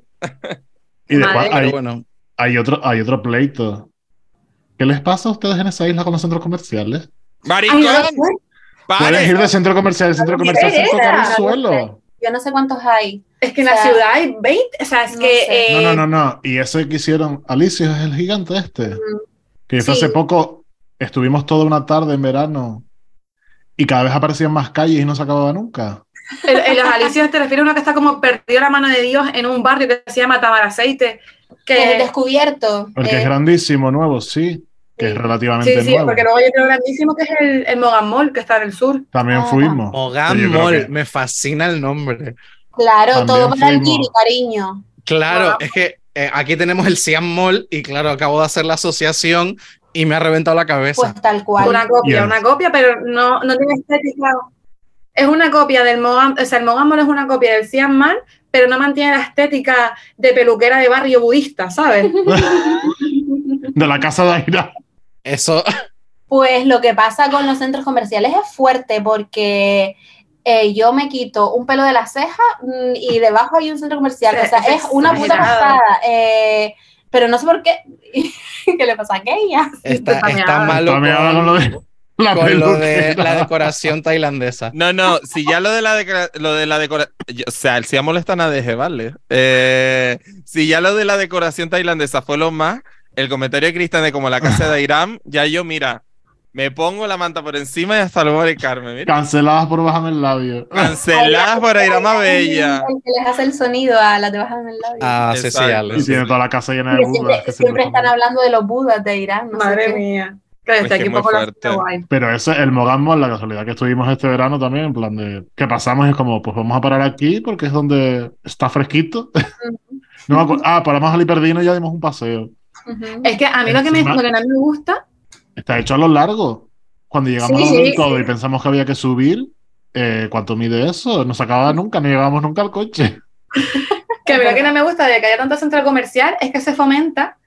S3: Y después
S5: Madre.
S2: Pero
S3: hay,
S2: bueno,
S3: hay otro, hay otro pleito. ¿Qué les pasa a ustedes en esa isla con los centros comerciales?
S1: Maricón,
S5: Ay, no lo sé.
S3: Puedes ir
S1: pare.
S3: de centro comercial a centro comercial sin tocar el
S5: Mira.
S3: suelo.
S4: Yo no sé cuántos hay.
S5: es que en la
S4: O sea,
S5: ciudad hay 20, o sea, es
S4: no
S5: que...
S4: sé.
S5: eh,
S3: No, no, no, no. Y ese que hicieron Alicia es el gigante este. Que hizo
S4: Sí.
S3: hace poco, estuvimos toda una tarde en verano y cada vez aparecían más calles y no se acababa nunca.
S5: En, en los alicios te refieres a uno que está como perdido la mano de Dios en un barrio que se llama Tamaraceite.
S4: El
S5: Que,
S4: descubierto.
S3: El que
S4: eh,
S3: es grandísimo, nuevo, sí, que es relativamente
S5: sí, sí,
S3: nuevo.
S5: porque luego hay otro grandísimo que es el, el Mogan Mall, que está en el sur.
S3: También
S4: Ah,
S3: fuimos.
S2: Oh.
S3: Pero yo creo
S2: Mogamol,
S3: que-
S2: me fascina el nombre.
S4: Claro,
S3: También
S4: todo para el
S3: fuimos.
S4: guiri, cariño.
S2: Claro,
S5: Ah.
S2: es que eh, aquí tenemos el Cian Mall y claro, acabo de hacer la asociación y me ha reventado la cabeza.
S4: Pues tal cual.
S5: Una copia,
S3: Yes.
S5: una copia, pero no, no tiene estética. Es una copia del Mogam, o sea, el Mogam Mall es una copia del Siam Man, pero no mantiene la estética de peluquera de barrio budista, ¿sabes?
S3: De la casa de Aira.
S2: Eso,
S4: Pues lo que pasa con los centros comerciales es fuerte porque eh, yo me quito un pelo de la ceja mm, y debajo hay un centro comercial. O sea,
S5: Es
S4: es una puta
S5: exagerado.
S4: pasada. eh, pero no sé por qué. ¿Qué le pasa a aquella?
S2: está, está
S5: Está meada.
S2: malo
S3: También ahora con lo de la
S2: con lo de
S3: peluquera.
S2: la decoración tailandesa.
S1: No, no, si ya lo de la decora- lo de la decora- yo- o sea, el Siam molesta a nadie, ¿vale? Eh, si ya lo de la decoración tailandesa fue lo más, el comentario de Cristian de como la casa de Irán, ya yo, mira, me pongo la manta por encima y hasta luego de Carmen, mira.
S3: Canceladas por bajarme el labio.
S1: Canceladas por Irán más bella.
S4: El que les hace el sonido a las de bajan el labio.
S2: Ah, sí, sí,
S1: Exacto.
S2: Ale,
S3: Y
S2: sí,
S3: tiene toda la casa llena de
S4: Que siempre,
S3: budas. Ah, que
S4: siempre
S3: siempre-
S4: están hablando de los budas de Irán. no sé
S5: Madre
S4: qué.
S5: mía. Claro,
S1: Es que
S5: este
S1: es
S5: aquí
S1: muy
S5: poco la-
S1: fuerte.
S5: guay.
S3: Pero ese, el Mogambo, la casualidad que estuvimos este verano también, en plan de que pasamos y es como, pues vamos a parar aquí porque es donde está fresquito. No me acuerdo. Ah, paramos al Hiperdino y ya dimos un paseo.
S4: Ujú.
S5: Es que a mí lo que, me,
S3: Encima-
S5: lo que no me gusta,
S3: Está hecho a lo largo. Cuando llegamos
S5: Sí,
S3: a lo
S5: sí,
S3: todo y pensamos que había que subir, eh, ¿cuánto mide eso? No se acababa nunca, no llegábamos nunca al coche.
S5: que a mí lo que no me gusta de que haya tanto centro comercial es que se fomenta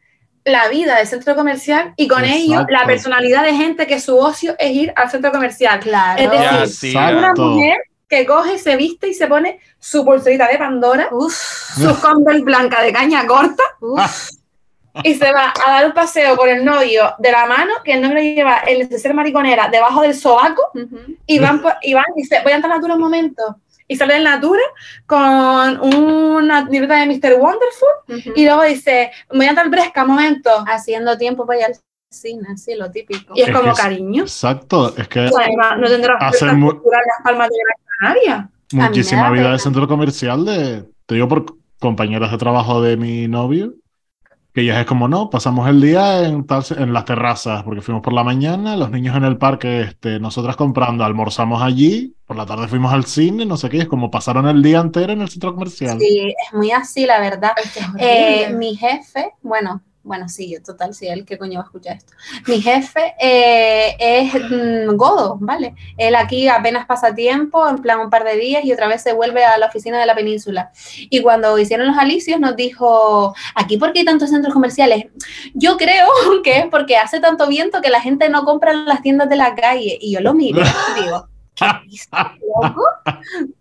S5: la vida del centro comercial y con ello la
S3: Exacto.
S5: personalidad de gente que su ocio es ir al centro comercial.
S4: Claro.
S5: Es decir,
S1: Ya,
S5: una
S1: Exacto.
S5: mujer que coge, se viste y se pone su pulserita de Pandora,
S4: Uf,
S5: su Converse blanca de caña corta
S4: uf. Ah.
S5: y se va a dar un paseo con el novio de la mano, que el novio le lleva el neceser mariconera debajo del sobaco
S4: Ujú.
S5: y van, por- y van y dice, voy a entrar en Natura un momento. Y sale en Natura con una libreta de Mr. Wonderful
S4: Ujú.
S5: y luego dice, voy a entrar al Bresca un momento.
S4: haciendo tiempo para ir al cine, así lo típico.
S5: Y es,
S3: Es que
S5: como
S3: es-
S5: cariño.
S3: Exacto, es que
S5: Además, no tendrás
S3: Hacen
S5: fiestas
S3: mu-
S5: culturales en las palmas de Gran Canaria.
S4: me da
S3: muchísima vida
S4: pena.
S3: de centro comercial de, te digo por compañeros de trabajo de mi novio, que ya es como, no, pasamos el día en, tal- en las terrazas, porque fuimos por la mañana, los niños en el parque, este, nosotras comprando, almorzamos allí, por la tarde fuimos al cine, no sé qué, es como pasaron el día entero en el centro comercial.
S4: Sí, es muy así, la verdad.
S5: Es que es horrible.
S4: Eh, mi jefe, bueno, bueno, sí, yo, total, sí, él que coño va a escuchar esto. Mi jefe eh, es mm, Godo, ¿vale? Él aquí apenas pasa tiempo, en plan un par de días, y otra vez se vuelve a la oficina de la península. Y cuando hicieron los alicios nos dijo, ¿aquí por qué hay tantos centros comerciales? Yo creo que es porque hace tanto viento que la gente no compra en las tiendas de la calle. Y yo lo miro, y digo... ¿Qué
S3: Ah,
S4: dices, loco?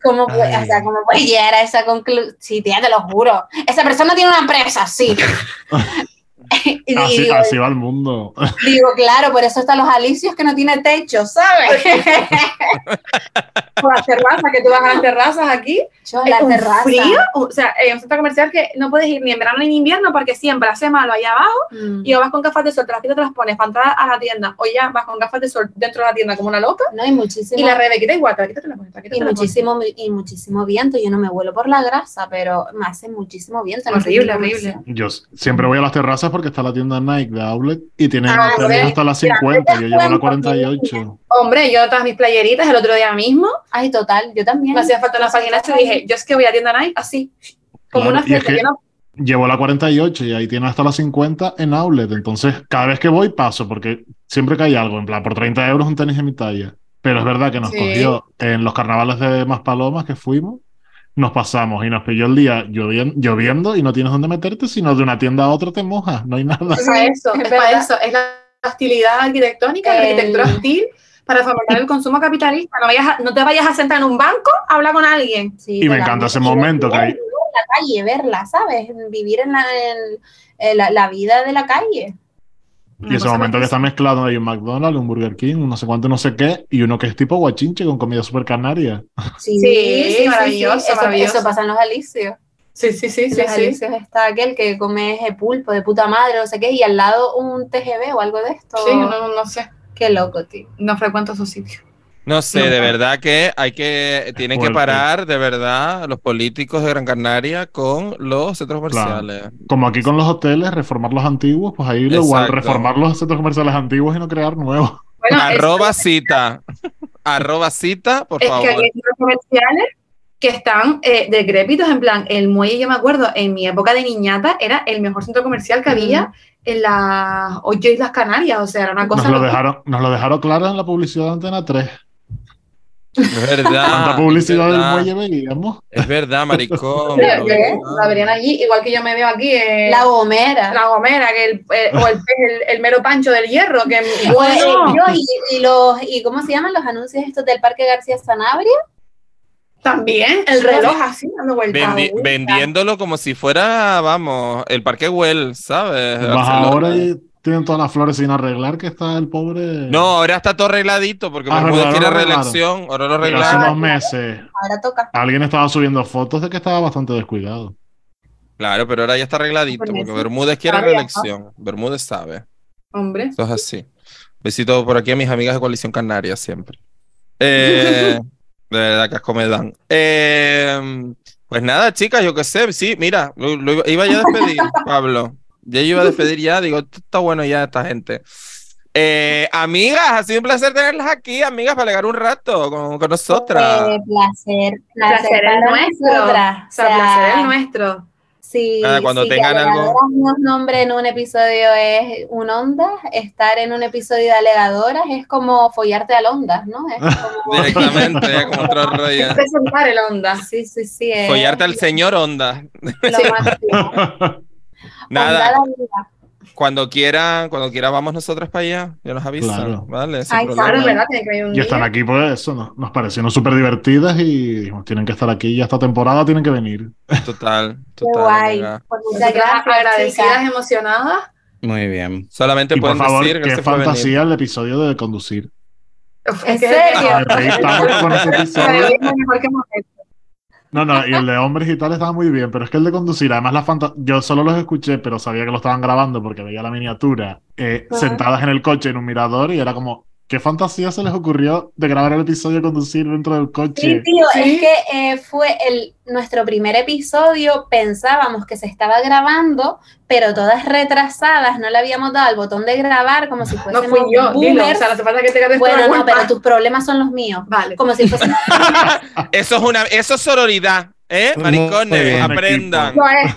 S4: ¿Cómo puede, o sea, ¿Cómo puede llegar a esa conclusión? Sí, tía, te lo juro. Esa persona tiene una empresa, sí. y y
S3: Así,
S4: digo,
S3: así va el mundo.
S4: digo, claro, por eso están los alicios que no tiene techo, ¿sabes?
S5: por las terrazas, que tú vas a las terrazas aquí.
S4: Yo en la
S5: un
S4: terraza.
S5: frío, o sea, en un centro comercial que no puedes ir ni en verano ni en invierno porque siempre hace malo allá abajo
S4: Mm.
S5: y o vas con gafas de sol, te las quitas, te las pones para entrar a la tienda o ya vas con gafas de sol dentro de la tienda como una loca
S4: No, y muchísimo,
S5: y la rebequita igual, te la quitas, te las pones, te la quitas,
S4: y
S5: te las pones.
S4: muchísimo, y muchísimo viento. Yo no me vuelo por la grasa, pero me hace muchísimo viento. no sé
S5: Horrible,
S4: cómo
S5: horrible.
S4: sea.
S3: Yo s- siempre voy a las terrazas porque está la tienda Nike de Outlet y tienen
S5: Ah,
S3: hoteles
S5: hombre,
S3: hasta las
S5: mira,
S3: 50, yo llevo a la
S4: cuento,
S3: 48.
S5: Hombre, yo todas mis playeritas el otro día mismo,
S4: Ay, total, yo también.
S5: me hacía falta las páginas y dije, yo es que voy a tienda Nike así, como
S3: Claro,
S5: una
S3: y es
S5: fiesta,
S3: que-
S5: yo no-
S3: Llevo la 48 y ahí tienen hasta las 50 en Outlet. Entonces, cada vez que voy paso porque siempre que hay algo, en plan, por 30 euros un tenis de mi talla. Pero es verdad que nos
S5: Sí.
S3: cogió en los carnavales de Maspalomas que fuimos, nos pasamos y nos pilló el día llovi- lloviendo y no tienes dónde meterte, sino de una tienda a otra te mojas, no hay nada.
S5: es para eso,
S4: es
S5: es Eh, para
S4: verdad.
S5: eso, es la hostilidad arquitectónica, la
S4: El-
S5: arquitectura hostil para fomentar el consumo capitalista, no, vayas a- no te vayas a sentar en un banco a hablar con alguien.
S3: Y
S4: Sí,
S3: me
S4: totalmente.
S3: encanta ese
S4: Y
S3: momento que
S4: vivir
S3: hay.
S4: en la calle, verla, ¿sabes? Vivir en la, en- en la- la vida de la calle.
S5: Una
S3: Y ese
S5: cosa
S3: momento que está mezclado, hay un McDonald's, un Burger King, un no sé cuánto, no sé qué, y uno que es tipo guachinche con comida super canaria.
S4: Sí,
S5: Sí, maravilloso,
S4: Eso,
S5: maravilloso.
S4: eso pasa en los alicios.
S5: Sí, sí, sí,
S4: En
S5: sí,
S4: los
S5: sí.
S4: alicios está aquel que come ese pulpo de puta madre, no sé qué, y al lado un TGB o algo de esto.
S5: Sí, no, no sé.
S4: Qué loco, tío.
S5: No frecuento esos sitios.
S1: No sé,
S5: No.
S1: de verdad que hay que, tienen que
S3: fuerte.
S1: parar, de verdad, los políticos de Gran Canaria con los centros
S3: Claro.
S1: comerciales.
S3: Como aquí con los hoteles, reformar los antiguos, pues ahí lo igual,
S1: Exacto.
S3: reformar los centros comerciales antiguos y no crear nuevos.
S5: Bueno, es-
S1: Arroba cita. Arroba cita, por
S5: es, que
S1: favor.
S5: hay centros comerciales que están eh, decrépitos, en plan, el muelle, yo me acuerdo, en mi época de niñata, era el mejor centro comercial que había en las ocho Islas Canarias, o sea, era una
S3: Nos
S5: cosa...
S3: lo dejaron, nos lo dejaron claro en la publicidad de Antena 3.
S1: Es
S3: Tanta
S1: verdad.
S3: publicidad
S1: es
S3: del
S1: Ah, verdad.
S3: muelle veíamos.
S1: Es verdad, maricón.
S5: Sí,
S1: es
S5: ¿qué?
S1: verdad.
S5: La verían allí, igual que yo me veo aquí, eh,
S4: La
S5: la,
S4: Gomera.
S5: gomera, que el, el- o el, pez, el, el mero pancho del hierro, que...
S4: Pues,
S5: Bueno,
S4: eh, yo, y, y los, ¿Y cómo se llaman los anuncios estos del Parque García Sanabria?
S5: también, el reloj así, dando vueltas.
S1: Vendi-
S5: Uy,
S1: vendiéndolo como si fuera, vamos, el Parque Güell, ¿sabes?
S3: Más
S1: Barcelona.
S3: ahora y tienen todas las flores sin arreglar, que está el pobre.
S1: No, ahora está todo arregladito porque
S3: Ah,
S1: Bermúdez
S3: verdad,
S1: quiere
S3: ahora lo
S1: reelección, ahora lo
S3: Pero hace
S1: arreglaron.
S3: unos meses
S4: Ahora toca.
S3: alguien estaba subiendo fotos de que estaba bastante descuidado.
S1: Claro, pero ahora ya está arregladito
S5: Con
S1: porque
S5: eso.
S1: Bermúdez quiere
S5: Sabía, ¿no?
S1: reelección. Bermúdez sabe.
S5: Hombre.
S1: Eso es así. Besito por aquí a mis amigas de Coalición Canaria siempre. Eh, de verdad que asco me dan. Eh, pues nada, chicas, yo qué sé. Sí, mira, lo, lo iba- iba ya a despedir, Pablo. Ya yo iba a despedir ya. Digo, esto está bueno ya esta gente. Eh, amigas, ha sido un placer tenerlas aquí, amigas, para llegar un rato con, con nosotras.
S4: Eh, placer.
S5: Placer es
S4: para
S5: nuestro.
S4: nosotras.
S5: O sea,
S4: O sea,
S5: placer es nuestro.
S4: Sí,
S1: Nada, cuando
S4: sí,
S1: tengan
S4: que
S1: algo-
S4: alegadoras Nos nombren un episodio es un onda, estar en un episodio de alegadoras es como follarte al ondas, ¿no? Es como...
S1: Directamente, ya como otro rollo.
S5: presentar el onda.
S4: Sí, sí, sí. es
S1: Follarte al señor Onda.
S4: lo máximo.
S1: Nada,
S4: Onda de vida.
S1: cuando quieran, cuando quiera vamos nosotras para allá, ya nos avisan,
S3: Claro.
S1: ¿vale? Sin
S4: Ay,
S1: problema.
S5: Claro, es verdad, tiene que venir un
S3: y
S5: día.
S3: están aquí por eso, ¿no? nos parecieron súper divertidas y dijimos, tienen que estar aquí ya esta temporada, tienen que venir.
S1: Total,
S4: Qué
S1: total.
S4: guay.
S1: amiga.
S4: Pues
S5: Muchas
S4: muchas
S5: gracias,
S4: gracias,
S5: agradecidas,
S4: chicas.
S5: emocionadas.
S2: Muy bien.
S1: Solamente
S3: Y por
S1: pueden
S3: favor,
S1: decir
S3: qué
S1: gracias por venir.
S3: fantasía el episodio de conducir.
S5: Uf,
S4: ¿En
S5: es que-
S4: serio?
S3: Me reí tanto con ese episodio.
S5: Es mejor que mujer.
S3: No, no, y el de hombres y tal estaba muy bien, pero es que el de conducir, además la fanta- yo solo los escuché, pero sabía que lo estaban grabando porque veía la miniatura eh,
S4: Ajá.
S3: sentadas en el coche en un mirador y era como, ¿Qué fantasía se les ocurrió de grabar el episodio y conducir dentro del
S4: Sí,
S3: coche?
S4: tío, es
S5: Sí.
S4: que eh, fue el, nuestro primer episodio, pensábamos que se estaba grabando, pero todas retrasadas, no le habíamos dado al botón de grabar como si
S5: No
S4: fuésemos
S5: fui yo, dilo. O
S4: boomers.
S5: sea, no hace falta que te gastes toda
S4: bueno,
S5: la
S4: no,
S5: culpa.
S4: pero tus problemas son los míos.
S5: Vale.
S4: Como si fuésemos
S1: Eso es una, eso es sororidad, ¿eh?
S2: Muy
S1: Maricones,
S2: bien.
S1: aprendan.
S5: No es.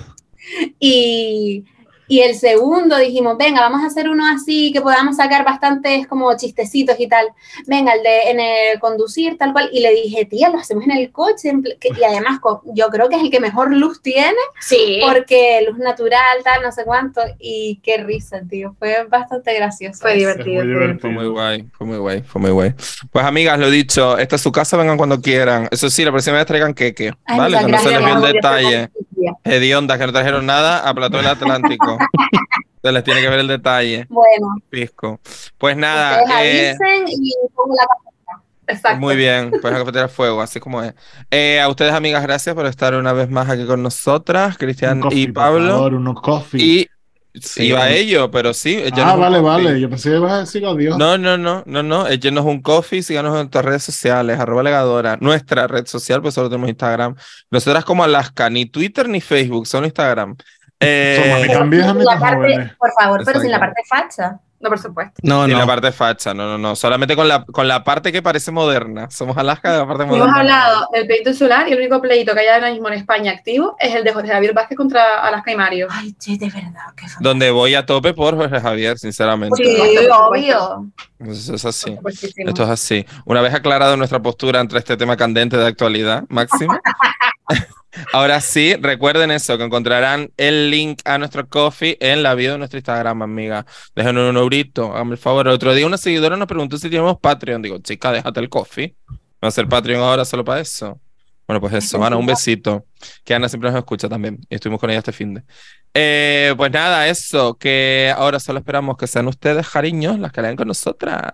S4: Y, y el segundo dijimos, venga, vamos a hacer uno así que podamos sacar bastantes como chistecitos y tal. Venga, el de en el conducir, tal cual. Y le dije, tía, lo hacemos en el coche. en pl- que- y además, co- yo creo que es el que mejor luz tiene,
S5: Sí.
S4: porque luz natural, tal, no sé cuánto. Y qué risa, tío. Fue bastante gracioso.
S5: Fue
S4: eso.
S5: divertido.
S3: Es muy divertido.
S1: Fue muy guay, fue muy guay, fue muy guay. Pues amigas, lo dicho, esta es su casa, vengan cuando quieran. Eso sí, la próxima vez traigan queque,
S4: Ay,
S1: ¿vale?
S4: muchas
S1: Que no se
S4: gracias,
S1: les vio el
S4: amor, ya estoy
S1: detalle.
S4: convencida.
S1: Hediondas que no trajeron nada a Platón del Atlántico. se les tiene que ver el detalle,
S4: Bueno,
S1: pisco. Pues nada,
S4: ustedes
S1: eh,
S4: avisen y pongo la
S5: Exacto.
S1: Muy bien, pues la cafetera fuego, así como es. Eh, a ustedes, amigas, gracias por estar una vez más aquí con nosotras, Cristian
S3: Un coffee,
S1: y
S3: por
S1: Pablo.
S3: favor, unos coffee.
S1: Y
S2: Sí.
S1: iba a ello, pero sí. ella
S3: ah,
S1: nos-
S3: vale, vale. Yo pensé que ibas a decir adiós.
S1: No, no, no, no, no. Échenos un coffee, síganos en nuestras redes sociales, arroba legadora, nuestra red social, pues solo tenemos Instagram. Nosotras como Alaska, ni Twitter ni Facebook, solo Instagram.
S3: Son
S1: Eh,
S3: mami tan viejas ni
S4: la
S3: tan
S4: parte,
S3: jóvenes.
S4: por favor, pero sin la
S1: Exacto.
S4: parte facha.
S5: No, por supuesto.
S2: No,
S1: y la
S2: no.
S1: parte facha, no, no, no. Solamente con la, con la parte que parece moderna. Somos Alaska de la parte moderna.
S5: Hemos hablado del pleito insular y el único pleito que hay ahora mismo en España activo es el de José Javier Vázquez contra Alaska y Mario.
S4: Ay, che, de verdad, qué fantástico.
S1: Donde voy a tope por Jorge Javier, sinceramente.
S5: Sí.
S4: obvio.
S1: Eso es así.
S5: Por supuestísimo.
S1: Esto es así. Una vez aclarado nuestra postura entre este tema candente de actualidad, máximo. Ahora sí, recuerden eso, que encontrarán el link a nuestro coffee en la bio de nuestro Instagram, amiga. Déjenos un eurito, háganme el favor. El otro día una seguidora nos preguntó si teníamos Patreon. Digo, chica, déjate el coffee. Va a hacer Patreon ahora solo para eso. Bueno, pues eso, Ana, un besito. Que Ana siempre nos escucha también. y Estuvimos con ella este fin de. Eh, pues nada, eso, que ahora solo esperamos que sean ustedes, cariños, las que lean con nosotras.